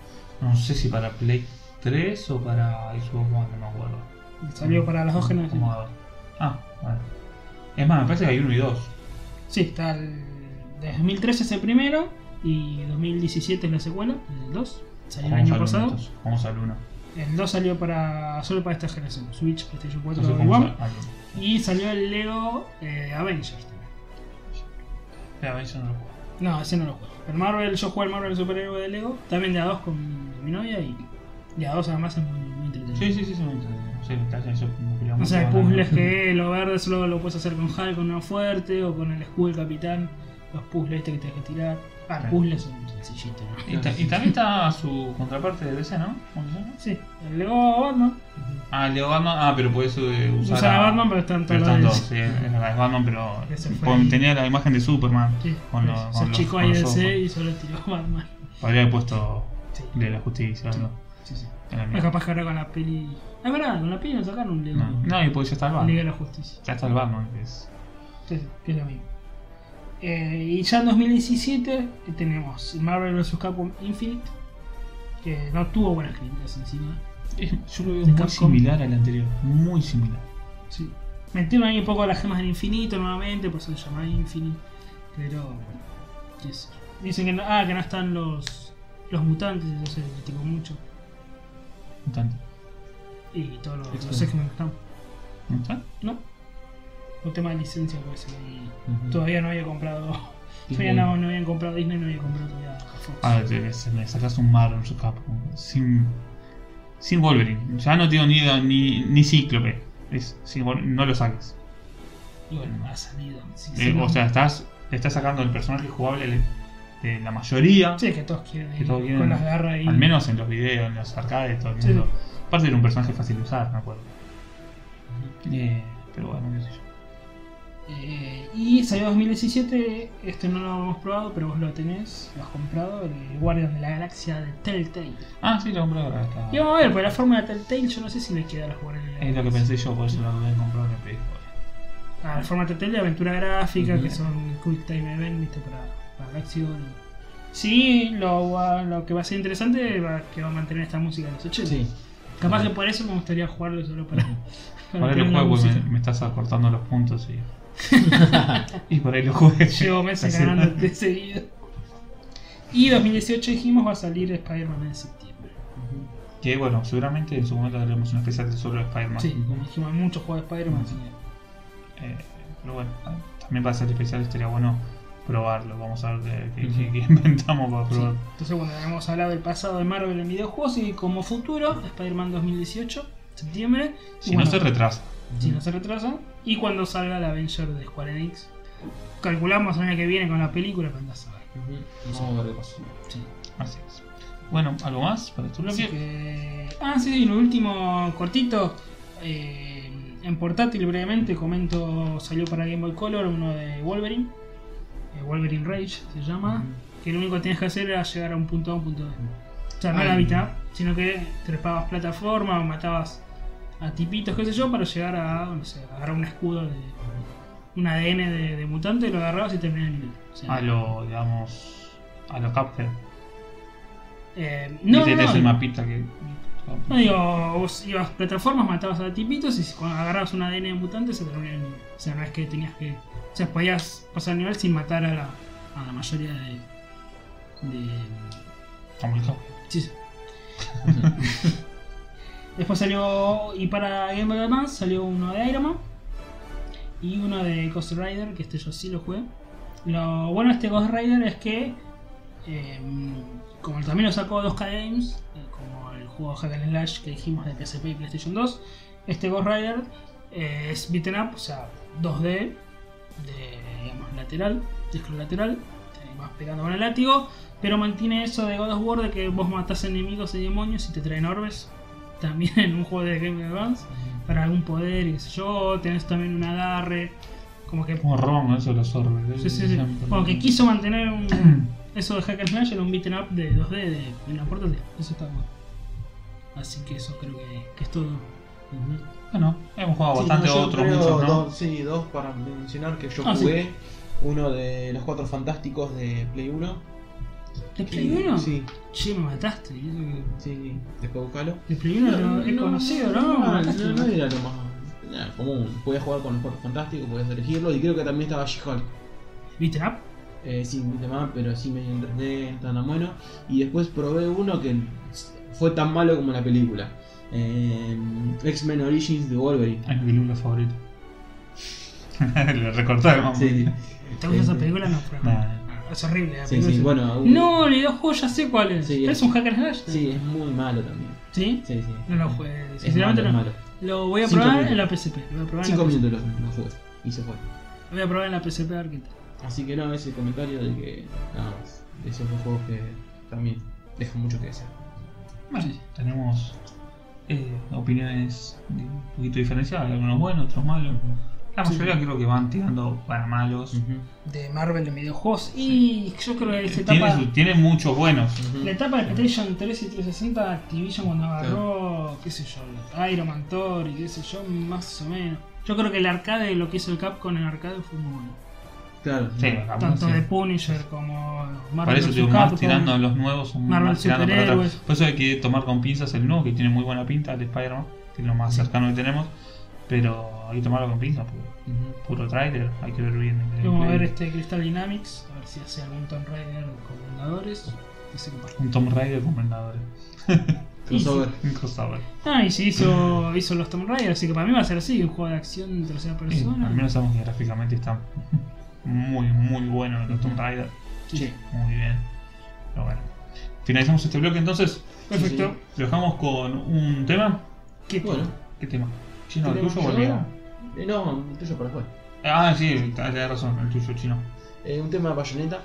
Speaker 1: No sé si para Play 3 o para Xbox One, no me acuerdo.
Speaker 2: Salió para las dos generaciones.
Speaker 1: Como- Ah, bueno. Es más, me parece que hay uno y dos.
Speaker 2: Sí, está el. De 2013 es el primero y 2017 es la secuela, el 2. Salió el
Speaker 1: Vamos
Speaker 2: año
Speaker 1: al uno,
Speaker 2: pasado.
Speaker 1: entonces. Vamos al uno.
Speaker 2: El 2 Eh, salió para solo para esta generación, Switch, PlayStation 4
Speaker 1: Entonces
Speaker 2: y
Speaker 1: vamos
Speaker 2: One.
Speaker 1: al uno.
Speaker 2: Y salió el Lego eh, Avengers.
Speaker 1: Espera, eso no lo juego.
Speaker 2: No, ese no lo juego. El Marvel, yo jugué el Marvel Superhéroe de Lego. También de A2 con mi novia y de A2 además es muy, muy entretenido.
Speaker 1: Sí, sí, sí, sí, me entiendo. Sí, me parece eso como que lo
Speaker 2: O
Speaker 1: vamos
Speaker 2: sea, hay
Speaker 1: jugando.
Speaker 2: puzzles que lo verde solo lo puedes hacer con Hulk, con una fuerte o con el escudo del capitán. Los puzzles este que tenés que tirar. Ah,
Speaker 1: Sí.
Speaker 2: puzzles son sencillitos, ¿no?
Speaker 1: Y, ta- y también está su contraparte de DC, ¿no? ¿Cómo se llama?
Speaker 2: Sí, el Lego Batman.
Speaker 1: Ah, el de Batman. Ah, pero puedes eh, usar.
Speaker 2: Usan a
Speaker 1: a-
Speaker 2: Batman, pero están
Speaker 1: Pero
Speaker 2: todos
Speaker 1: están
Speaker 2: los
Speaker 1: todos, sí, es verdad, es Batman, pero.
Speaker 2: Ese fue
Speaker 1: pon-
Speaker 2: el-
Speaker 1: tenía la imagen de Superman.
Speaker 2: Sí,
Speaker 1: Con los- con
Speaker 2: son
Speaker 1: los-
Speaker 2: chicos
Speaker 1: con los
Speaker 2: IDC
Speaker 1: ojos.
Speaker 2: y solo tiró Batman.
Speaker 1: Podría haber puesto
Speaker 2: Sí.
Speaker 1: de la justicia o algo.
Speaker 2: Sí, sí.
Speaker 1: en la
Speaker 2: Es
Speaker 1: mía.
Speaker 2: capaz que ahora con la peli. Es verdad, con la peli nos sacaron un Lego.
Speaker 1: No, no, y pues ya está el
Speaker 2: Liga
Speaker 1: Batman.
Speaker 2: de la Justicia.
Speaker 1: Ya está el Batman. que es-
Speaker 2: Sí, sí, que es lo mismo. Eh, y ya en 2017 que eh, tenemos Marvel vs. Capcom Infinite, que no tuvo buenas críticas encima.
Speaker 1: es- yo lo veo
Speaker 2: De
Speaker 1: muy
Speaker 2: Capcom.
Speaker 1: similar al anterior. Muy similar.
Speaker 2: Sí. Metieron ahí un poco las gemas del infinito nuevamente, por eso se llama Infinite. Pero bueno, qué sé yo. Dicen que no, ah, que no están los, los mutantes, eso se criticó mucho.
Speaker 1: No tanto.
Speaker 2: Y todos los, los
Speaker 1: Excelente.
Speaker 2: X-Men que están.
Speaker 1: ¿No está?
Speaker 2: No. Un tema de licencia parece que ahí
Speaker 3: Ujú.
Speaker 2: todavía no había comprado. Todavía
Speaker 3: Ujú.
Speaker 2: no, no habían comprado Disney, no había comprado todavía Fox.
Speaker 1: A ver, te- Ah, se me sacas un Marvel vs. Capcom sin, sin Wolverine. Ya no tengo ni, ni, ni Cíclope. Es, sin Wol- no lo saques.
Speaker 2: Y bueno, ha salido. Sí,
Speaker 1: Eh,
Speaker 2: sí, no.
Speaker 1: O sea, estás, estás sacando el personaje jugable de, de la mayoría.
Speaker 2: Sí, que todos quieren
Speaker 1: que
Speaker 2: ir
Speaker 1: todos quieren-
Speaker 2: con las garras ahí.
Speaker 1: Al menos en los videos, en los arcades, todo el
Speaker 2: Sí.
Speaker 1: mundo. Aparte era un personaje fácil de usar, me acuerdo. Eh, pero bueno, qué sé yo.
Speaker 2: Eh, y salió 2017, este no lo hemos probado, pero vos lo tenés, lo has comprado, el Guardian de la Galaxia de Telltale.
Speaker 1: Ah, sí, lo compré ahora. Está...
Speaker 2: Y vamos a ver, porque la forma de Telltale yo no sé si le queda a los Guardianes de la
Speaker 1: Es lo que
Speaker 2: Galaxia.
Speaker 1: pensé yo, por eso lo he comprado en el Play Store.
Speaker 2: Ah, la forma de Telltale de aventura gráfica, que
Speaker 1: Ujú.
Speaker 2: son Quick Time Event, viste, para, para la acción. Sí, lo, va- lo que va a ser interesante va que va a mantener esta música de los 80.
Speaker 3: Sí.
Speaker 2: Capaz que por eso me gustaría jugarlo solo para. para
Speaker 1: Por ahí
Speaker 2: tener
Speaker 1: lo
Speaker 2: la
Speaker 1: juego porque me,
Speaker 2: música.
Speaker 1: me estás acortando los puntos y. y por ahí lo jugué.
Speaker 2: Llevo meses
Speaker 1: ¿eh? Así.
Speaker 2: ganando de seguido. Y 2018 dijimos va a salir Spider-Man en septiembre.
Speaker 1: Que bueno, seguramente en su momento haremos un especial sobre Spider-Man.
Speaker 2: Sí, como dijimos, hay muchos juegos de Spider-Man. así
Speaker 1: Eh, pero bueno, también para ser especial estaría bueno probarlo. Vamos a ver qué, qué-
Speaker 3: Ujú.
Speaker 1: qué inventamos para
Speaker 2: que- sí.
Speaker 1: probar.
Speaker 2: Entonces, bueno, hemos hablado del pasado de Marvel en videojuegos y como futuro, Spider-Man 2018, septiembre. Y
Speaker 1: Si no
Speaker 2: bueno,
Speaker 1: se retrasa.
Speaker 2: si no se retrasa. Y cuando salga la Avenger de Square Enix. Calculamos el año que viene con la película, pero andás a ver.
Speaker 3: Vamos a ver qué pasa.
Speaker 2: Sí.
Speaker 1: Así es. Bueno, ¿algo más para tu
Speaker 2: Así
Speaker 1: bloque?
Speaker 2: que- Ah, sí, y lo último cortito. eh, en portátil brevemente comento, salió para Game Boy Color uno de Wolverine. eh, Wolverine Rage se llama. Que lo único que tenías que hacer era llegar a un punto A, un punto B. O sea, no era la
Speaker 3: Ay.
Speaker 2: mitad, sino que trepabas plataforma o matabas a tipitos, qué sé yo, para llegar a, no sé, agarrar un escudo de... Un ADN de, de mutante, lo agarrabas y terminabas el nivel. O sea,
Speaker 1: A Ah, lo, digamos, a lo Cuphead.
Speaker 2: eh, no,
Speaker 1: y
Speaker 2: no,
Speaker 1: tenés
Speaker 2: no,
Speaker 1: el mapita que.
Speaker 2: No digo, vos ibas a plataformas, matabas a tipitos y si cuando agarrabas un ADN de mutante se terminaba el nivel. O sea, no es que tenías que. O sea, podías pasar el nivel sin matar a la, a la mayoría de. de.
Speaker 1: Como el Cuphead.
Speaker 2: sí, sí. Después salió. Y para Game Boy Advance salió uno de Iron Man y uno de Ghost Rider, que este yo sí lo jugué. Lo bueno de este Ghost Rider es que, eh, como también lo sacó 2K Games, eh, como el juego Hack and Slash que dijimos de PSP y PlayStation 2, este Ghost Rider eh, es beaten up, o sea, 2D, de, digamos, lateral, de scroll lateral, te vas pegando con el látigo, pero mantiene eso de God of War de que vos matás enemigos y demonios y te traen orbes, también en un juego de Game Boy Advance para algún poder y qué sé yo, tenés también un agarre, como que...
Speaker 1: Como Ron, eso de los orbes.
Speaker 2: Sí, sí, sí.
Speaker 1: Siempre.
Speaker 2: Como que quiso mantener un- eso de Hack and Slash era un beaten up de 2D de, de una portátil, eso está bueno. Así que eso creo que, que es todo.
Speaker 1: Bueno, hemos
Speaker 2: Ah,
Speaker 1: jugado
Speaker 3: Sí,
Speaker 1: bastante
Speaker 3: no, yo
Speaker 1: otros,
Speaker 3: creo
Speaker 1: muchos, ¿no?
Speaker 3: dos- sí, dos para mencionar que yo
Speaker 2: Ah, sí.
Speaker 3: jugué. Uno de los cuatro fantásticos de Play 1.
Speaker 2: ¿De Play
Speaker 3: Y-
Speaker 2: 1?
Speaker 3: Sí,
Speaker 2: Che, me mataste. y eso que-
Speaker 3: sí, después buscalo.
Speaker 2: De Play 1 lo he conocido, ¿no? Me
Speaker 3: No,
Speaker 2: mataste,
Speaker 3: no,
Speaker 2: me
Speaker 3: no
Speaker 2: mataste.
Speaker 3: era lo más nada, común. Podías jugar con los cuatro fantásticos, podías elegirlo. Y creo que también estaba She-Hulk.
Speaker 2: ¿Beaten up?
Speaker 3: Eh, sí, un tema, pero sí medio en 3D, no tan bueno. Y después probé uno que fue tan malo como la película. Eh, X-Men Origins de Wolverine.
Speaker 1: Es mi película favorita. Le recortamos.
Speaker 3: Sí, sí.
Speaker 2: Ah, ¿Te gusta esa
Speaker 3: Sí.
Speaker 2: película? No, pero-
Speaker 1: Nah.
Speaker 2: Es horrible. la
Speaker 3: Sí,
Speaker 2: película
Speaker 3: sí,
Speaker 2: es-
Speaker 3: bueno. un-
Speaker 2: No, le dio juego, ya sé cuál es.
Speaker 3: Sí,
Speaker 2: ¿Es
Speaker 3: es-
Speaker 2: un Hack and Slash?
Speaker 3: Sí, es muy malo también.
Speaker 2: ¿Sí?
Speaker 3: Sí, sí.
Speaker 2: No lo juegues.
Speaker 3: Es
Speaker 2: Sinceramente
Speaker 3: malo,
Speaker 2: no.
Speaker 3: es
Speaker 2: pues-
Speaker 3: malo.
Speaker 2: Lo voy a
Speaker 3: Cinco
Speaker 2: probar en
Speaker 3: minutos.
Speaker 2: la PSP. Lo voy a probar en la
Speaker 3: Cinco
Speaker 2: PSP.
Speaker 3: minutos lo, lo jugué y se fue.
Speaker 2: Lo voy a probar en la PSP a ver qué tal.
Speaker 3: Así que no, ese comentario de que nada más. Esos dos juegos que también dejan mucho que desear.
Speaker 1: Bueno, tenemos eh, opiniones de- un poquito diferenciadas, algunos buenos, otros malos. La mayoría creo que van tirando para malos. Eh,
Speaker 2: de Marvel en videojuegos. Y yo creo
Speaker 3: Eh,
Speaker 2: que esa
Speaker 1: Tiene,
Speaker 2: etapa,
Speaker 1: su- tiene muchos buenos.
Speaker 3: Ujú.
Speaker 2: la etapa de PlayStation 3 y 360, Activision cuando agarró, qué sé yo, Iron Man Thor y qué sé yo, más o menos. Yo creo que el arcade, lo que hizo el Capcom en el arcade fue muy bueno.
Speaker 3: Claro.
Speaker 1: Sí, acá,
Speaker 2: Tanto
Speaker 1: sí.
Speaker 2: de Punisher como Marvel
Speaker 1: Por eso
Speaker 2: vs.
Speaker 1: digo, más
Speaker 2: Capcom.
Speaker 1: tirando a los nuevos, son
Speaker 2: Marvel
Speaker 1: más tirando para atrás.
Speaker 2: superhéroes.
Speaker 1: Por eso hay que tomar con pinzas el nuevo, que tiene muy buena pinta, el de Spider-Man, que es lo más cercano que tenemos. Pero hay que tomarlo con pinzas, porque
Speaker 3: Ujú.
Speaker 1: puro trailer, hay que ver bien. el
Speaker 2: Vamos a
Speaker 1: gameplay.
Speaker 2: ver este Crystal Dynamics, a ver si hace algún Tomb Raider con Vengadores. No sé qué pasa.
Speaker 1: Un Tomb Raider con Vengadores.
Speaker 3: Crossover.
Speaker 1: Un crossover.
Speaker 2: Ah, y si hizo, hizo los Tomb Raider, así que para mí va a ser así, un juego de acción en tercera
Speaker 1: Eh,
Speaker 2: persona.
Speaker 1: al menos sabemos que gráficamente está muy, muy bueno los Tomb Raider.
Speaker 3: Sí.
Speaker 1: Muy bien. Pero bueno. Finalizamos este bloque entonces.
Speaker 2: Perfecto.
Speaker 3: Sí,
Speaker 1: Lo dejamos con un tema.
Speaker 2: ¿Qué tal?
Speaker 3: Bueno,
Speaker 1: ¿Qué tema? ¿Chino el
Speaker 2: ¿Tenemos
Speaker 1: tuyo o el
Speaker 3: yo?
Speaker 1: mío?
Speaker 3: eh, no, tuyo para jugar.
Speaker 1: Ah, sí, tenés razón, el tuyo chino.
Speaker 3: Eh, un tema de bayoneta.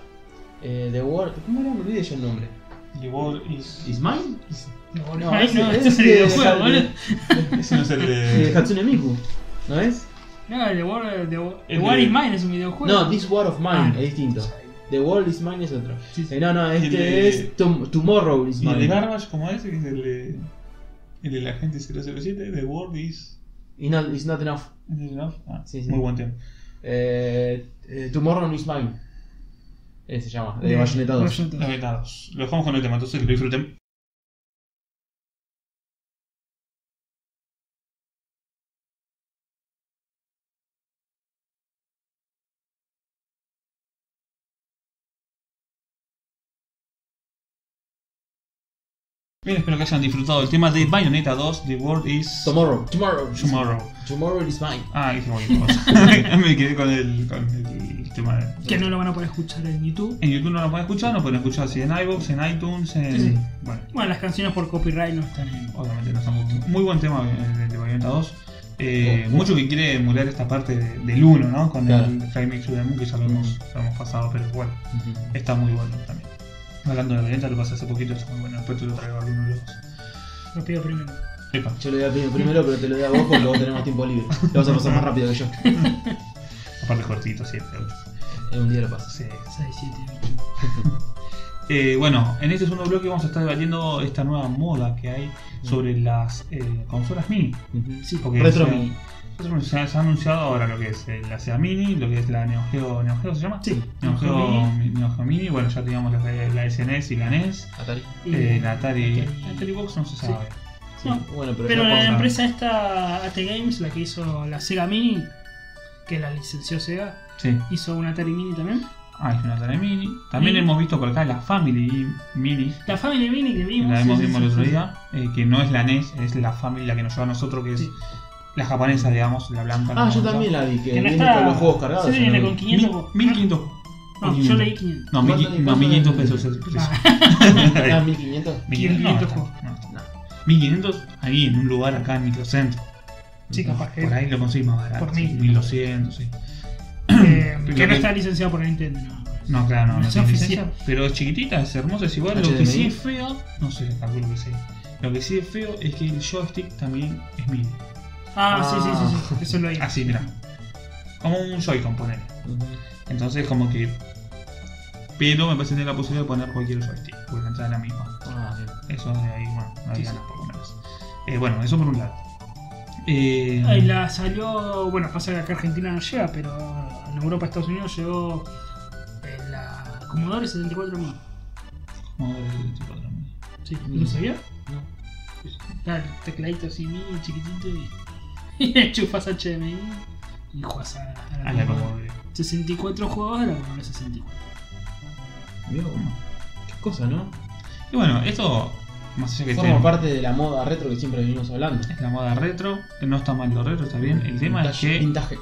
Speaker 3: Eh, The War. ¿Cómo era? Me olvidé ya el nombre. ¿Is mine?
Speaker 2: No,
Speaker 3: No,
Speaker 2: ay,
Speaker 3: ese-
Speaker 2: no,
Speaker 3: ese
Speaker 2: este es el
Speaker 3: de-
Speaker 2: videojuego, boludo.
Speaker 1: Ese no es el
Speaker 3: Eh,
Speaker 1: de.
Speaker 3: Hatsune Miku. ¿No es?
Speaker 2: No, The World, The, Wo- The
Speaker 1: El
Speaker 2: War
Speaker 1: de-
Speaker 2: is Mine es un videojuego.
Speaker 3: No, This War of Mine
Speaker 2: Ah.
Speaker 3: es distinto. The World is Mine es otro.
Speaker 2: Sí, sí.
Speaker 3: Eh, no, no, este
Speaker 1: El de-
Speaker 3: es Tom- Tomorrow is
Speaker 1: ¿Y el de
Speaker 3: Mine.
Speaker 1: Garbage como ese? Que es el de. El de la gente 007, The World is.
Speaker 3: Y no, it's not enough.
Speaker 1: is it enough? Ah,
Speaker 3: Sí, sí.
Speaker 1: Muy buen tema.
Speaker 3: Eh, eh, Tomorrow is Mine. Ese se llama, de
Speaker 2: De
Speaker 3: Bayonetta 2.
Speaker 2: Bayonetta
Speaker 1: Los vetados. Lo dejamos con el tema, entonces que lo disfruten. Bien, espero que hayan disfrutado el tema de Bayonetta 2, The World is
Speaker 3: Tomorrow. Tomorrow. is-
Speaker 1: Tomorrow.
Speaker 3: Tomorrow is Mine.
Speaker 1: Ah, dije cualquier cosa. Me quedé con el, con el tema de...
Speaker 2: Que no lo van a poder escuchar en YouTube.
Speaker 1: En YouTube no lo pueden escuchar, no pueden escuchar así en iVoox, en iTunes, en...
Speaker 2: Sí.
Speaker 1: Bueno,
Speaker 2: Bueno, las canciones por copyright no están en.
Speaker 1: obviamente no estamos... Muy buen tema eh, de Bayonetta 2. Eh, Mucho que quiere emular esta parte de- del 1, ¿no? Con
Speaker 3: Claro.
Speaker 1: el Fly Mix Moon, que ya lo, hemos, ya lo hemos pasado, pero bueno, está muy bueno también. Hablando de Bayonetta, lo pasé hace poquito, está muy bueno. Después te lo traigo al 1 y los dos.
Speaker 2: Lo pido primero.
Speaker 1: Epa.
Speaker 3: Yo lo voy a pedir primero, pero te lo doy a vos porque vos tenés más tiempo libre. Lo vas a pasar más rápido que yo.
Speaker 1: Aparte cortito, siempre.
Speaker 3: En un día lo pasas.
Speaker 1: Sí,
Speaker 2: 6, 7, 8.
Speaker 1: Eh, bueno, en este segundo bloque vamos a estar debatiendo esta nueva moda que hay sobre las eh, consolas mini.
Speaker 2: Sí,
Speaker 1: Porque
Speaker 3: Retro
Speaker 1: se,
Speaker 3: mini.
Speaker 1: retro- se ha, se ha anunciado ahora lo que es eh, la Sega Mini, lo que es la Neo Geo, ¿Neo Geo se llama?
Speaker 2: Sí,
Speaker 1: Neo
Speaker 2: Neo Geo
Speaker 1: Geo, Mi- Neo Geo Mini, bueno, ya teníamos la, la SNES y la NES,
Speaker 3: Atari.
Speaker 2: Y-
Speaker 1: eh, la Atari,
Speaker 2: Atari-
Speaker 1: la Atari Box no se
Speaker 2: Sí.
Speaker 1: sabe.
Speaker 2: No,
Speaker 3: Bueno, pero,
Speaker 2: Pero
Speaker 3: ya
Speaker 2: la
Speaker 3: vamos a-
Speaker 2: empresa esta, AT Games, la que hizo la Sega Mini, que la licenció Sega,
Speaker 1: Sí,
Speaker 2: hizo una Atari Mini también.
Speaker 1: ah, es una Atari Mini. También
Speaker 2: Mini.
Speaker 1: hemos visto por acá la Family Mini,
Speaker 2: La Family Mini que
Speaker 1: que
Speaker 2: vimos.
Speaker 1: la
Speaker 2: sí,
Speaker 1: hemos
Speaker 2: sí,
Speaker 1: visto el
Speaker 2: sí,
Speaker 1: otro
Speaker 2: sí.
Speaker 1: día, eh, que no es la NES, es la Family la que nos lleva a nosotros, que es
Speaker 2: Sí.
Speaker 1: la japonesa, digamos, la blanca.
Speaker 3: Ah,
Speaker 1: la
Speaker 3: yo
Speaker 1: blanca.
Speaker 3: también la vi, que,
Speaker 2: Que no
Speaker 3: viene
Speaker 2: está-
Speaker 3: con los juegos cargados.
Speaker 2: sí,
Speaker 3: yo
Speaker 2: viene
Speaker 3: no
Speaker 2: con
Speaker 3: vi.
Speaker 2: 500
Speaker 1: Mil-
Speaker 2: juegos.
Speaker 1: 1500.
Speaker 2: No, Ah, yo leí 500.
Speaker 1: No, mil, qui- no, 1500 pesos es el precio.
Speaker 3: Ah,
Speaker 1: 1500
Speaker 3: 1500.
Speaker 2: 500
Speaker 1: no, no. 1500 ahí en un lugar acá en microcentro.
Speaker 2: Sí, capaz que-
Speaker 1: Por ahí lo conseguís más barato.
Speaker 2: Por
Speaker 1: sí,
Speaker 2: mil.
Speaker 1: 1200, sí.
Speaker 2: Eh,
Speaker 1: Pero
Speaker 2: que no
Speaker 1: que-
Speaker 2: está licenciado por Nintendo. no.
Speaker 1: No, claro, no,
Speaker 2: No
Speaker 1: no
Speaker 2: es
Speaker 1: tiene
Speaker 2: oficial.
Speaker 1: licencia, Pero es chiquitita, es hermosa, es igual. Lo
Speaker 3: HDMI.
Speaker 1: que sí es feo, no sé, calculo que sí. Lo que sí es feo es que el joystick también es mini.
Speaker 2: Ah,
Speaker 3: Ah.
Speaker 2: sí, sí, sí, sí, eso lo vi.
Speaker 1: Así, mira. Como un Joy-Con, ponele. Entonces, como que. Pero me parece que tiene la posibilidad de poner cualquier joystick, porque la entrada es la misma.
Speaker 3: Ah, bien.
Speaker 1: Eso de ahí, bueno, no hay
Speaker 3: Sí,
Speaker 1: ganas por lo menos. Eh, bueno, eso por un lado. Eh,
Speaker 2: Ahí la salió, bueno, pasa que acá Argentina no llega, pero en Europa, Estados Unidos llegó en la Commodore 74 Mod.
Speaker 1: ¿cómo era el tipo de nombre?
Speaker 2: Sí,
Speaker 3: Mm.
Speaker 2: ¿no sabía?
Speaker 3: No.
Speaker 2: Ah, el tecladito así mini, chiquitito y, y enchufas HDMI y juegas a, a la,
Speaker 1: Ah, la
Speaker 2: Commodore.
Speaker 1: Commodore.
Speaker 2: 64 juegos a la Commodore 64.
Speaker 3: Mirá cómo- Qué cosa, ¿no?
Speaker 1: Y bueno, esto, más allá que
Speaker 3: Forma
Speaker 1: esté-
Speaker 3: parte de la moda retro que siempre venimos hablando.
Speaker 1: es la moda retro, que no está mal lo retro, está bien. El tema es
Speaker 3: Vintage-
Speaker 1: que
Speaker 3: Vintage.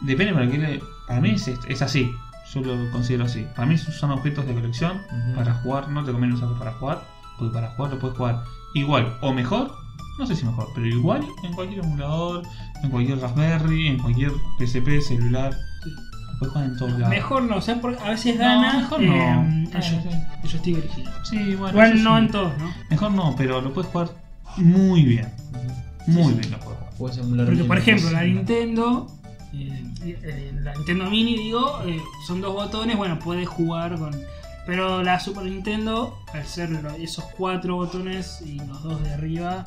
Speaker 1: depende para qué le. Para mí es, es así, yo lo considero así. Para mí son objetos de colección,
Speaker 3: Ujú.
Speaker 1: para jugar no te conviene usarlo para jugar, porque para jugar lo puedes jugar igual o mejor, no sé si mejor, pero igual en cualquier emulador, en cualquier Raspberry, en cualquier PSP, celular.
Speaker 2: Sí.
Speaker 1: Puedes jugar en todos lados.
Speaker 2: Mejor no, o sea, porque a veces
Speaker 1: No,
Speaker 2: gana
Speaker 1: mejor no.
Speaker 2: eh,
Speaker 1: Ah,
Speaker 2: el, joy-
Speaker 1: sí.
Speaker 2: el joystick original.
Speaker 1: Sí, bueno. eso
Speaker 2: Igual
Speaker 1: sí.
Speaker 2: no en todos, ¿no?
Speaker 1: Mejor no, pero lo puedes jugar muy bien. Muy bien lo puedes jugar.
Speaker 3: Puedes emular
Speaker 2: Porque,
Speaker 3: un
Speaker 2: por
Speaker 3: Windows.
Speaker 2: ejemplo, la Nintendo, eh, eh, la Nintendo Mini, digo, eh, son dos botones, bueno, puedes jugar con. Pero la Super Nintendo, al ser lo- esos cuatro botones y los dos de arriba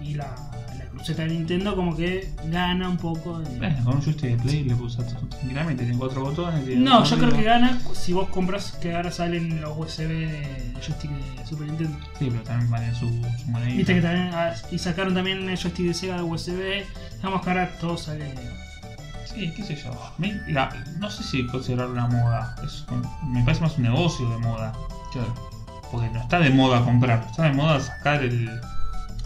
Speaker 2: y la, la cruceta de Nintendo, como que gana un poco. de-
Speaker 1: Bueno, con un joystick de Play le puedes usar tranquilamente. Tiene cuatro botones. tiene
Speaker 2: No,
Speaker 1: un
Speaker 2: yo creo que
Speaker 1: dedo.
Speaker 2: gana si vos compras que ahora salen los USB de joystick de Super Nintendo.
Speaker 1: Sí, pero también vale su, su monedita.
Speaker 2: Viste que también. ah, Y sacaron también el joystick de Sega de USB. Vamos que ahora todo sale.
Speaker 1: Sí, qué sé yo. A mí la- no sé si considerar una moda. Es un- me parece más un negocio de moda.
Speaker 3: Claro.
Speaker 1: Porque no está de moda comprar. Está de moda sacar el...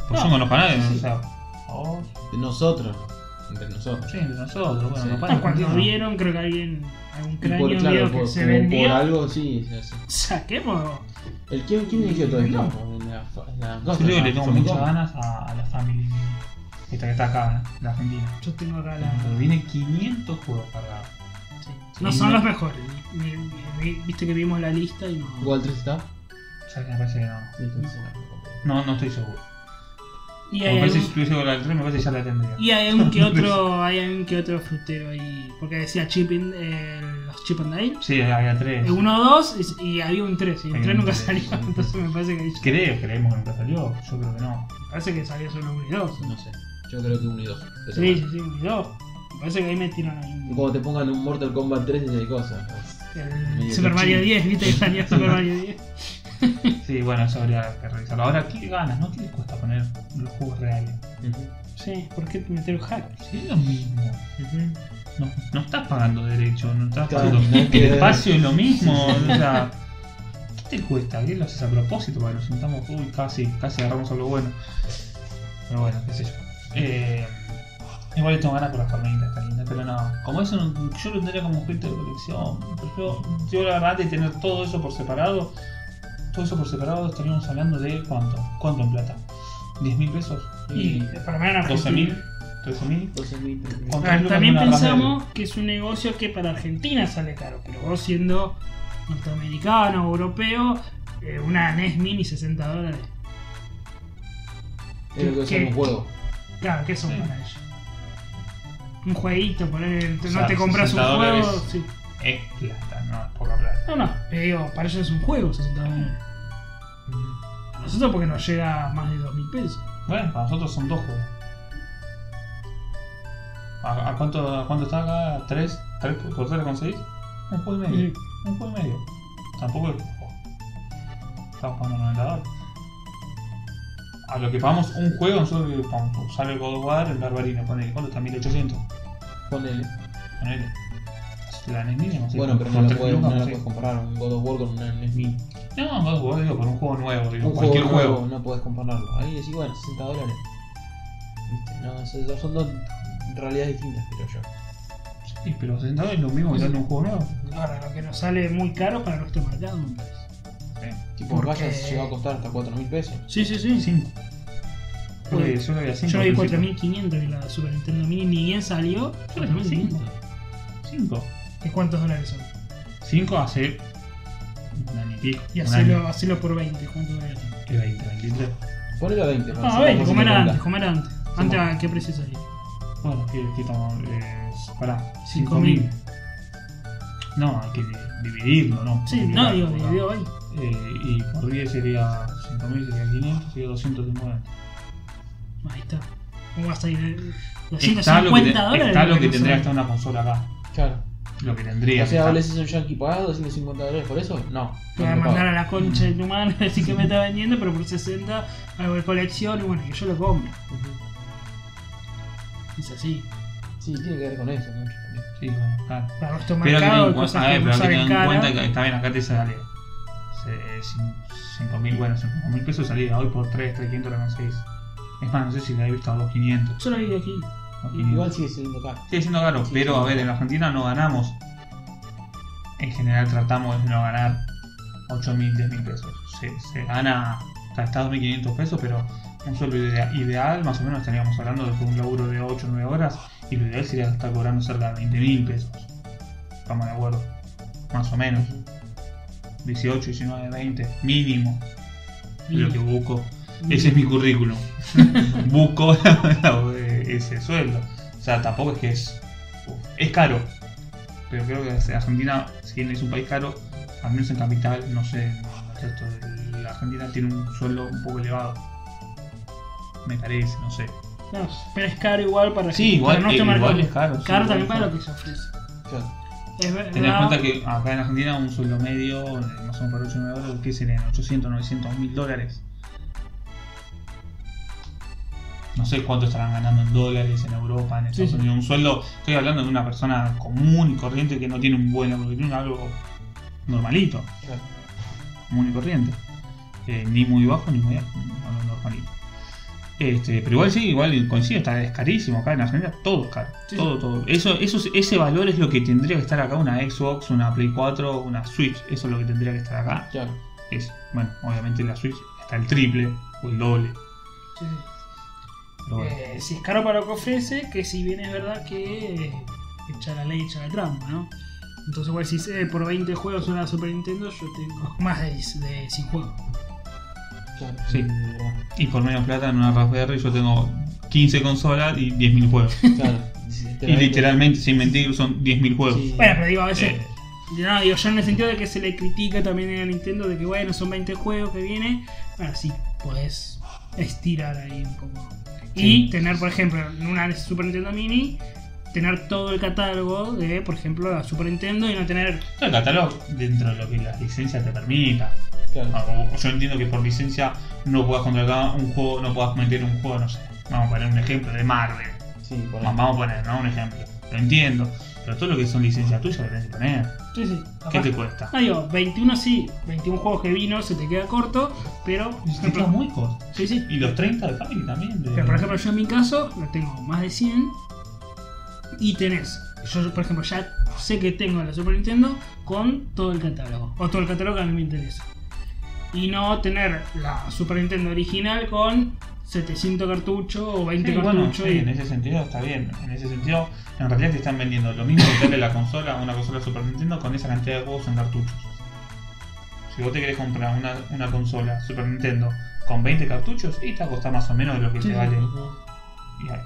Speaker 1: Pues
Speaker 2: No,
Speaker 1: yo conozco a nadie.
Speaker 3: sí,
Speaker 1: ¿no?
Speaker 3: sí.
Speaker 1: O sea... Oh,
Speaker 3: De Nosotros. Entre nosotros.
Speaker 1: sí, de nosotros. Bueno,
Speaker 3: Sí.
Speaker 1: capaz
Speaker 2: Ah,
Speaker 1: que
Speaker 2: cuando
Speaker 1: no.
Speaker 2: vieron, creo que alguien, algún
Speaker 3: Y
Speaker 2: cráneo
Speaker 3: por,
Speaker 2: vio
Speaker 3: claro,
Speaker 2: que
Speaker 3: por,
Speaker 2: se
Speaker 3: como por
Speaker 2: vendió.
Speaker 3: algo, sí, se hace.
Speaker 2: Saquemos.
Speaker 3: El, ¿Quién, quién eligió todo esto?
Speaker 1: No.
Speaker 3: En la- en la-
Speaker 1: Yo creo que le tengo
Speaker 3: Famicom.
Speaker 1: muchas ganas a, a la Family. Esta que está acá, ¿eh? la Argentina.
Speaker 2: Yo tengo acá la.
Speaker 1: Pero viene 500 juegos cargados.
Speaker 2: sí. No son los mejores. Ni- ni- ni- Viste que vimos la lista y no.
Speaker 3: ¿Cuál 3 está?
Speaker 1: Ya que me parece que no.
Speaker 3: Sí, está, sí, está.
Speaker 1: No, no estoy seguro.
Speaker 2: Y
Speaker 1: me
Speaker 2: hay,
Speaker 1: parece que si
Speaker 2: algún,
Speaker 1: estuviese con la del 3 me parece que ya la tendría.
Speaker 2: y hay algún que otro, hay algún que otro frutero ahí. Porque decía Chip in- eh, los Chip and Dale.
Speaker 1: Sí, había 3.
Speaker 2: eh, Uno o dos y, y había un tres. Y
Speaker 1: Hay
Speaker 2: un
Speaker 1: un
Speaker 2: tres nunca
Speaker 1: tres,
Speaker 2: salió.
Speaker 1: sí.
Speaker 2: Entonces me parece que ahí-
Speaker 1: Creo, creemos que nunca salió. Yo creo que no.
Speaker 2: me parece que salió solo uno y dos.
Speaker 5: No sé. Yo creo que uno y dos. Eso
Speaker 2: Sí, sí,
Speaker 5: bueno.
Speaker 2: sí, uno y dos. Me parece que ahí metieron ahí un-
Speaker 3: Cuando te pongan un Mortal Kombat 3 de cosas.
Speaker 2: el
Speaker 3: Medio
Speaker 2: Super Mario
Speaker 3: cochino.
Speaker 2: 10, viste que salió Super Mario 10.
Speaker 1: Sí, bueno, eso habría que revisarlo. Ahora, ¿qué ganas, no? ¿Qué les cuesta poner los juegos reales?
Speaker 2: Sí, ¿por qué meter un hack?
Speaker 1: Sí, es lo mismo. No, no estás pagando derecho, no estás
Speaker 3: Claro,
Speaker 1: pagando.
Speaker 3: nada que
Speaker 1: El
Speaker 3: ver.
Speaker 1: espacio es lo mismo. O sea, ¿qué te cuesta? ¿Qué lo haces a propósito para que nos sentamos? Uy, casi, casi agarramos algo bueno. Pero bueno, qué sé yo. Eh, igual tengo ganas por las carnitas, está linda, pero no. Como eso, no- yo lo tendría como objeto de colección. Yo, yo la verdad de tener todo eso por separado. Todo eso por separado estaríamos hablando de cuánto, cuánto en plata. ¿10 mil pesos?
Speaker 2: Y
Speaker 1: ¿Y
Speaker 2: para mí en
Speaker 1: 12
Speaker 2: Argentina.
Speaker 1: mil? ¿13 mil?
Speaker 3: 12.000,
Speaker 1: Con-
Speaker 3: 13.000.
Speaker 2: Ah,
Speaker 1: Comprarlo
Speaker 2: también
Speaker 1: con una
Speaker 2: pensamos que es un negocio que para Argentina sale caro, pero vos siendo norteamericano o europeo, eh, una NES Mini 60 dólares.
Speaker 3: Es lo que usan
Speaker 2: ¿Qué?
Speaker 3: los juegos.
Speaker 2: Claro, ¿qué son
Speaker 1: Sí.
Speaker 2: para ellos? Un jueguito, poner, no
Speaker 1: sea,
Speaker 2: te compras un
Speaker 1: 60
Speaker 2: juego.
Speaker 1: dólares.
Speaker 2: sí.
Speaker 1: Es plata, no es poca plata.
Speaker 2: No, no, pero digo, para ellos es un juego 60 dólares. A nosotros porque nos llega a más de 2.000 pesos.
Speaker 1: Bueno, para nosotros son dos juegos. ¿A, a cuánto, a cuánto está acá? ¿Tres? ¿Tres por- por tres con seis? Un juego y medio.
Speaker 2: Sí.
Speaker 1: Un juego y medio. Tampoco es. oh. Estamos pagando 90 dólares. A lo que pagamos un juego, nosotros que pagamos, sale el God of War, el Barbarino, ponele. ¿Cuánto está? 1800.
Speaker 3: Ponele.
Speaker 1: Ponele. La NES mínima, sí.
Speaker 3: Bueno, pero no
Speaker 1: Con
Speaker 3: lo
Speaker 1: tres
Speaker 3: puedes, no
Speaker 1: lucas,
Speaker 3: lo
Speaker 1: sí.
Speaker 3: puedes comparar un God of War con una NES Mini.
Speaker 1: No, God of War, digo, por un juego nuevo, digo,
Speaker 3: Un
Speaker 1: cualquier
Speaker 3: juego,
Speaker 1: juego.
Speaker 3: nuevo, no puedes compararlo. Ahí decís, bueno, 60 dólares. Viste, no, eso- son dos realidades distintas, creo yo.
Speaker 1: Sí, pero 60 dólares es lo mismo que sale un juego nuevo.
Speaker 2: Ahora, lo que nos sale muy caro para nuestro mercado, me parece.
Speaker 3: Tipo,
Speaker 2: Porque-
Speaker 3: vayas llegó a costar hasta 4.000 pesos.
Speaker 2: Sí, sí, sí.
Speaker 1: 5.
Speaker 2: Uy,
Speaker 1: yo lo había 5.
Speaker 2: Yo lo vi 4500 en la Super Nintendo Mini, ni bien salió.
Speaker 1: Yo lo vi 5. 5.
Speaker 2: ¿De cuántos dólares son?
Speaker 1: 5 hace. Un año y pico.
Speaker 2: Y
Speaker 1: un
Speaker 2: hacelo,
Speaker 1: año.
Speaker 2: hacelo por 20, ¿cuánto dólares son?
Speaker 1: Y 20, 23.
Speaker 3: Ponelo a 20. para
Speaker 2: Ah,
Speaker 3: hacer
Speaker 2: 20,
Speaker 3: más
Speaker 2: como
Speaker 3: fácil
Speaker 2: era
Speaker 3: de
Speaker 2: antes,
Speaker 3: contar.
Speaker 2: como era antes. Antes, ¿a qué precio salía?
Speaker 1: Bueno, ¿qué, qué estamos? Eh, pará.
Speaker 2: 5.000.
Speaker 1: 5.000. No, hay que di- dividirlo, ¿no?
Speaker 2: Sí, no, digo, me dio ahí.
Speaker 1: Eh, y por 10 sería 5.000, sería 500, sería 250.
Speaker 2: Ahí está. ¿Cómo vas a ir?
Speaker 1: Está lo que, te-
Speaker 2: 250 dólares.
Speaker 1: está lo que
Speaker 2: no
Speaker 1: tendría
Speaker 2: sé.
Speaker 1: hasta una consola acá.
Speaker 3: Claro.
Speaker 1: Lo que tendría.
Speaker 3: O sea,
Speaker 1: que
Speaker 3: ahora
Speaker 1: estar.
Speaker 3: es un yankee pagado 250 dólares por eso? No.
Speaker 2: Te
Speaker 3: no
Speaker 2: va a
Speaker 3: lo
Speaker 2: mandar
Speaker 3: pago.
Speaker 2: a la concha de tu mano, así que me está vendiendo, pero por 60 algo de colección y bueno, que yo lo compro.
Speaker 3: Ujú.
Speaker 2: Es así.
Speaker 3: Sí, tiene que ver con eso mucho también.
Speaker 1: Sí, bueno, claro.
Speaker 2: Para nuestro
Speaker 1: Pero que
Speaker 2: mercado,
Speaker 1: ten
Speaker 2: hay
Speaker 1: en
Speaker 2: cosas
Speaker 1: cuenta, a
Speaker 2: que
Speaker 1: ver,
Speaker 2: no
Speaker 1: pero que
Speaker 2: salen
Speaker 1: tengan en cuenta
Speaker 2: caras.
Speaker 1: que está bien, acá te sale 5.000, bueno, 5.000 pesos salía hoy por 3, 300 la conseguís. Es más, no sé si la he visto a 2.500.
Speaker 2: Yo lo vi aquí.
Speaker 1: o 500.
Speaker 3: Igual sigue siendo acá.
Speaker 1: Sigue siendo caro, pero a ver, en Argentina no ganamos. En general tratamos de no ganar 8.000, 10.000 pesos. Se, se gana hasta 2.500 pesos, pero un sueldo idea- ideal, más o menos estaríamos hablando de un laburo de 8 o 9 horas, y lo ideal sería estar cobrando cerca de 20.000 pesos. Estamos de acuerdo, más o menos. 18, 19, 20, mínimo. Es lo que busco. Ese es mi currículum. busco eh, ese sueldo. O sea, tampoco es que es. uf, es caro. Pero creo que Argentina, si bien es un país caro, al menos en capital, no sé, en el resto de la Argentina tiene un sueldo un poco elevado. Me parece, no sé.
Speaker 2: No, pero es caro igual para
Speaker 1: Sí, igual,
Speaker 2: para nuestro
Speaker 1: eh, igual
Speaker 2: mercado.
Speaker 1: es caro, sí,
Speaker 2: Caro
Speaker 1: igual
Speaker 2: también
Speaker 1: es
Speaker 2: para
Speaker 1: caro.
Speaker 2: lo que se ofrece.
Speaker 3: Claro.
Speaker 2: Es ver-
Speaker 1: Ten en
Speaker 2: verdad.
Speaker 1: cuenta que acá en Argentina un sueldo medio, eh, más o menos por 8 9 dólares, que serían 800, 900 mil dólares. No sé cuánto estarán ganando en dólares en Europa, en Estados
Speaker 2: sí.
Speaker 1: Unidos. Un sueldo, estoy hablando de una persona común y corriente que no tiene un buen laburo, que tiene algo normalito,
Speaker 3: claro.
Speaker 1: común y corriente. Eh, ni muy bajo ni muy alto, algo normalito. Este, pero igual sí, igual coincido, está, es carísimo acá en Argentina, todo es caro.
Speaker 2: Sí,
Speaker 1: todo, todo. Eso, eso, es- ese valor es lo que tendría que estar acá, una Xbox, una Play 4, una Switch, eso es lo que tendría que estar acá.
Speaker 3: Claro.
Speaker 1: Es, bueno, obviamente la Switch está el triple o el doble.
Speaker 2: Sí, sí.
Speaker 1: Pero Ah, bueno.
Speaker 2: Eh, si es caro para lo que ofrece, que si bien es verdad que eh, echa la ley, echa la trampa, ¿no? Entonces, bueno, si eh, por 20 juegos en la Super Nintendo, yo tengo más de, de 100 juegos.
Speaker 3: Claro,
Speaker 1: Sí.
Speaker 3: de verdad.
Speaker 1: Y por menos plata en una Raspberry yo tengo 15 consolas y 10.000 juegos.
Speaker 3: Claro.
Speaker 1: y literalmente, sin mentir, son 10.000 juegos.
Speaker 3: Sí.
Speaker 2: Bueno, pero digo, a veces.
Speaker 1: Eh.
Speaker 2: No, digo, yo en el sentido de que se le critica también a Nintendo de que, bueno, son 20 juegos que viene. Bueno, sí, podés estirar ahí un poco. Y
Speaker 3: Sí.
Speaker 2: tener, por ejemplo, en una Super Nintendo Mini, tener todo el catálogo de, por ejemplo, la Super Nintendo y no tener.
Speaker 1: El catálogo, dentro de lo que las licencias te permita.
Speaker 3: Claro.
Speaker 1: Ah, O- o yo entiendo que por licencia no puedas contratar un juego, no puedas meter un juego, no sé. Vamos a poner un ejemplo de Marvel.
Speaker 3: Sí, por ahí.
Speaker 1: Vamos a poner, ¿no? Un ejemplo. Lo entiendo. Pero todo lo que son licencias tuyas lo tenés que poner.
Speaker 2: Sí, sí,
Speaker 1: ¿Qué
Speaker 2: capaz-
Speaker 1: te cuesta?
Speaker 2: No, digo, 21 sí, 21 juegos que vino, se te queda corto, pero.
Speaker 1: Te quedas muy corto.
Speaker 2: Sí, sí.
Speaker 1: Y los 30 de Family también. de-
Speaker 2: Pero por ejemplo, yo en mi caso lo tengo más de 100 y tenés. Yo, por ejemplo, ya sé que tengo la Super Nintendo con todo el catálogo. O todo el catálogo que a mí me interesa. Y no tener la Super Nintendo original con 700 cartuchos o 20
Speaker 1: Sí, bueno,
Speaker 2: cartuchos.
Speaker 1: sí,
Speaker 2: y-
Speaker 1: en ese sentido está bien. En ese sentido, en realidad te están vendiendo lo mismo que darle la consola a una consola Super Nintendo con esa cantidad de juegos en cartuchos. Si vos te querés comprar una, una consola Super Nintendo con 20 cartuchos, y te va a costar más o menos de lo que
Speaker 2: Sí,
Speaker 1: te
Speaker 2: sí.
Speaker 1: vale
Speaker 3: Ujú.
Speaker 1: y ahí,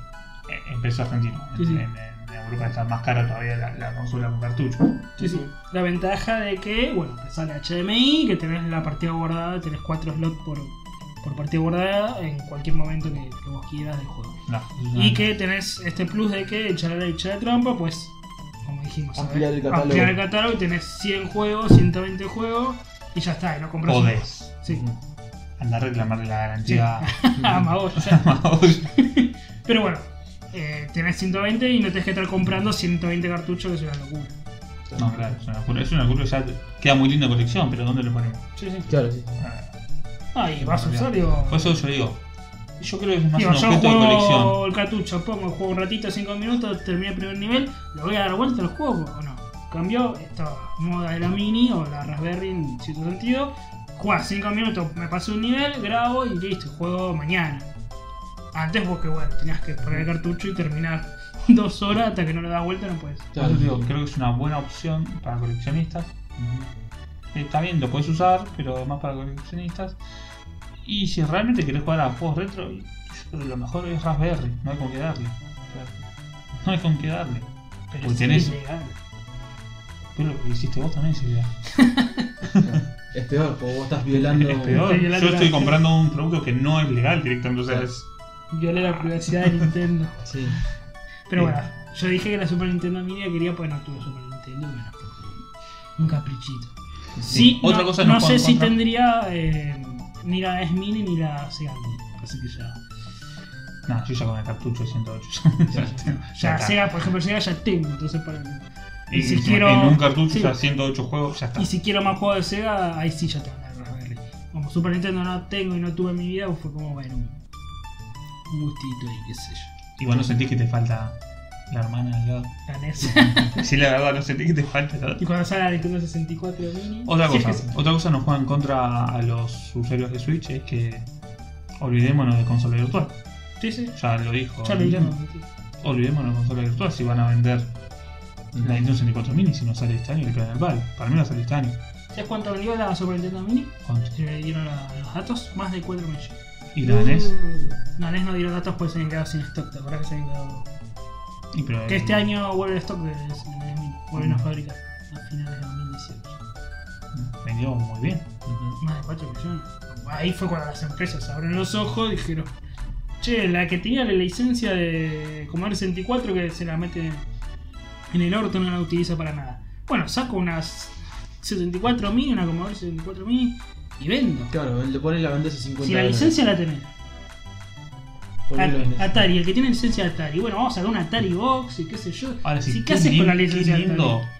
Speaker 1: en- en peso argentino. En-
Speaker 2: Sí, sí.
Speaker 1: En, en Europa está más cara todavía la, la consola con cartucho.
Speaker 2: Sí, sí. La ventaja de que, bueno, que sale HDMI, que tenés la partida guardada, tenés 4 slots por, por partida guardada en cualquier momento que, que vos quieras del juego.
Speaker 1: No,
Speaker 2: Y que tenés este plus de que echar la hecha de trampa, pues, como dijimos,
Speaker 3: Ampliar
Speaker 2: ¿sabes?
Speaker 3: el catálogo.
Speaker 2: ampliar el catálogo y tenés 100 juegos, 120 juegos y ya está, y no compras.
Speaker 1: podés.
Speaker 2: Sí,
Speaker 1: Andar a reclamarle la garantía
Speaker 2: a Mago, ya.
Speaker 1: a Maoya.
Speaker 2: Pero bueno, eh, tenés 120 y no tenés que estar comprando 120 cartuchos, que es una locura.
Speaker 1: No, claro, es una locura. Es una locura, ya te- queda muy linda colección, pero ¿dónde lo ponemos?
Speaker 2: Sí, sí.
Speaker 3: Claro, sí. sí.
Speaker 2: Ah, y vas a usar, digo.
Speaker 1: Por eso yo digo, yo creo que es más
Speaker 2: digo,
Speaker 1: un
Speaker 2: yo
Speaker 1: objeto de colección.
Speaker 2: juego el cartucho, pongo, juego un ratito, 5 minutos, terminé el primer nivel, le voy a dar vuelta al juego o no. Cambió esta moda de la mini o la Raspberry en cierto sentido. Jugás 5 minutos, me paso un nivel, grabo y listo, juego mañana. Antes vos que bueno, tenías que poner el cartucho y terminar dos horas hasta que no le das vuelta, no puedes.
Speaker 1: Por eso digo, creo que es una buena opción para coleccionistas. Está bien, lo puedes usar, pero más para coleccionistas. Y si realmente querés jugar a juegos retro, yo creo que lo mejor es Raspberry, no hay con qué darle. No hay con qué darle. Porque
Speaker 2: es
Speaker 1: tenés-
Speaker 2: ilegal.
Speaker 1: Pero lo que hiciste vos también es idea.
Speaker 3: Es peor, porque vos estás violando.
Speaker 1: Es peor.
Speaker 2: Estoy
Speaker 1: Yo estoy
Speaker 2: violando-
Speaker 1: comprando un producto que no es legal directamente. O sea, es-
Speaker 2: Violé la privacidad de Nintendo.
Speaker 3: Sí.
Speaker 2: Pero
Speaker 1: Bien.
Speaker 2: bueno, yo dije que la Super Nintendo Mini la quería, pues no tuve Super Nintendo, bueno, un caprichito. Sí,
Speaker 1: Otra
Speaker 2: no,
Speaker 1: cosa
Speaker 2: no
Speaker 1: no
Speaker 2: sé
Speaker 1: puedo
Speaker 2: si
Speaker 1: encontrar.
Speaker 2: tendría eh, ni la S Mini ni la Sega Mini, así que ya.
Speaker 1: No, yo ya con el cartucho de 108. ya lo tengo, ya
Speaker 2: Ya,
Speaker 1: está.
Speaker 2: Sega, por ejemplo, Sega ya tengo, entonces para
Speaker 1: Y,
Speaker 2: y si
Speaker 1: en-
Speaker 2: quiero-
Speaker 1: en un cartucho
Speaker 2: sí.
Speaker 1: ya 108 juegos, ya está.
Speaker 2: Y si quiero más juegos de Sega, ahí sí ya tengo la Raspberry. Como Super Nintendo no tengo y no tuve en mi vida, fue como, bueno, un un gustito ahí, qué sé yo.
Speaker 1: Igual no sentís que te falta la hermana del lado.
Speaker 2: La NES.
Speaker 1: Sí, la verdad, no sentís que te falta la
Speaker 2: y cuando sale la Nintendo 64 Mini.
Speaker 1: Otra
Speaker 2: sí,
Speaker 1: cosa,
Speaker 2: es que-
Speaker 1: otra cosa nos juega en contra a los usuarios de Switch es que olvidémonos de consola virtual.
Speaker 2: Sí, sí.
Speaker 1: Ya lo dijo.
Speaker 2: Ya lo diremos.
Speaker 1: Olvidémonos de consola virtual si van a vender la Nintendo 64 Mini si no sale este año el plan del Val. Para mí va a salir este año.
Speaker 2: ¿Sabes cuánto vendió la Super Nintendo Mini?
Speaker 1: ¿Cuánto?
Speaker 2: Si me dieron la- los datos, más de 4 millones. Mm.
Speaker 1: Y
Speaker 2: Uh.
Speaker 1: la E
Speaker 2: E
Speaker 1: NES.
Speaker 2: No, les E no dieron datos porque se habían quedado sin stock, ¿te acordás que se habían quedado?
Speaker 1: Y pero-
Speaker 2: Que este año vuelve el Mm. stock de de la Mini, vuelven a fabricar a finales de 2018.
Speaker 1: Vendió muy bien.
Speaker 3: Ujú.
Speaker 2: Más de 4 millones. Ahí fue cuando las empresas abren los ojos y dijeron: Che, la que tenía la licencia de Commodore 64 que se la mete en el orto, no la utiliza para nada. Bueno, saco unas 64 mini, una Commodore 64 mini y vendo.
Speaker 3: Claro, le pones la bandera 50
Speaker 2: Si la
Speaker 3: dólares.
Speaker 2: licencia la tenés.
Speaker 3: Ponele la
Speaker 2: At-
Speaker 3: bandera.
Speaker 2: Atari, el que tiene licencia de Atari. Bueno, vamos a sacar un Atari Box y qué sé yo.
Speaker 1: Ahora sí,
Speaker 2: Sí, ¿qué haces con la licencia de
Speaker 1: lindo.
Speaker 2: Atari?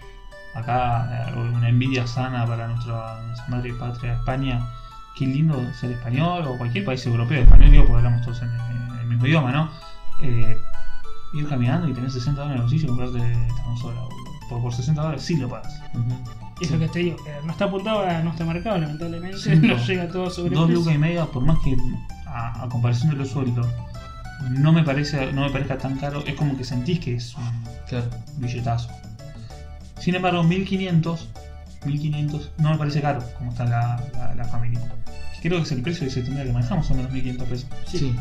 Speaker 1: Acá, eh, una envidia sana para nuestra, nuestra madre patria España. Qué lindo ser español o cualquier país europeo. Español, digo, porque hablamos todos en el, en el mismo idioma, ¿no? Eh, ir caminando y tener 60 dólares en el bolsillo y comprarte esta consola. boludo. Por, por 60 dólares sí lo pagas.
Speaker 3: Ujú.
Speaker 2: Es lo que te digo. eh, No está apuntado, a- no está marcado, lamentablemente.
Speaker 1: Sí,
Speaker 2: no
Speaker 1: no.
Speaker 2: llega todo sobre
Speaker 1: Dos
Speaker 2: precio.
Speaker 1: lucas y media, por más que a, a comparación de los sueldos, no me, parece, no me parezca tan caro. Es como que sentís que es un
Speaker 3: Claro.
Speaker 1: billetazo. Sin embargo, 1500 1500. No me parece caro como está la, la, la familia. Creo que es el precio que se tendría que manejar más o menos 1500 pesos.
Speaker 6: Sí.
Speaker 3: Sí.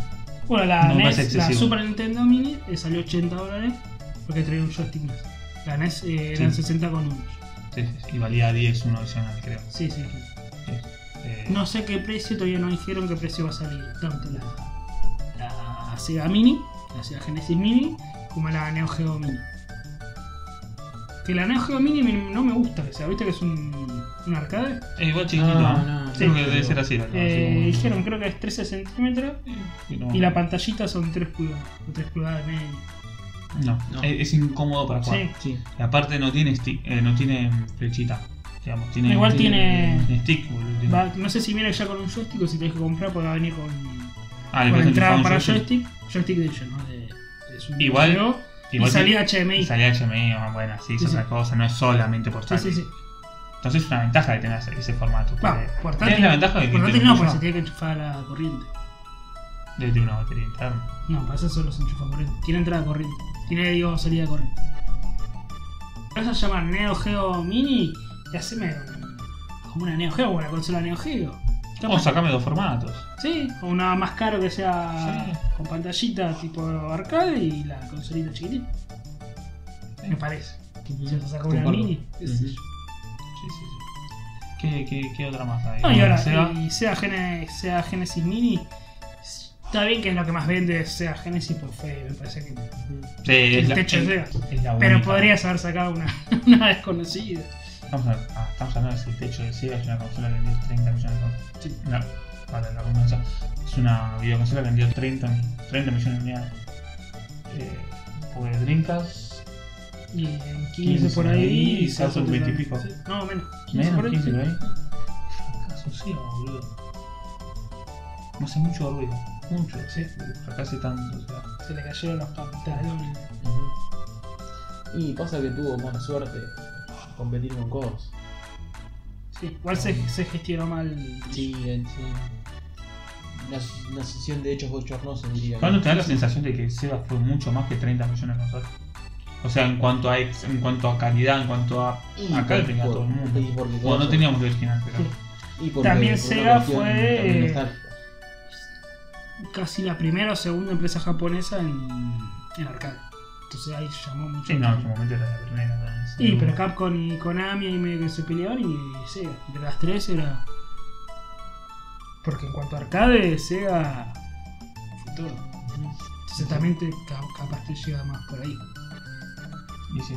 Speaker 2: Bueno, la
Speaker 1: No me
Speaker 2: NES,
Speaker 1: parece
Speaker 2: la
Speaker 1: excesivo.
Speaker 2: Super Nintendo Mini, eh, salió 80 dólares porque traía un joystick más. La NES eh, eran
Speaker 1: Sí.
Speaker 2: 60 con un.
Speaker 1: Sí, sí, sí. Y valía 10 uno adicional, creo.
Speaker 2: Sí, sí.
Speaker 1: Eh,
Speaker 2: No sé qué precio, todavía no dijeron qué precio va a salir. Tanto la, la Sega Mini, la Sega Genesis Mini, como la Neo Geo Mini. Que la Neo Geo Mini me- no me gusta, o sea, viste que es un, un arcade.
Speaker 1: eh, igual chiquito,
Speaker 3: No,
Speaker 1: ¿no?
Speaker 3: no,
Speaker 1: Creo
Speaker 2: sí,
Speaker 1: que debe
Speaker 3: pero-
Speaker 1: ser así. ¿no?
Speaker 2: Eh,
Speaker 1: Así
Speaker 2: dijeron, creo que es 13 centímetros
Speaker 1: como- no.
Speaker 2: y la pantallita son 3 pulgadas, 3 pulgadas y media.
Speaker 1: No, Eh,
Speaker 3: No.
Speaker 1: Es, es incómodo para jugar.
Speaker 2: Sí.
Speaker 3: Sí.
Speaker 1: Y aparte no tiene, stick, eh, no tiene flechita. Digamos, tiene,
Speaker 2: Igual tiene.
Speaker 1: tiene stick, boludo. tiene-
Speaker 2: va- no sé si viene ya con un joystick o si tenés que comprar porque va a venir con.
Speaker 1: Ah, le
Speaker 2: con
Speaker 1: puedes
Speaker 2: entrada
Speaker 1: enchufar un
Speaker 2: para
Speaker 1: joystick.
Speaker 2: joystick, joystick de ellos, ¿no? De, de su
Speaker 1: Igual-
Speaker 2: juego.
Speaker 1: Igual
Speaker 2: y salía
Speaker 1: tiene-
Speaker 2: HMI.
Speaker 1: y salía HMI, ah, bueno, sí, es
Speaker 2: Sí,
Speaker 1: otra
Speaker 2: sí.
Speaker 1: cosa, no es solamente por
Speaker 2: sí, sí, sí.
Speaker 1: Entonces es una ventaja que tengas ese formato.
Speaker 2: Va,
Speaker 1: porque
Speaker 2: portátil.
Speaker 1: Eh, tenés la ventaja de que
Speaker 2: portátil
Speaker 1: te
Speaker 2: no,
Speaker 1: enchufa
Speaker 2: porque se tiene que enchufar a la corriente.
Speaker 1: desde una batería interna.
Speaker 2: No, para eso solo se enchufa a corriente. Tiene entrada a corriente. Tiene, digo, salida de corriente. Vas a llamar Neo Geo Mini y haceme como una Neo Geo o una consola Neo Geo.
Speaker 1: O sacame dos formatos.
Speaker 2: Sí, o una más caro que sea
Speaker 1: Sí.
Speaker 2: con pantallita tipo arcade y la consolita chiquitita. Me parece.
Speaker 1: Mm.
Speaker 2: Si vas a sacar una
Speaker 3: Comparto.
Speaker 2: mini. qué sé yo.
Speaker 1: Sí, sí, sí. ¿Qué, qué, qué otra más hay?
Speaker 2: No, y ahora,
Speaker 1: Sega.
Speaker 2: y sea, Gene- sea Genesis Mini, está bien que es lo que más vende sea Genesis, pues fue, me parece que.
Speaker 1: Sí, es
Speaker 2: el
Speaker 1: la-
Speaker 2: techo
Speaker 1: es-
Speaker 2: de Sega.
Speaker 1: es la
Speaker 2: Pero
Speaker 1: única.
Speaker 2: podrías haber sacado una, una desconocida.
Speaker 1: Estamos, a- ah, estamos hablando de si el techo de Sega es una consola que vendió 30 millones de unidades.
Speaker 2: Sí.
Speaker 1: No, para la redundancia. Es una videoconsola que vendió 30, mi- 30 millones de unidades. Eh, porque Drinkas.
Speaker 2: Y en 15,
Speaker 1: 15
Speaker 2: por ahí.
Speaker 1: ahí,
Speaker 2: y
Speaker 1: sacó
Speaker 2: sacó
Speaker 1: 20 y
Speaker 2: otra-
Speaker 1: pico.
Speaker 2: sí, No, menos. 15
Speaker 1: Menos
Speaker 2: por ahí,
Speaker 1: 15 por
Speaker 2: sí.
Speaker 1: ahí. Fracaso Sega, boludo. No hace mucho ruido. Mucho, sí. Acá hace tanto. o sea.
Speaker 2: Se le cayeron los pantalones.
Speaker 3: Y pasa que tuvo mala suerte competir con Cos.
Speaker 2: Sí, igual se, se gestionó mal.
Speaker 3: Sí, eh, sí. Una, una sesión de hechos bochornosos, diría.
Speaker 1: ¿Cuándo te da la sensación de que Sega fue mucho más que 30 millones de consolas? O sea, en cuanto a ex- en cuanto a calidad, en cuanto a
Speaker 3: Y
Speaker 1: acá
Speaker 3: por-
Speaker 1: tenía
Speaker 3: por-
Speaker 1: todo el mundo.
Speaker 3: y porque
Speaker 1: Bueno, no
Speaker 3: todo-
Speaker 1: teníamos que original, pero.
Speaker 2: Sí.
Speaker 3: Y porque-
Speaker 2: También
Speaker 3: por una
Speaker 2: Sega
Speaker 3: cuestión
Speaker 2: fue-
Speaker 3: también nostálgica.
Speaker 2: Casi la primera o segunda empresa japonesa en, en arcade. Entonces ahí llamó mucho.
Speaker 1: Sí, no, en su momento era la primera. ¿no?
Speaker 2: Y
Speaker 1: Sí,
Speaker 2: pero Capcom y Konami ahí medio que se peleaban y Sega. De las tres era. Porque en cuanto a arcade, Sega. fue todo. Entonces también te, ca- capaz te llega más por ahí.
Speaker 1: Y sí.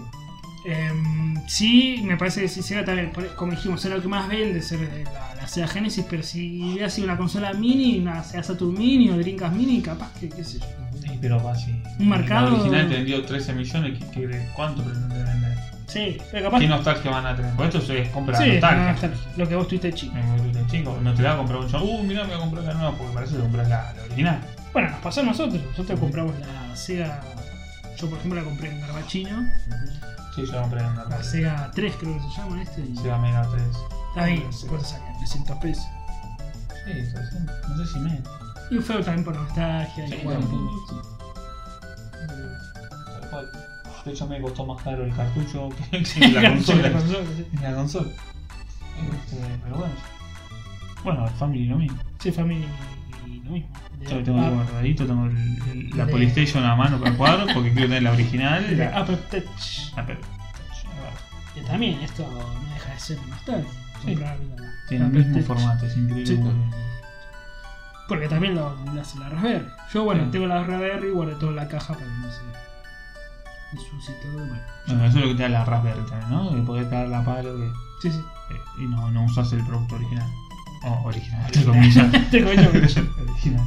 Speaker 2: Em, sí, me parece que sí, Sega también, por- como dijimos, era lo que más vende ser de la, la Sega Genesis, pero si hubiera sido una consola mini, una Sega Saturn mini o Dreamcast mini, capaz que, qué sé yo.
Speaker 1: Sí, pero casi.
Speaker 2: Un mercado-
Speaker 1: La original te vendió 13 millones. ¿qué- qué- ¿Cuánto pretende vender?
Speaker 2: Sí, pero capaz
Speaker 1: ¿Qué nostalgia van a tener? Por esto se compra
Speaker 2: sí,
Speaker 1: nostalgia.
Speaker 2: no, nostalgia, lo que vos tuviste de chico.
Speaker 1: Me gusta el Eh, chico, no te la va a comprar un chavo. Uh, mirá, me voy a comprar la nueva porque para eso te compras la, la original.
Speaker 2: Bueno, nos pasó a nosotros, nosotros compramos la Sega, yo por ejemplo la compré en Garbachino,
Speaker 1: Sí, yo la compré en
Speaker 2: la
Speaker 1: la
Speaker 2: Sega 3 creo que se llama este, y
Speaker 1: Sega Mega 3.
Speaker 2: está bien, se puede sacar 300 pesos.
Speaker 1: Sí, 300, no sé si menos.
Speaker 2: Y fue también por nostalgia y
Speaker 1: Sí,
Speaker 2: bueno,
Speaker 1: tampoco, sí. Tal cual. De hecho, me costó más caro el cartucho que, que la
Speaker 2: la
Speaker 1: consola.
Speaker 2: consola, sí.
Speaker 1: la consola. Este, pero bueno. Bueno, el Family lo mismo.
Speaker 2: Sí, familia y lo mismo. De-
Speaker 1: Yo tengo
Speaker 2: ah,
Speaker 1: el guardadito, tengo el- el- la
Speaker 2: De-
Speaker 1: PlayStation a mano para jugar porque quiero tener la original.
Speaker 2: de
Speaker 1: La,
Speaker 2: Apple Touch.
Speaker 1: Ah, pero- Ah,
Speaker 2: Que también esto no deja de ser nostalgia. Comprar la-
Speaker 1: Tiene el
Speaker 2: Apple
Speaker 1: mismo
Speaker 2: Touch.
Speaker 1: formato, es increíble.
Speaker 2: Sí.
Speaker 1: boludo.
Speaker 2: Porque también lo, lo hace la Raspberry. Yo, bueno,
Speaker 1: Sí.
Speaker 2: tengo la Raspberry y guardé toda la caja para que no se ensucie todo. Bueno.
Speaker 1: Bueno, eso es lo que te da la Raspberry también, ¿no? Que podés cagar la palo que,
Speaker 2: Sí, sí.
Speaker 1: eh, y no, no usas el producto original. Oh, original, entre comillas.
Speaker 2: Te cuento que-
Speaker 1: Original.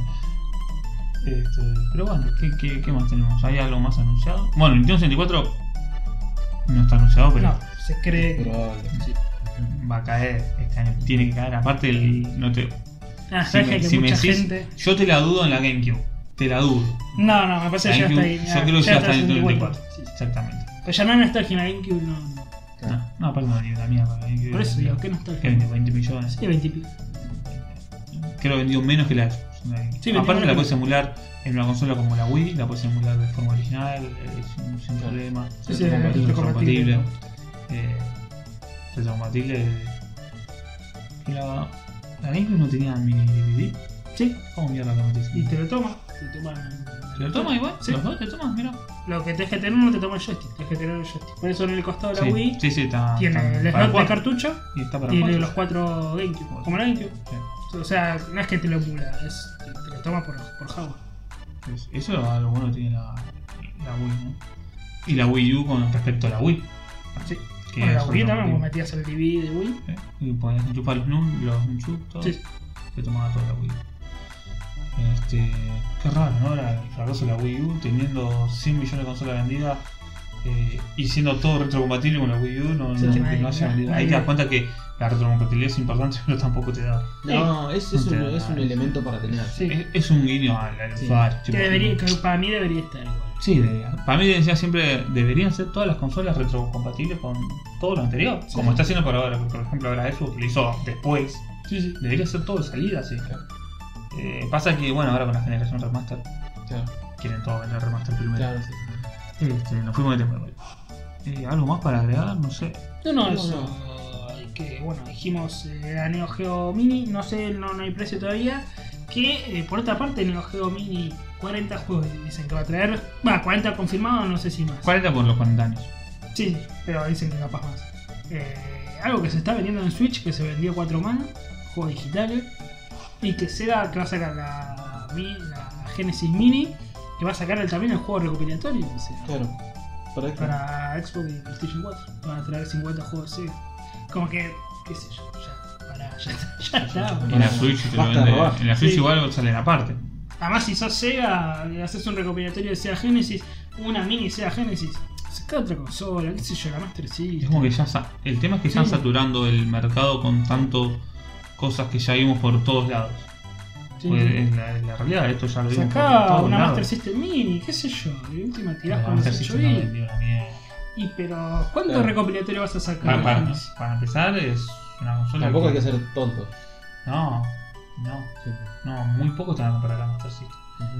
Speaker 1: Este, pero bueno, ¿qué, qué, qué más tenemos? ¿Hay algo más anunciado? Bueno, Nintendo 64 no está anunciado, pero
Speaker 2: No, se cree. que-
Speaker 3: Probable.
Speaker 2: Sí.
Speaker 1: va a caer este año. Tiene que caer. Aparte, el, no te,
Speaker 2: Ah,
Speaker 1: si
Speaker 2: sabes
Speaker 1: me-
Speaker 2: que
Speaker 1: si me
Speaker 2: mucha
Speaker 1: decís-
Speaker 2: gente.
Speaker 1: yo te la dudo en la GameCube. Te la dudo.
Speaker 2: No, no, me parece que ya está ahí.
Speaker 1: GameCube, yo creo que ya está en
Speaker 2: el
Speaker 1: el
Speaker 2: 64.
Speaker 1: 64.
Speaker 2: Sí, sí.
Speaker 1: Exactamente.
Speaker 2: Pero ya no hay nostalgia en la GameCube, no. no.
Speaker 1: No, no, aparte no, ni una mierda. la GameCube
Speaker 2: Por eso
Speaker 1: vendió-
Speaker 2: digo, ¿qué nostalgia?
Speaker 1: que vendió 20 millones.
Speaker 2: Sí, 20 y pico.
Speaker 1: Creo que vendió menos que la Xbox. la GameCube.
Speaker 2: Sí, vendió
Speaker 1: Aparte
Speaker 2: menos
Speaker 1: la
Speaker 2: que-
Speaker 1: puedes emular en una consola como la Wii, la puedes emular de forma original, eh, sin, sin problema.
Speaker 2: Sí,
Speaker 3: Sí,
Speaker 2: sí,
Speaker 3: compatible,
Speaker 2: retrocompatible.
Speaker 1: compatible. Eh, El San Matilde. y La, la Gamecube no tenía mini DVD.
Speaker 2: Sí,
Speaker 1: ¿Cómo mierda la Matilde?
Speaker 2: y te lo toma. Te toman.
Speaker 1: ¿Te lo tomas igual?
Speaker 2: Sí.
Speaker 1: ¿Los dos te tomas? Mira.
Speaker 2: Lo que tenés que tener no te toma el joystick, tenés que tener el joystick. Por eso en el costado de la
Speaker 1: sí.
Speaker 2: Wii
Speaker 1: sí, sí, está.
Speaker 2: tiene
Speaker 1: está para
Speaker 2: el slot de
Speaker 1: cuatro.
Speaker 2: cartucho
Speaker 1: Y está para
Speaker 2: tiene
Speaker 1: cuatro.
Speaker 2: los cuatro GameCube. Como la GameCube.
Speaker 1: Sí.
Speaker 2: O sea, no es que te lo emula, es te, te lo toma por, por Java.
Speaker 1: Es- Pues Eso es lo bueno que tiene la, la Wii, ¿no? Y la Wii U con respecto a la Wii.
Speaker 2: Ah, Sí.
Speaker 1: que
Speaker 2: Bueno, la
Speaker 1: es
Speaker 2: Wii
Speaker 1: otro
Speaker 2: también, vos
Speaker 1: motivo.
Speaker 2: metías el DVD de Wii.
Speaker 1: ¿Eh? Y podías enchufar los num, los nunchuk, todo.
Speaker 2: Sí.
Speaker 1: Te tomaba toda la Wii. Este, qué raro, ¿no? La- El fracaso de la Wii U, teniendo 100 millones de consolas vendidas eh, y siendo todo retrocompatible con la Wii U, no,
Speaker 2: Sí,
Speaker 1: no,
Speaker 2: que
Speaker 1: no
Speaker 2: nadie-
Speaker 1: haya vendido. Ahí
Speaker 2: nadie-
Speaker 1: te das cuenta que la retrocompatibilidad es importante, pero tampoco te da.
Speaker 3: No, es, es,
Speaker 1: No
Speaker 3: un,
Speaker 1: te da
Speaker 3: es un
Speaker 1: nada.
Speaker 3: elemento para tener.
Speaker 2: Sí.
Speaker 1: Es, es un guiño al, al
Speaker 3: Sí.
Speaker 1: usuario,
Speaker 2: Que
Speaker 1: tipo,
Speaker 2: debería, que para mí debería estar igual.
Speaker 1: Sí, de- para mí decía siempre deberían ser todas las consolas retrocompatibles con todo lo anterior,
Speaker 3: Sí.
Speaker 1: como está haciendo por ahora, por ejemplo ahora Xbox lo hizo después,
Speaker 2: Sí, sí.
Speaker 1: debería ser todo de salida, así.
Speaker 3: Claro.
Speaker 1: Eh, pasa que bueno, ahora con la generación remaster
Speaker 3: Claro,
Speaker 1: quieren todo vender remaster primero.
Speaker 3: claro, sí, sí.
Speaker 1: Este, nos fuimos de tema. igual. Eh, ¿Algo más para agregar? No sé.
Speaker 2: No,
Speaker 3: No,
Speaker 2: no, eso. Que bueno, dijimos eh, a Neo Geo Mini, no sé, no, no hay precio todavía. Que eh, por otra parte, Neo Geo Mini, 40 juegos dicen que va a traer. Va, 40 confirmados, no sé si más.
Speaker 1: 40 por los 40 años.
Speaker 2: Sí, sí, pero dicen que capaz más. Eh, algo que se está vendiendo en Switch, que se vendió 4 manos, juegos digitales. Y que Sega que va a sacar la, Mi- la Genesis Mini, que va a sacar el- también el juego recopilatorio. o sea,
Speaker 3: claro. Para esto.
Speaker 2: para Xbox y PlayStation 4. Van a traer 50 juegos de Sega. Como que, qué sé yo, ya, pará, ya, está- ya está.
Speaker 1: En la
Speaker 3: Bueno,
Speaker 1: Switch te lo
Speaker 3: basta de
Speaker 1: venden-
Speaker 3: robar.
Speaker 1: En la Switch
Speaker 2: Sí.
Speaker 1: igual salen aparte.
Speaker 2: Además, si sos Sega, le haces un recopilatorio de Sega Genesis, una mini Sega Genesis, saca otra consola, qué sé yo, la Master
Speaker 1: Es
Speaker 2: System.
Speaker 1: como que ya sa- el tema es que están
Speaker 2: Sí.
Speaker 1: saturando el mercado con tanto cosas que ya vimos por todos lados.
Speaker 2: Sí.
Speaker 1: Pues, en la, en la realidad esto ya lo vimos por
Speaker 2: Sacá
Speaker 1: todos
Speaker 2: una
Speaker 1: lados.
Speaker 2: Master System Mini, qué sé yo, de última
Speaker 1: La
Speaker 2: tirás con los
Speaker 1: Master
Speaker 2: 8
Speaker 1: System no
Speaker 2: bits.
Speaker 1: vendió una mierda.
Speaker 2: Y pero, ¿cuánto
Speaker 3: Claro.
Speaker 2: recopilatorio vas a sacar?
Speaker 1: Pa-
Speaker 2: de
Speaker 1: Ah, para,
Speaker 2: Genesis?
Speaker 1: para empezar es una consola
Speaker 3: Tampoco hay que ser tonto.
Speaker 1: No, no,
Speaker 3: Sí.
Speaker 1: no, muy poco te van a comprar la Master System.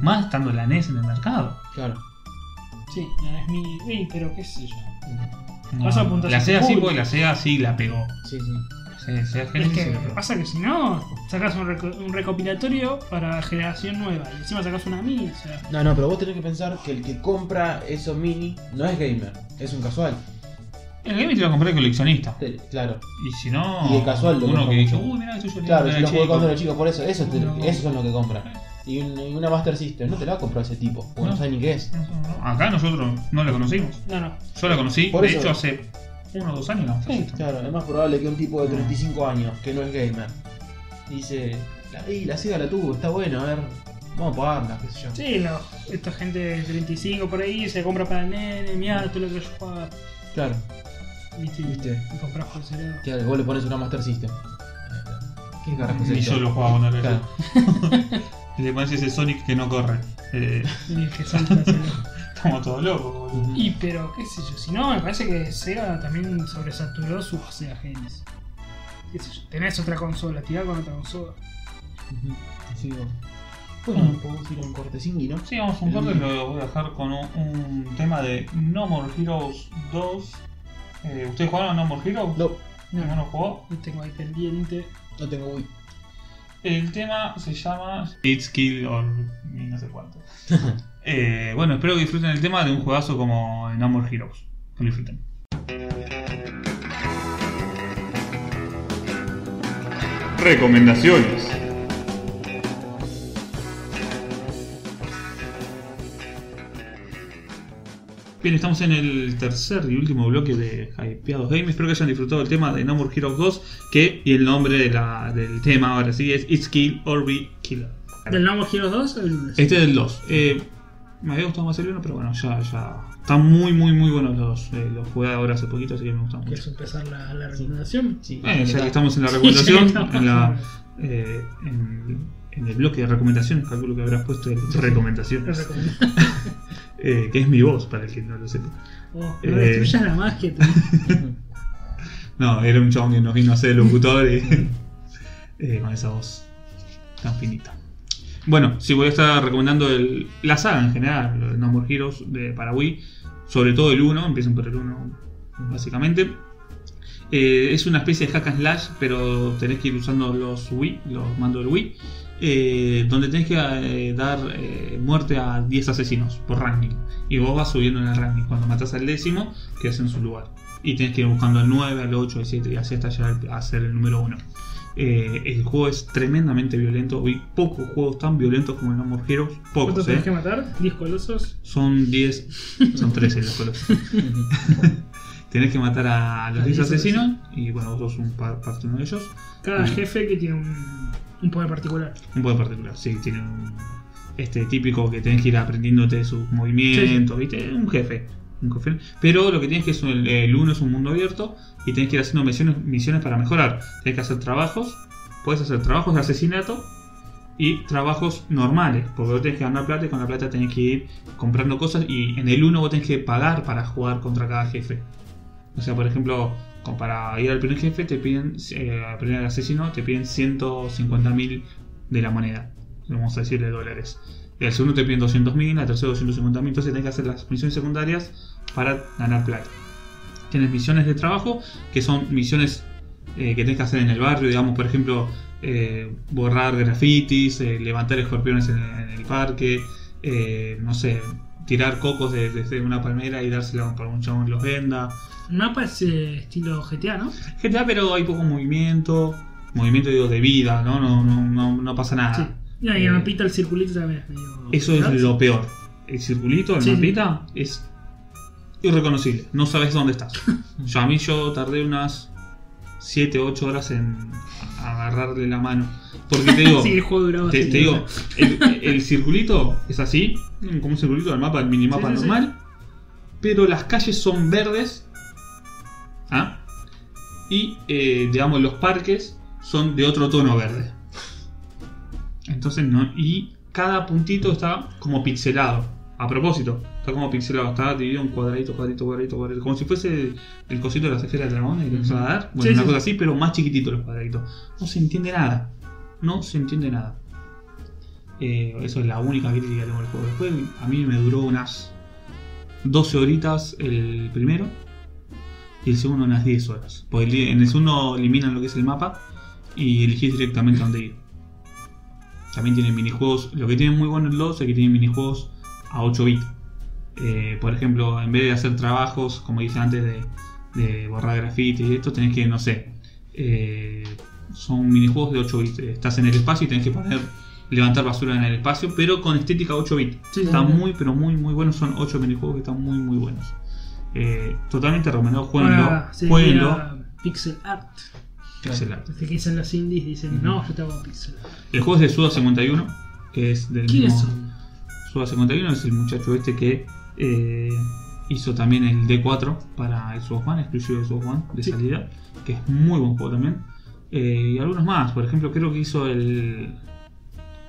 Speaker 1: Más estando la NES en el mercado.
Speaker 3: Claro.
Speaker 2: Sí, no es mini, Uy, pero qué sé yo.
Speaker 1: No,
Speaker 2: Vas a apuntar
Speaker 1: la
Speaker 2: a
Speaker 1: Sega
Speaker 2: ese
Speaker 1: sí,
Speaker 2: público.
Speaker 1: porque la Sega sí la pegó.
Speaker 3: Sí, sí.
Speaker 1: La Sega, Sega
Speaker 2: Es
Speaker 1: Genesis
Speaker 2: que
Speaker 1: se la pegó.
Speaker 2: pasa que si no, sacas un, reco- un recopilatorio para generación nueva y encima sacas una mini, o sea,
Speaker 3: No, no, pero vos tenés que pensar que el que compra eso mini no es gamer, es un casual.
Speaker 1: El game te lo compré el coleccionista.
Speaker 3: Sí, Claro,
Speaker 1: Y si no,
Speaker 3: Y de casual lo
Speaker 1: uno
Speaker 3: compra
Speaker 1: que dice,
Speaker 3: mucho.
Speaker 1: uy, mira, esto yo tengo
Speaker 3: claro,
Speaker 1: que
Speaker 3: si
Speaker 1: era
Speaker 3: lo jugué
Speaker 1: chico".
Speaker 3: cuando era chico, por eso, eso, te-
Speaker 2: No.
Speaker 3: esos son los que compran. Y, un- y una Master System, no te la va a comprar ese tipo, porque no,
Speaker 1: No.
Speaker 3: sabe ni qué es.
Speaker 1: Acá nosotros no la conocimos.
Speaker 2: no, no.
Speaker 1: Yo la conocí,
Speaker 3: Por
Speaker 1: de
Speaker 3: eso-
Speaker 1: hecho, hace uno o dos años la conocí.
Speaker 3: Claro, es más probable que un tipo de 35 años que no es gamer dice, la vi, la Sega la tuvo, está bueno, a ver, vamos a pagarla, qué sé yo.
Speaker 2: Sí, lo- esta gente de 35 por ahí se compra para el nene, mira, todo lo que yo jugaba,
Speaker 3: Claro,
Speaker 2: viste,
Speaker 3: Viste.
Speaker 2: y compras por ese lado.
Speaker 3: claro, vos le pones una Master System. ¿Qué carajo es
Speaker 1: Y
Speaker 3: esto?
Speaker 1: yo lo jugaba cuando era
Speaker 3: Claro.
Speaker 1: chico. Le parece ese Sonic que no corre. Eh,
Speaker 2: Y que salta, salta.
Speaker 1: estamos todos locos, boludo.
Speaker 2: Y pero, qué sé yo, si no, me parece que Sega también sobresaturó su Sega Genesis. Qué sé yo, tenés otra consola, tirá con otra consola.
Speaker 3: Ujú, así digo. Bueno, podemos ir a un cortecín y no.
Speaker 1: Sí, vamos a un corte, lo voy a dejar con un, un tema de No More Heroes 2. Eh, ¿Ustedes jugaron a No More Heroes?
Speaker 3: No,
Speaker 1: ¿Ninguno jugó?
Speaker 2: Yo tengo ahí pendiente.
Speaker 3: no tengo Wii.
Speaker 1: El tema se llama It's Kill or y no sé cuánto. Eh, bueno, espero que disfruten el tema de un juegazo como No More Heroes. Que lo disfruten.
Speaker 7: Recomendaciones.
Speaker 1: Bien, estamos en el tercer y último bloque de Hypeados Games. Espero que hayan disfrutado el tema de No More Heroes 2, que y el nombre de la- del tema ahora sí es It's Kill or Be Killer.
Speaker 8: ¿Del Namo Heroes 2 o el lunes?
Speaker 1: Este es del 2. Eh, me había gustado más el 1, pero bueno, ya, ya. Están muy, muy, muy buenos los dos. Eh, los jugué ahora hace poquito, así que me gustan mucho.
Speaker 8: ¿Quieres empezar la, la recomendación?
Speaker 3: Sí,
Speaker 1: Bueno, Ah, ya
Speaker 3: está.
Speaker 1: que estamos en la recomendación,
Speaker 8: ya estamos.
Speaker 1: en, la, eh, en- en el bloque de recomendaciones, calculo que habrás puesto el
Speaker 8: La
Speaker 1: recomendaciones,
Speaker 8: recomendación.
Speaker 1: eh, que es mi voz, para el que no lo sepa.
Speaker 8: Oh, no
Speaker 1: Eh.
Speaker 8: destruyas la magia. tú.
Speaker 1: No, era un chabón que nos vino a hacer el locutor y, eh, con esa voz tan finita. Bueno, sí voy a estar recomendando el- la saga en general, lo de No More Heroes de Paraguay, sobre todo el 1, empiezan por el 1 básicamente. Eh, es una especie de hack and slash, pero tenés que ir usando los Wii, los mandos del Wii, eh, donde tenés que eh, dar eh, muerte a 10 asesinos por ranking. Y vos vas subiendo en el ranking. Cuando matás al décimo, quedas en su lugar. Y tenés que ir buscando al 9, al 8, al 7 y así hasta llegar a ser el número 1. el juego es tremendamente violento. Vi pocos juegos tan violentos como el No More Heroes.
Speaker 4: ¿Cuántos
Speaker 1: Pocos,
Speaker 4: tenés
Speaker 1: eh.
Speaker 4: que matar? ¿10 colosos?
Speaker 1: Son 10, son 13 los colores. Tenés que matar a los
Speaker 4: A
Speaker 1: 10
Speaker 4: 10
Speaker 1: asesinos y bueno, vos sos un par, parte uno de ellos.
Speaker 4: Cada
Speaker 1: Ah.
Speaker 4: jefe que tiene un, un poder particular.
Speaker 1: Un poco particular, sí, tiene un. Este típico que tenés que ir aprendiéndote sus movimientos, ¿viste? Un jefe. Un jefe. Pero lo que tienes que es un- el 1 es un mundo abierto y tenés que ir haciendo misiones, misiones para mejorar. Tenés que hacer trabajos, puedes hacer trabajos de asesinato y trabajos normales, porque vos tenés que ganar plata y con la plata tenés que ir comprando cosas y en el 1 vos tenés que pagar para jugar contra cada jefe. O sea, por ejemplo, como para ir al primer jefe te piden, eh, al primer asesino te piden 150 mil de la moneda, vamos a decir de dólares. Y al segundo te piden 200 mil, al tercero 250 mil, entonces tenés que hacer las misiones secundarias para ganar plata. Tienes misiones de trabajo que son misiones eh, que tenés que hacer en el barrio, digamos, por ejemplo, eh, borrar grafitis, eh, levantar escorpiones en, en el parque, eh, no sé, tirar cocos de- desde una palmera y dársela para un chabón que los venda.
Speaker 4: El mapa es eh, estilo GTA, ¿no?
Speaker 1: GTA, pero hay poco movimiento, movimiento digo, de vida, ¿no? No, no, no, no pasa nada.
Speaker 4: Sí. Y ahí
Speaker 1: Eh,
Speaker 4: el mapita, el circulito también es medio.
Speaker 1: Eso es
Speaker 4: ¿verdad?
Speaker 1: lo peor. El circulito, el
Speaker 4: Sí, sí.
Speaker 1: mapita, es irreconocible. No sabes dónde estás. yo a mí yo tardé unas 7, 8 horas en agarrarle la mano. Porque te digo,
Speaker 4: Sí, el juego duraba
Speaker 1: te,
Speaker 4: así.
Speaker 1: te digo, el, el circulito es así, como un circulito del mapa, el minimapa
Speaker 4: Sí, sí, sí.
Speaker 1: normal. Pero las calles son verdes. ¿ah? Y, eh, digamos, los parques son de otro tono verde. Entonces no. Y cada puntito está como pixelado. A propósito, está como pixelado, está dividido en cuadradito, cuadradito, cuadradito, cuadradito. Como si fuese el, el cosito de las esferas de dragón, el que nos va a dar. Bueno,
Speaker 4: Sí,
Speaker 1: una
Speaker 4: sí,
Speaker 1: cosa así, pero más chiquitito los cuadraditos. No se entiende nada. No se entiende nada. Eh, eso es la única crítica que tengo al juego. Después a mí me duró unas 12 horitas el primero y el segundo unas 10 horas. Porque el di- en el segundo eliminan lo que es el mapa y elegís directamente a dónde ir. También tienen minijuegos. Lo que tienen muy bueno el 2 es que tienen minijuegos a 8 bits. Eh, por ejemplo, en vez de hacer trabajos, como dije antes, de, de borrar grafitis y esto, tenés que, no sé, eh, son minijuegos de 8 bits. Estás en el espacio y tenés que poner levantar basura en el espacio, pero con estética 8 bits.
Speaker 4: Sí,
Speaker 1: Está
Speaker 4: sí.
Speaker 1: muy, pero muy, muy buenos. Son 8 minijuegos que están muy, muy buenos. Eh, totalmente recomendado. Jueguenlo.
Speaker 4: Ahora se
Speaker 1: jueguenlo.
Speaker 4: diría Pixel art.
Speaker 1: Excelente.
Speaker 4: Viste que dicen los indies, dicen,
Speaker 1: Ujú.
Speaker 4: no, yo estaba con pixel art.
Speaker 1: El juego es de Suda 51, que es del
Speaker 4: ¿Quiénes
Speaker 1: mismo.
Speaker 4: son?
Speaker 1: Suda 51 es el muchacho este que eh, hizo también el D4 para el Xbox One, exclusivo de Xbox One de
Speaker 4: Sí.
Speaker 1: salida, que es muy buen juego también. Eh, y algunos más, por ejemplo, creo que hizo el.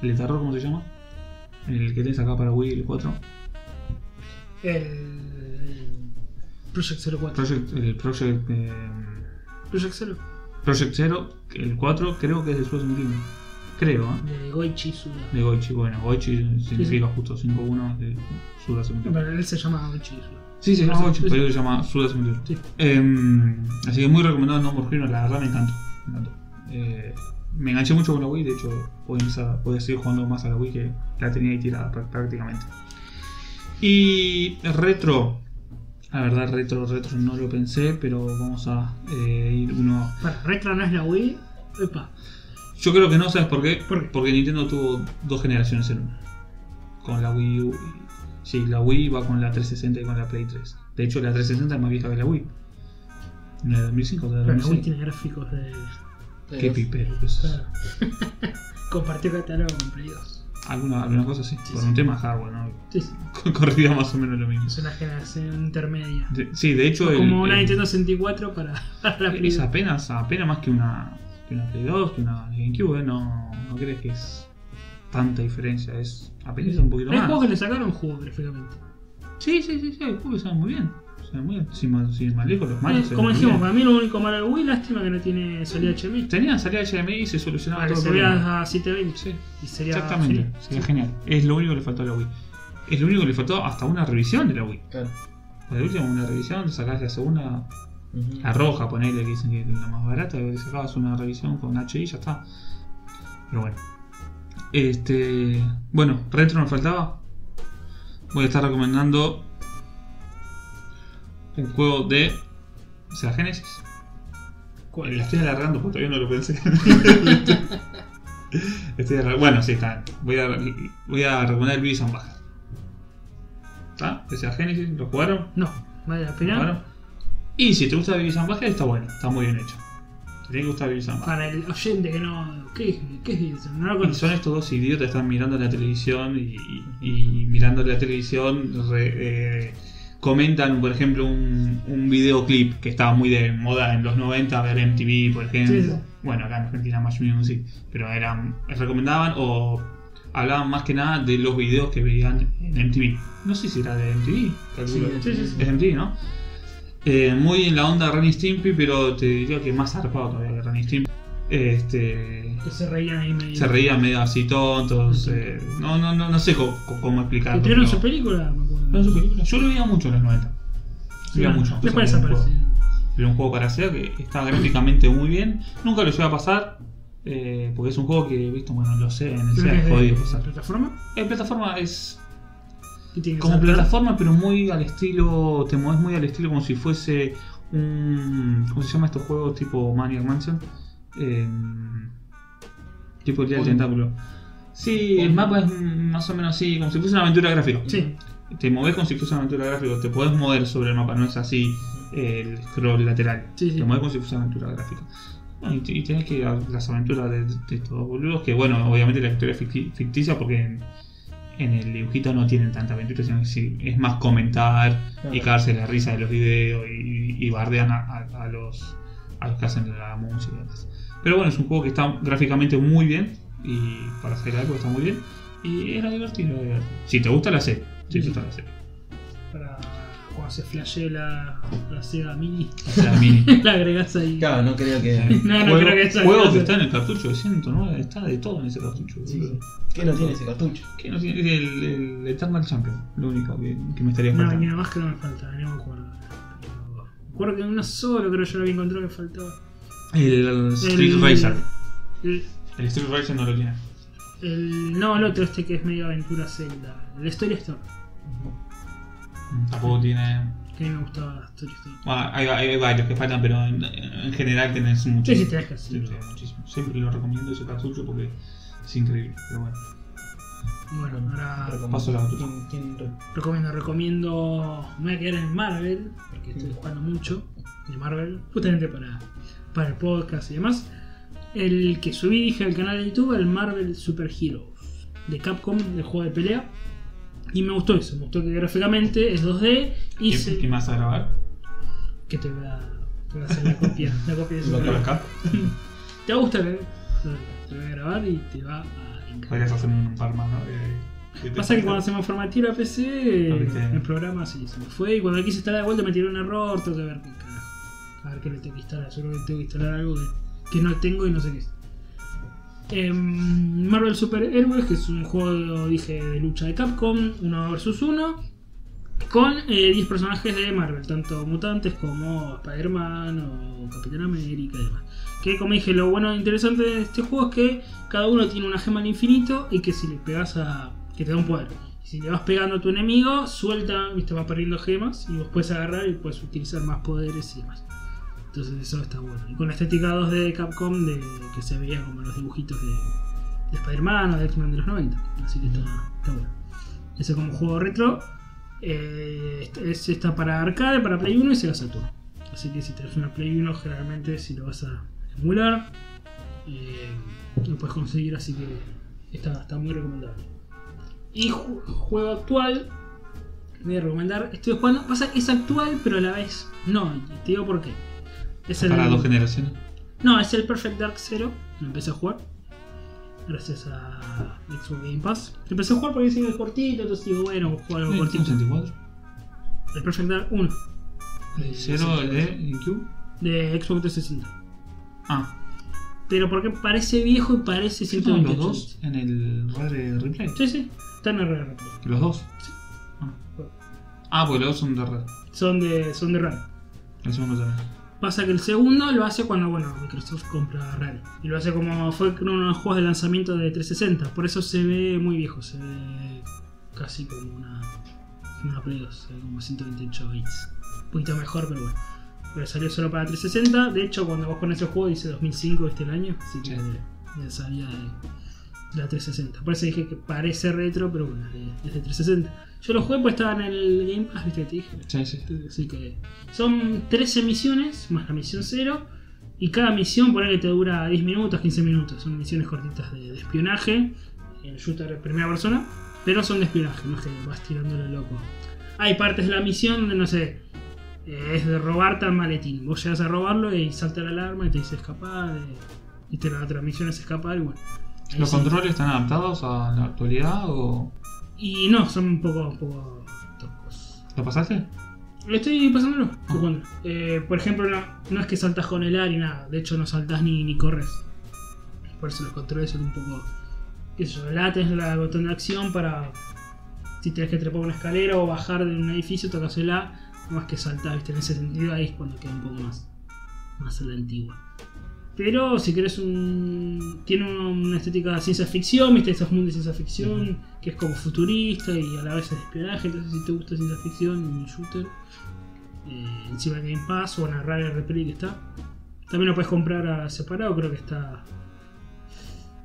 Speaker 1: ¿El de terror, cómo se llama? El que tenés acá para Wii, el 4.
Speaker 4: El. Project 04.
Speaker 1: Project, el Project. eh,
Speaker 4: Project 0.
Speaker 1: Project Zero, el 4, creo que es de Suda 51. Creo, ¿eh?
Speaker 4: De Goichi Suda.
Speaker 1: De Goichi, bueno, Goichi significa justo 5-1 de Suda 51.
Speaker 4: Bueno, él se llama Goichi Suda.
Speaker 1: Sí, se llama
Speaker 4: Perfecto,
Speaker 1: 8,
Speaker 4: sí,
Speaker 1: pero se llama Suda Cementerio.
Speaker 4: Sí.
Speaker 1: Em, así que muy recomendado No More Heroes, la verdad me encantó. Me, encantó. Eh, me enganché mucho con la Wii, de hecho voy a, empezar- voy a seguir jugando más a la Wii que la tenía ahí tirada prá- prácticamente. Y retro, la verdad retro, retro no lo pensé, pero vamos a eh, ir uno...
Speaker 4: Para, Retro no es la Wii. Epa.
Speaker 1: Yo creo que no, ¿sabes por qué?
Speaker 4: ¿Por qué?
Speaker 1: Porque Nintendo tuvo dos generaciones en una. Con la Wii U. y- Sí, la Wii va con la 360 y con la Play 3. De hecho, la 360 es más vieja que la Wii. ¿La de 2005 o la de
Speaker 4: Pero la Wii
Speaker 1: 2006?
Speaker 4: tiene gráficos de.
Speaker 1: Qué pipero que es.
Speaker 4: Claro. Compartió catálogo con Play 2.
Speaker 1: Alguna, alguna cosa así. por un tema hardware, ¿no?
Speaker 4: Sí, sí.
Speaker 1: Corría más o menos lo mismo.
Speaker 4: Es una generación intermedia.
Speaker 1: De- sí, de hecho. el-
Speaker 4: Como una
Speaker 1: el-
Speaker 4: Nintendo 64 para, para la Play
Speaker 1: es
Speaker 4: 2.
Speaker 1: apenas, apenas más que una, que una Play 2, que una GameCube, ¿eh? No, no crees que es tanta diferencia. Es apenas un poquito
Speaker 4: Hay
Speaker 1: más.
Speaker 4: juegos que le sacaron juego gráficamente.
Speaker 1: Sí, sí, sí, sí, los saben muy bien. Saben muy bien. Sin más, sin más lejos, los malos.
Speaker 4: Eh,
Speaker 1: se
Speaker 4: como
Speaker 1: ven muy
Speaker 4: dijimos,
Speaker 1: bien.
Speaker 4: para mí lo único malo de Wii, lástima que no tiene salida HDMI.
Speaker 1: Tenían salida HDMI y se solucionaba
Speaker 4: Para que
Speaker 1: todo
Speaker 4: se
Speaker 1: el problema.
Speaker 4: vea a 720.
Speaker 1: Sí,
Speaker 4: Y sería
Speaker 1: exactamente.
Speaker 4: Sí,
Speaker 1: Sería genial. Es lo único que le faltó a la Wii. Es lo único que le faltó hasta una revisión de la Wii.
Speaker 3: Claro.
Speaker 1: Por último, una revisión, sacás la segunda,
Speaker 3: Ujú.
Speaker 1: La roja, ponele que dicen que es la más barata, que sacabas una revisión con HI y ya está. Pero bueno. Este. Bueno, retro me faltaba. Voy a estar recomendando un juego de Sega Genesis. La estoy alargando porque todavía no lo pensé. Estoy alargando. Bueno, sí, está. Voy a, voy a recomendar el Bison Baja. ¿Está? De Sega Genesis, ¿lo jugaron?
Speaker 2: No, vale la pena.
Speaker 1: Bueno. Y si te gusta Baby Zambaje, está bueno, está muy bien hecho. Si te gusta Baby Zambaje.
Speaker 2: Para el oyente que no. ¿Qué, qué es Wilson? No lo
Speaker 1: Y son
Speaker 2: conoce.
Speaker 1: estos dos idiotas que están mirando la televisión y, y- y mirando la televisión re- eh, comentan, por ejemplo, un, un videoclip que estaba muy de moda en los 90, ver MTV, por ejemplo.
Speaker 2: Sí, sí.
Speaker 1: Bueno, acá en Argentina más Music, pero eran, recomendaban o hablaban más que nada de los videos que veían en MTV. No sé si era de MTV, calculo.
Speaker 2: Sí, sí, sí.
Speaker 1: Es MTV, ¿no? Eh, muy en la onda Ren y Stimpy, pero te diría que más zarpado todavía que Ren y Stimpy. Este,
Speaker 2: Que se reían ahí medio.
Speaker 1: se reían medio así tontos. eh, no, no, no, no sé co- co- cómo
Speaker 2: Que
Speaker 1: explicarlo.
Speaker 2: tuvieron
Speaker 1: pero-
Speaker 2: su película, me acuerdo.
Speaker 1: Pero su película. Yo lo veía mucho en los 90. Lo veía mucho. aunque
Speaker 2: Después
Speaker 1: sea un
Speaker 2: desapareció.
Speaker 1: juego- Era un juego para hacer que está gráficamente muy bien. Nunca lo lleva a pasar. eh, porque es un juego que, visto, bueno, lo sé, en el
Speaker 2: Creo
Speaker 1: SEA
Speaker 2: que
Speaker 1: es
Speaker 2: es
Speaker 1: jodido
Speaker 2: de-
Speaker 1: pasar.
Speaker 2: plataforma?
Speaker 1: En plataforma es
Speaker 2: ¿Qué tiene que
Speaker 1: como
Speaker 2: saltar?
Speaker 1: plataforma, pero muy al estilo. Te mueves muy al estilo como si fuese un. ¿Cómo se llama estos juegos tipo Maniac Mansion? Eh, tipo el día del
Speaker 9: Un-
Speaker 1: tentáculo. Sí, el
Speaker 9: un-
Speaker 1: mapa es más o menos así, como si fuese una aventura gráfica.
Speaker 2: Sí.
Speaker 1: Te moves como si fuese una aventura gráfica, te podés mover sobre el mapa, no es así eh, el scroll lateral.
Speaker 2: Sí, sí.
Speaker 1: Te mueves como si fuese una aventura gráfica. Bueno, y, t- y tenés que ir a las aventuras de, de estos boludos, que bueno, obviamente la historia es ficti- ficticia porque en, en el dibujito no tienen tanta aventura, sino que sí, es más comentar y
Speaker 3: Claro.
Speaker 1: cagarse la risa de los videos y, y bardean a, a- a los, a los que hacen la música y demás. Pero bueno, es un juego que está gráficamente muy bien y para hacer algo está muy bien. Y era divertido, era divertido. Si te gusta la serie, si te gusta la serie.
Speaker 2: Para cuando se flashee la, la Sega Mini,
Speaker 1: O sea, mini.
Speaker 2: la agregás ahí.
Speaker 9: Claro, no creo que.
Speaker 2: No, no
Speaker 1: Juego-
Speaker 2: creo que eso.
Speaker 1: Juego
Speaker 2: no
Speaker 1: que
Speaker 2: sé.
Speaker 1: está en el cartucho de 109, está de todo en ese cartucho. boludo.
Speaker 9: ¿Qué no tiene ese cartucho?
Speaker 1: ¿Qué no tiene? El, el Eternal Champion, lo único que, que me estaría
Speaker 2: No,
Speaker 1: faltando.
Speaker 2: mira, más que no me falta, no me acuerdo. Pero- Me acuerdo que uno solo creo yo lo había encontrado que faltaba.
Speaker 1: El Street
Speaker 2: El-
Speaker 1: Racer.
Speaker 2: El,
Speaker 1: El Street Racer no lo tiene.
Speaker 2: el- no, el otro este que es medio aventura Zelda. El Story Store.
Speaker 1: Tampoco tiene.
Speaker 2: Que a mí me gustaba Story Store.
Speaker 1: Bueno, hay, hay- hay varios que faltan, pero en, en general tenés
Speaker 2: Sí, sí,
Speaker 1: muchísimo.
Speaker 2: tenés que hacerlo.
Speaker 1: tenés muchísimo. Siempre lo recomiendo ese cartucho porque es increíble. Pero bueno,
Speaker 2: Bueno, ahora
Speaker 1: paso la batuta.
Speaker 3: ¿Quién- quién re-
Speaker 2: recomiendo, recomiendo. Me voy a quedar en Marvel, porque estoy jugando mucho de Marvel, justamente para, para el podcast y demás. El que subí, dije al canal de YouTube, el Marvel Super Heroes de Capcom, de juego de pelea. Y me gustó eso, me gustó que gráficamente es 2D y
Speaker 1: ¿Qué,
Speaker 2: se-
Speaker 1: qué más a grabar?
Speaker 2: que te voy a, te voy a hacer la copia, la copia
Speaker 9: Lo
Speaker 2: de Super
Speaker 9: que-
Speaker 1: ¿Para
Speaker 2: Heroes.
Speaker 1: acá?
Speaker 2: Te va a gustar, eh. Te lo voy a grabar y te va a encantar.
Speaker 1: Podrías hacer un par más, ¿no? De- de-
Speaker 2: Pasa que cuando se me formateó la PC,
Speaker 1: Lo viste.
Speaker 2: el programa sí, se me fue. Y cuando quise instalar de vuelta me tiró un error. Tengo que ver qué carajo. A ver qué le tengo que instalar. Yo creo que tengo que instalar algo que, que no tengo y no sé qué es. Em, Marvel Super Heroes, que es un juego, dije, de lucha de Capcom, uno versus uno Con eh, 10 personajes de Marvel, tanto mutantes como Spider-Man o Capitán América y demás. Que como dije, lo bueno e interesante de este juego es que cada uno tiene una gema al infinito y que si le pegas a. que te da un poder. Y si le vas pegando a tu enemigo, suelta, viste, va perdiendo gemas y vos puedes agarrar y puedes utilizar más poderes y demás. Entonces eso está bueno. Y con la estética 2D de Capcom de, que se veía como los dibujitos de, de Spider-Man o de X-Men de los 90. Así que está, está bueno. Ese como juego retro. eh, este- ese está para arcade, para Play 1 y Sega Saturn. Así que si tenés una Play 1, generalmente si lo vas a emular, eh, lo puedes conseguir, así que está, está muy recomendable. Y ju- juego actual, voy a recomendar, estoy jugando, pasa que es actual, pero a la vez no, y te digo por qué. Es
Speaker 1: Para dos generaciones.
Speaker 2: no, es el Perfect Dark Zero. Lo empecé a jugar. Gracias a Xbox Game Pass. Lo empecé a jugar porque es cortito, entonces digo, bueno, voy a jugar algo
Speaker 1: Eh,
Speaker 2: cortito.
Speaker 1: 64.
Speaker 2: El Perfect Dark 1. de-
Speaker 1: ¿Cero de GameCube?
Speaker 2: De Xbox 360.
Speaker 1: Ah,
Speaker 2: Pero porque parece viejo y parece
Speaker 1: ¿están
Speaker 2: 128.
Speaker 1: los dos en el Rare Replay?
Speaker 2: Sí, sí. Están en RR.
Speaker 1: ¿Los dos? Ah. Ah, porque los dos son de Rare.
Speaker 2: Son de, son de RAM.
Speaker 1: El segundo también.
Speaker 2: Pasa que el segundo lo hace cuando, bueno, Microsoft compra Rare. Y lo hace como fue uno de los juegos de lanzamiento de 360. Por eso se ve muy viejo, se ve casi como una, una Play 2, se ve como 128 bits. Un poquito mejor, pero bueno. Pero salió solo para 360. De hecho, cuando vos pones el juego dice 2005 este el año. Así que
Speaker 1: Sí.
Speaker 2: ya salía de la 360. Por eso dije que parece retro, pero bueno, es de 360. Yo lo jugué pues estaba en el Game Pass, viste, te dije.
Speaker 1: Sí, sí.
Speaker 2: Así que son 13 misiones más la misión 0. Y cada misión por ahí te dura 10 minutos, 15 minutos. Son misiones cortitas de, de espionaje. En shooter en primera persona. Pero son de espionaje, no es que vas tirándolo loco. Hay partes de la misión donde no sé. eh, Es de robar tal maletín. Vos llegas a robarlo y salta la alarma y te dice escapar. y te la otra misión es escapar y bueno. ahí
Speaker 1: ¿Los
Speaker 2: sí.
Speaker 1: controles están adaptados a la actualidad o
Speaker 2: Y no, son un poco, un poco toscos.
Speaker 1: lo pasaste?
Speaker 2: Lo Estoy pasándolo. estoy jugando. Eh, por ejemplo, no, no es que saltas con el ar y nada. De hecho, no saltas ni, ni corres. Por eso los controles son un poco. ¿Qué sé yo? El A tenés el botón de acción para. Si tenés que trepar una escalera o bajar de un edificio, tocas el A. No es que saltar, ¿viste? En ese sentido, ahí es cuando queda un poco más. Más a la antigua. Pero si querés un. Tiene una- una estética de ciencia ficción, viste, esos mundos de ciencia ficción, que es como futurista y a la vez es de espionaje, entonces si te gusta ciencia ficción, un shooter, eh, encima de Game Pass o en la Rare Replay que está. También lo puedes comprar a separado, creo que está.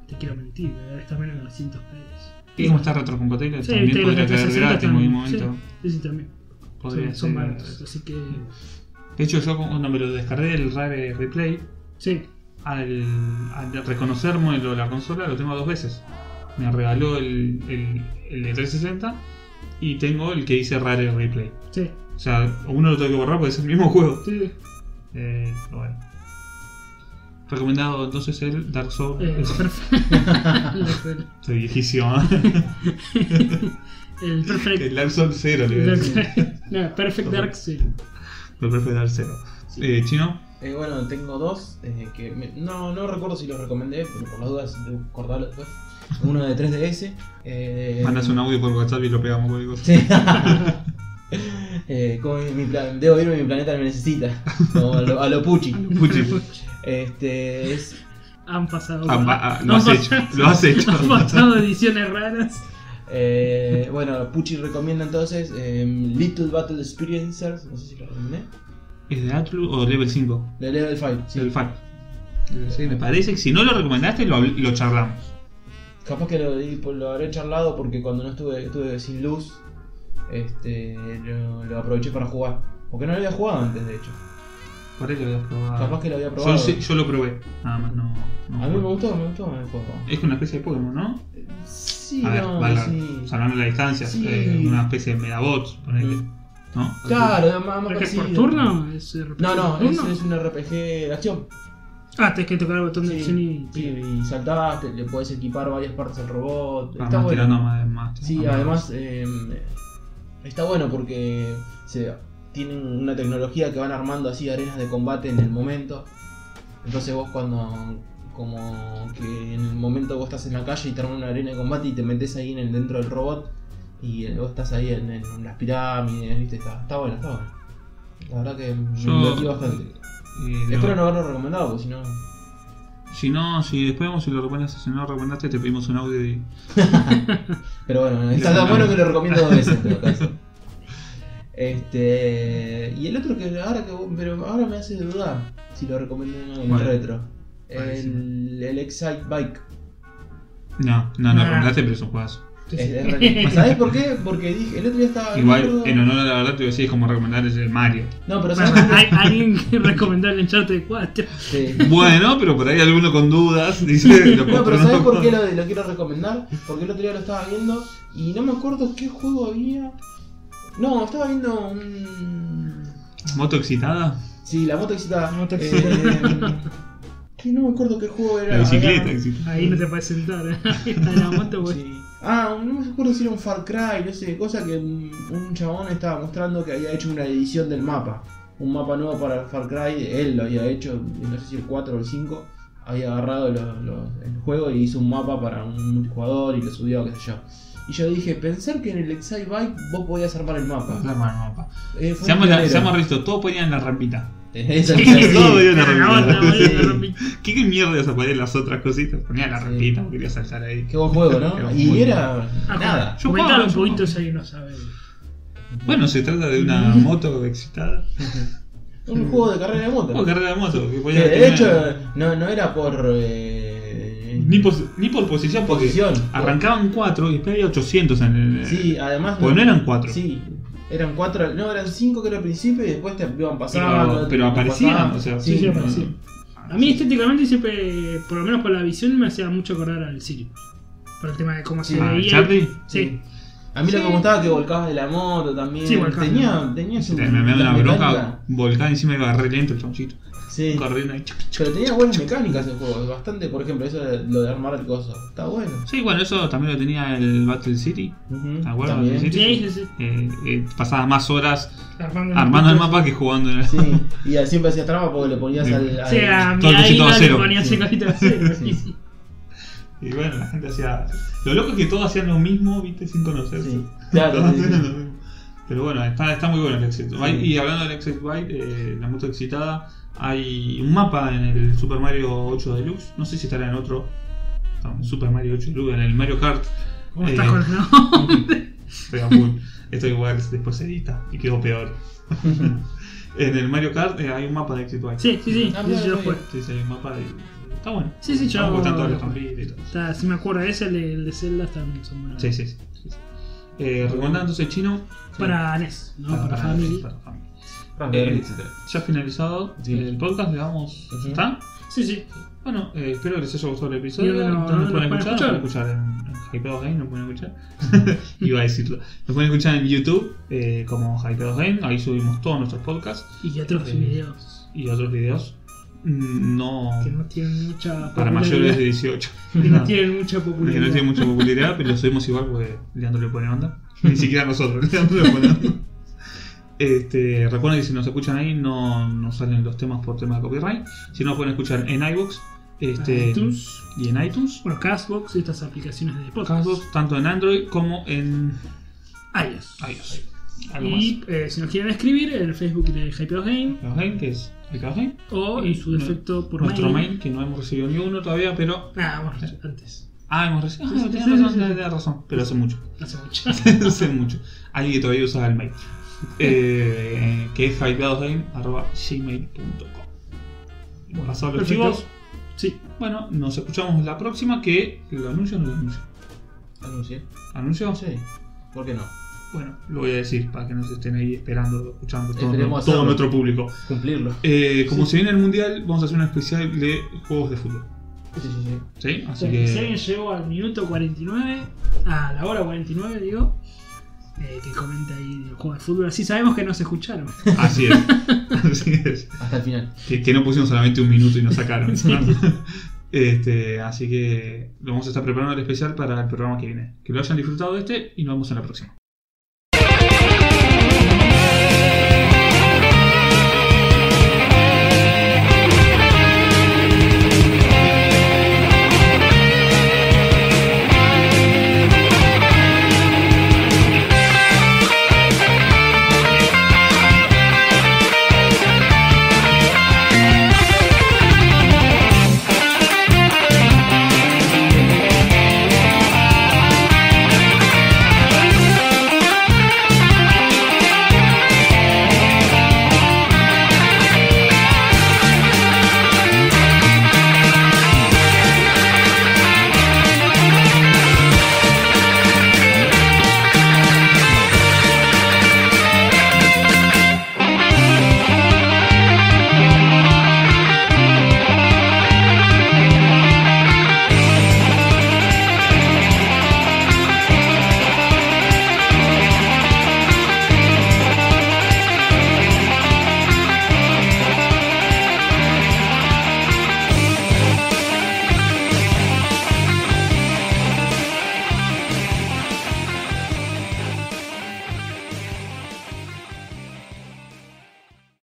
Speaker 2: Te quiero mentir, pero está menos de 900 pesos.
Speaker 1: ¿Y cómo está retrocompatible?
Speaker 2: Sí,
Speaker 1: también
Speaker 2: viste,
Speaker 1: podría
Speaker 2: los
Speaker 1: caer
Speaker 2: 360
Speaker 1: gratis en algún
Speaker 2: están-
Speaker 1: momento.
Speaker 2: Sí, sí, sí, también.
Speaker 1: Podría
Speaker 2: son, son
Speaker 1: ser-
Speaker 2: baratos, así que.
Speaker 1: De hecho, yo cuando me lo descargué el Rare Replay,
Speaker 2: Sí,
Speaker 1: al, al reconocerme lo- la consola, lo tengo dos veces. Me regaló el, el, el de 360 y tengo el que dice Rare Replay.
Speaker 2: sí,
Speaker 1: O sea, uno lo tengo que borrar porque es el mismo juego.
Speaker 2: sí.
Speaker 1: Eh, bueno. Recomendado entonces el Dark Souls.
Speaker 2: Eh,
Speaker 1: Es-
Speaker 2: perfecto.
Speaker 1: Estoy viejísimo. ¿eh?
Speaker 2: El Perfect.
Speaker 1: el Dark Souls 0, le voy a decir.
Speaker 2: no, Perfect Dark, sí.
Speaker 1: Lo prefiero Dark 0.
Speaker 3: Sí.
Speaker 1: Eh, Chino,
Speaker 3: Eh, bueno, tengo dos eh, que me- no, no recuerdo si los recomendé, pero por las dudas de recordarlo después. Uno de 3DS. Eh,
Speaker 1: mandas un audio por WhatsApp y lo pegamos cualquier cosa.
Speaker 3: Sí. Eh, como mi- mi plan- debo irme, mi planeta me necesita. Como a lo, a lo Pucci.
Speaker 1: Puchi.
Speaker 3: Este es.
Speaker 2: Han pasado.
Speaker 1: Ah, va- ah, lo has
Speaker 2: han
Speaker 1: hecho,
Speaker 2: pasado-
Speaker 1: lo has hecho.
Speaker 2: Han pasado ediciones raras.
Speaker 3: eh, bueno, Pucci recomienda entonces eh, Little Battle Experiencers. No sé si lo recomendé.
Speaker 1: ¿Es de Atlus o Level 5?
Speaker 3: De Level 5. Sí.
Speaker 1: El fan. Sí, me parece que si no lo recomendaste, lo, habl- lo charlamos.
Speaker 3: Capaz que lo, di- pues, lo habré charlado porque cuando no estuve, estuve sin luz, este, lo, lo aproveché para jugar. Porque no lo había jugado antes, de hecho.
Speaker 1: Por ahí lo habías
Speaker 2: Ah.
Speaker 1: probado.
Speaker 3: Capaz que lo había
Speaker 1: Yo
Speaker 3: probado.
Speaker 1: sé- yo, lo probé, nada más no. no
Speaker 3: A mí me
Speaker 1: jugué.
Speaker 3: gustó, me gustó el juego.
Speaker 1: Es una especie de Pokémon, ¿no?
Speaker 3: Sí,
Speaker 1: a ver,
Speaker 3: no,
Speaker 1: valga,
Speaker 3: sí.
Speaker 1: salvando la distancia,
Speaker 3: Sí.
Speaker 1: eh, una especie de Medabots, ponele.
Speaker 3: Mm.
Speaker 1: ¿No?
Speaker 3: Claro, más, más
Speaker 2: ¿Pero es que es
Speaker 3: parecido.
Speaker 2: por turno? ¿Es RPG
Speaker 3: eh, No,
Speaker 2: por
Speaker 3: no, es,
Speaker 2: turno?
Speaker 3: es un RPG de acción.
Speaker 2: Ah, tenés que tocar el botón de
Speaker 3: Sí,
Speaker 2: acción y.
Speaker 3: sí, y saltás, te- le podés equipar varias partes al robot.
Speaker 2: Ah,
Speaker 1: Está
Speaker 3: Está
Speaker 1: más
Speaker 3: bueno.
Speaker 1: tirando a más, más-
Speaker 3: Sí,
Speaker 1: más-
Speaker 3: además eh, está bueno porque se, tienen una tecnología que van armando así arenas de combate en el momento. Entonces vos cuando como que en el momento vos estás en la calle y te arman una arena de combate y te metes ahí en el dentro del robot y eh, vos estás ahí en, en las pirámides, viste, está, está bueno, está bueno. La verdad que me
Speaker 1: Yo-
Speaker 3: divertí bastante.
Speaker 1: Eh, no.
Speaker 3: Espero no haberlo recomendado, porque si no.
Speaker 1: Si no, si después vemos si lo recomendaste, si no lo recomendaste, te pedimos un audio y.
Speaker 3: Pero bueno,
Speaker 1: Le
Speaker 3: está tan
Speaker 1: ponemos.
Speaker 3: bueno que lo recomiendo dos veces en todo caso. Este. Y el otro que ahora que pero ahora me hace dudar si lo recomendé en
Speaker 1: ¿Cuál?
Speaker 3: retro. El,
Speaker 1: Buenísimo.
Speaker 3: el Excite Bike.
Speaker 1: No, no, no
Speaker 2: Ah.
Speaker 1: lo recomendaste, pero es un juegazo.
Speaker 3: Es- es re- ¿Sabés por qué? Porque dije, el otro día estaba.
Speaker 1: Igual,
Speaker 3: recuerdo-
Speaker 1: en honor a la verdad, te voy a decir es como recomendar ese Mario.
Speaker 3: No, pero
Speaker 2: Bueno,
Speaker 3: ¿sabés por qué?
Speaker 2: hay alguien que recomendó el Uncharted 4.
Speaker 3: Sí.
Speaker 1: Bueno, pero por ahí alguno con dudas dice. Lo
Speaker 3: No, pero
Speaker 1: compró,
Speaker 3: ¿sabés
Speaker 1: no
Speaker 3: por qué lo, lo quiero recomendar? Porque el otro día lo estaba viendo y no me acuerdo qué juego había. No, estaba viendo un.
Speaker 1: ¿Moto excitada?
Speaker 3: Sí, la moto excitada.
Speaker 2: La moto
Speaker 3: Eh,
Speaker 2: excitada.
Speaker 3: que no me acuerdo qué juego era.
Speaker 1: La bicicleta
Speaker 3: Había-
Speaker 1: excitada.
Speaker 2: Ahí no te puedes sentar. ¿eh? Está en la moto, pues. güey.
Speaker 3: Sí. Ah, no me acuerdo si era un Far Cry, no sé, cosa que un, un chabón estaba mostrando que había hecho una edición del mapa. Un mapa nuevo para el Far Cry, él lo había hecho, no sé si el 4 o el 5. Había agarrado los- los- el juego y hizo un mapa para un multijugador y lo subió, qué sé yo. Y yo dije, pensar que en el Excite Bike vos podías armar el mapa.
Speaker 1: Armar el mapa.
Speaker 3: Eh, fue un
Speaker 1: Seamos, la-
Speaker 3: pionero.
Speaker 1: seamos realistas, todos ponían la rampita.
Speaker 3: Esa
Speaker 2: Sí,
Speaker 3: es
Speaker 1: todo
Speaker 3: así.
Speaker 1: bien. una
Speaker 2: la
Speaker 1: rampita.
Speaker 2: otra, boludo, la
Speaker 3: Sí.
Speaker 2: rampita.
Speaker 1: ¿Qué, qué mierda ibas a poner en las otras cositas? Ponía la
Speaker 3: Sí.
Speaker 1: rampita porque quería saltar ahí.
Speaker 3: Qué buen juego,
Speaker 1: Qué
Speaker 3: ¿no?
Speaker 1: buen
Speaker 3: Y
Speaker 1: juego.
Speaker 3: era
Speaker 2: Ah,
Speaker 3: nada.
Speaker 1: Yo
Speaker 2: Comentalo
Speaker 1: jugaba,
Speaker 2: un
Speaker 1: yo
Speaker 2: poquito
Speaker 1: jugaba.
Speaker 2: si alguien no sabe.
Speaker 1: Bueno, se trata de una moto excitada.
Speaker 3: Un juego de carrera de
Speaker 1: ¿Cómo
Speaker 3: moto.
Speaker 1: carrera de moto? que
Speaker 3: Que
Speaker 1: podía
Speaker 3: de
Speaker 1: tener-
Speaker 3: hecho, no, no era por. eh,
Speaker 1: ni por, ni por posición, porque
Speaker 3: Posición.
Speaker 1: arrancaban 4 y después había 800 en el.
Speaker 3: Sí, además.
Speaker 1: Porque Pues no eran cuatro.
Speaker 3: Sí, eran cuatro. No, eran cinco que era al principio y después te iban pasando.
Speaker 1: Pero- pero aparecían,
Speaker 3: pasaban.
Speaker 1: o sea,
Speaker 3: sí,
Speaker 2: sí,
Speaker 3: sí,
Speaker 2: aparecían. A mí estéticamente siempre, por lo menos por la visión, me hacía mucho acordar al Sirius. Por el tema de cómo se
Speaker 3: Sí.
Speaker 1: Ah,
Speaker 2: veía.
Speaker 1: Charlie.
Speaker 2: Sí.
Speaker 3: A mí lo que
Speaker 2: Sí.
Speaker 3: me gustaba es que volcabas de la moto también.
Speaker 2: Sí, volcaba.
Speaker 3: Tenía, tenía
Speaker 1: Se
Speaker 3: su.
Speaker 1: te- Eh, Me me da una
Speaker 3: mecánica.
Speaker 1: bronca, volcán encima iba re lento el chonchito.
Speaker 3: Sí.
Speaker 1: Corriendo ahí. chuc.
Speaker 3: Pero tenía buenas mecánicas el juego. Bastante, por ejemplo, eso de lo de armar el coso. Está bueno.
Speaker 1: Sí, bueno, eso también lo tenía el Battle City.
Speaker 3: Ujú,
Speaker 1: ¿Te acuerdas?
Speaker 3: también.
Speaker 1: Sí,
Speaker 2: Sí,
Speaker 1: sí.
Speaker 2: sí, sí.
Speaker 1: Eh, eh, pasaba más horas
Speaker 2: Armando,
Speaker 1: armando el mapa que jugando en el.
Speaker 3: Sí, y a- siempre hacías trampa porque le ponías
Speaker 1: Sí.
Speaker 3: al. al-
Speaker 2: O sea,
Speaker 1: Todo
Speaker 2: mi
Speaker 1: el cosito
Speaker 2: águila le
Speaker 1: cero.
Speaker 2: ponía
Speaker 3: Sí.
Speaker 2: ese cosito de cero. sí, sí.
Speaker 1: Y bueno, la gente hacía. Lo loco es que todos hacían lo mismo, viste, sin conocerse.
Speaker 3: Sí, claro,
Speaker 1: Todos
Speaker 3: sí, sí.
Speaker 1: hacían lo mismo. Pero bueno, está, está muy bueno el Exit Bike.
Speaker 3: Sí.
Speaker 1: Y hablando del Exit Bike, eh, la moto excitada, hay un mapa en el Super Mario 8 Deluxe. No sé si estará en otro. No, en Super Mario 8 Deluxe, en el Mario Kart.
Speaker 2: ¿Cómo
Speaker 1: Eh,
Speaker 2: estás con el no?
Speaker 1: Pero full. Esto igual después se edita y quedó peor. en el Mario Kart eh, hay un mapa de Exit Bike.
Speaker 2: Sí, sí, sí.
Speaker 3: Ah,
Speaker 2: sí,
Speaker 3: mira,
Speaker 2: yo
Speaker 3: está
Speaker 2: jugué.
Speaker 1: Sí, sí, hay un mapa de. Está bueno.
Speaker 2: Sí, sí, yo-
Speaker 1: Están todos los campitos y todo.
Speaker 2: Está, si me acuerdo, ese el de, el de Zelda también son buenos.
Speaker 1: Sí, sí, sí. sí. Eh, recomendado entonces chino.
Speaker 2: Para NES, ¿no? Para, Family.
Speaker 1: para familia.
Speaker 3: Eh,
Speaker 1: Eh, ya finalizado
Speaker 3: Sí.
Speaker 1: el podcast, le damos.
Speaker 3: Ujú.
Speaker 1: ¿Está?
Speaker 2: Sí, sí.
Speaker 1: Bueno, eh, espero que les haya gustado el
Speaker 2: Y
Speaker 1: episodio.
Speaker 2: no, no,
Speaker 1: Entonces nos
Speaker 2: no,
Speaker 1: pueden
Speaker 2: no,
Speaker 1: escuchar, nos pueden escuchar en, en Hypeados Game, nos pueden escuchar. Iba a decirlo. Nos pueden escuchar en YouTube eh, como Hypeados Game, ahí subimos todos nuestros podcasts
Speaker 2: Y otros
Speaker 1: Sí.
Speaker 2: videos
Speaker 1: y otros videos. mm, No
Speaker 2: que no tienen mucha
Speaker 1: para mayores de 18.
Speaker 2: Que no tienen mucha
Speaker 1: Porque
Speaker 2: popularidad.
Speaker 1: no tiene mucha popularidad, pero lo subimos igual porque Leandro le pone onda. Ni siquiera nosotros, Leandro le pone onda. Este, recuerden que si nos escuchan ahí no, no salen los temas por tema de copyright. Si no, pueden escuchar en iBox este,
Speaker 2: iTunes.
Speaker 1: y en iTunes.
Speaker 2: Bueno, Castbox y estas aplicaciones de podcast.
Speaker 1: Castbox, tanto en Android como en
Speaker 2: iOS.
Speaker 1: iOS. Algo más.
Speaker 2: Y eh, si nos quieren escribir, el Facebook de Hypeados Game
Speaker 1: Los Game, que es el Chaos Game.
Speaker 2: o en su
Speaker 1: No-
Speaker 2: defecto por
Speaker 1: Nuestro mail, que no hemos recibido ni uno todavía, pero.
Speaker 2: Ah, bueno, antes.
Speaker 1: Ah, hemos recibido.
Speaker 2: Sí,
Speaker 1: Ah,
Speaker 2: sí,
Speaker 1: tenés
Speaker 2: sí,
Speaker 1: razón,
Speaker 2: sí, sí.
Speaker 1: tenés razón. Pero hace mucho.
Speaker 2: Hace mucho.
Speaker 1: sé mucho. Alguien que todavía usa el mail. Eh, que es hypeadosgame.gmail.com Pasado los
Speaker 2: perfecto.
Speaker 1: chivos.
Speaker 2: Sí.
Speaker 1: Bueno, nos escuchamos la próxima que lo anuncio o no lo anuncio.
Speaker 3: Anuncié.
Speaker 1: ¿Anuncio?
Speaker 3: No sé. ¿Por qué no?
Speaker 1: Bueno, lo voy a decir para que nos estén ahí esperando, escuchando todo,
Speaker 3: Esperemos
Speaker 1: todo
Speaker 3: hacerlo.
Speaker 1: nuestro público.
Speaker 3: Cumplirlo.
Speaker 1: Eh, como se viene el mundial, vamos a hacer una especial de juegos de fútbol.
Speaker 3: Sí, sí, sí.
Speaker 1: ¿Sí?
Speaker 2: O
Speaker 1: Así
Speaker 2: sea, que Eh, si alguien
Speaker 1: que.
Speaker 2: llegó al minuto 49, a la hora 49, digo, eh, que comenta ahí el juego de fútbol, así sabemos que nos escucharon.
Speaker 1: Así es. Así es.
Speaker 3: Hasta el final.
Speaker 1: Que, que no pusieron solamente un minuto y nos sacaron. Este, así que lo vamos a estar preparando el especial para el programa que viene. Que lo hayan disfrutado de este y nos vemos en la próxima.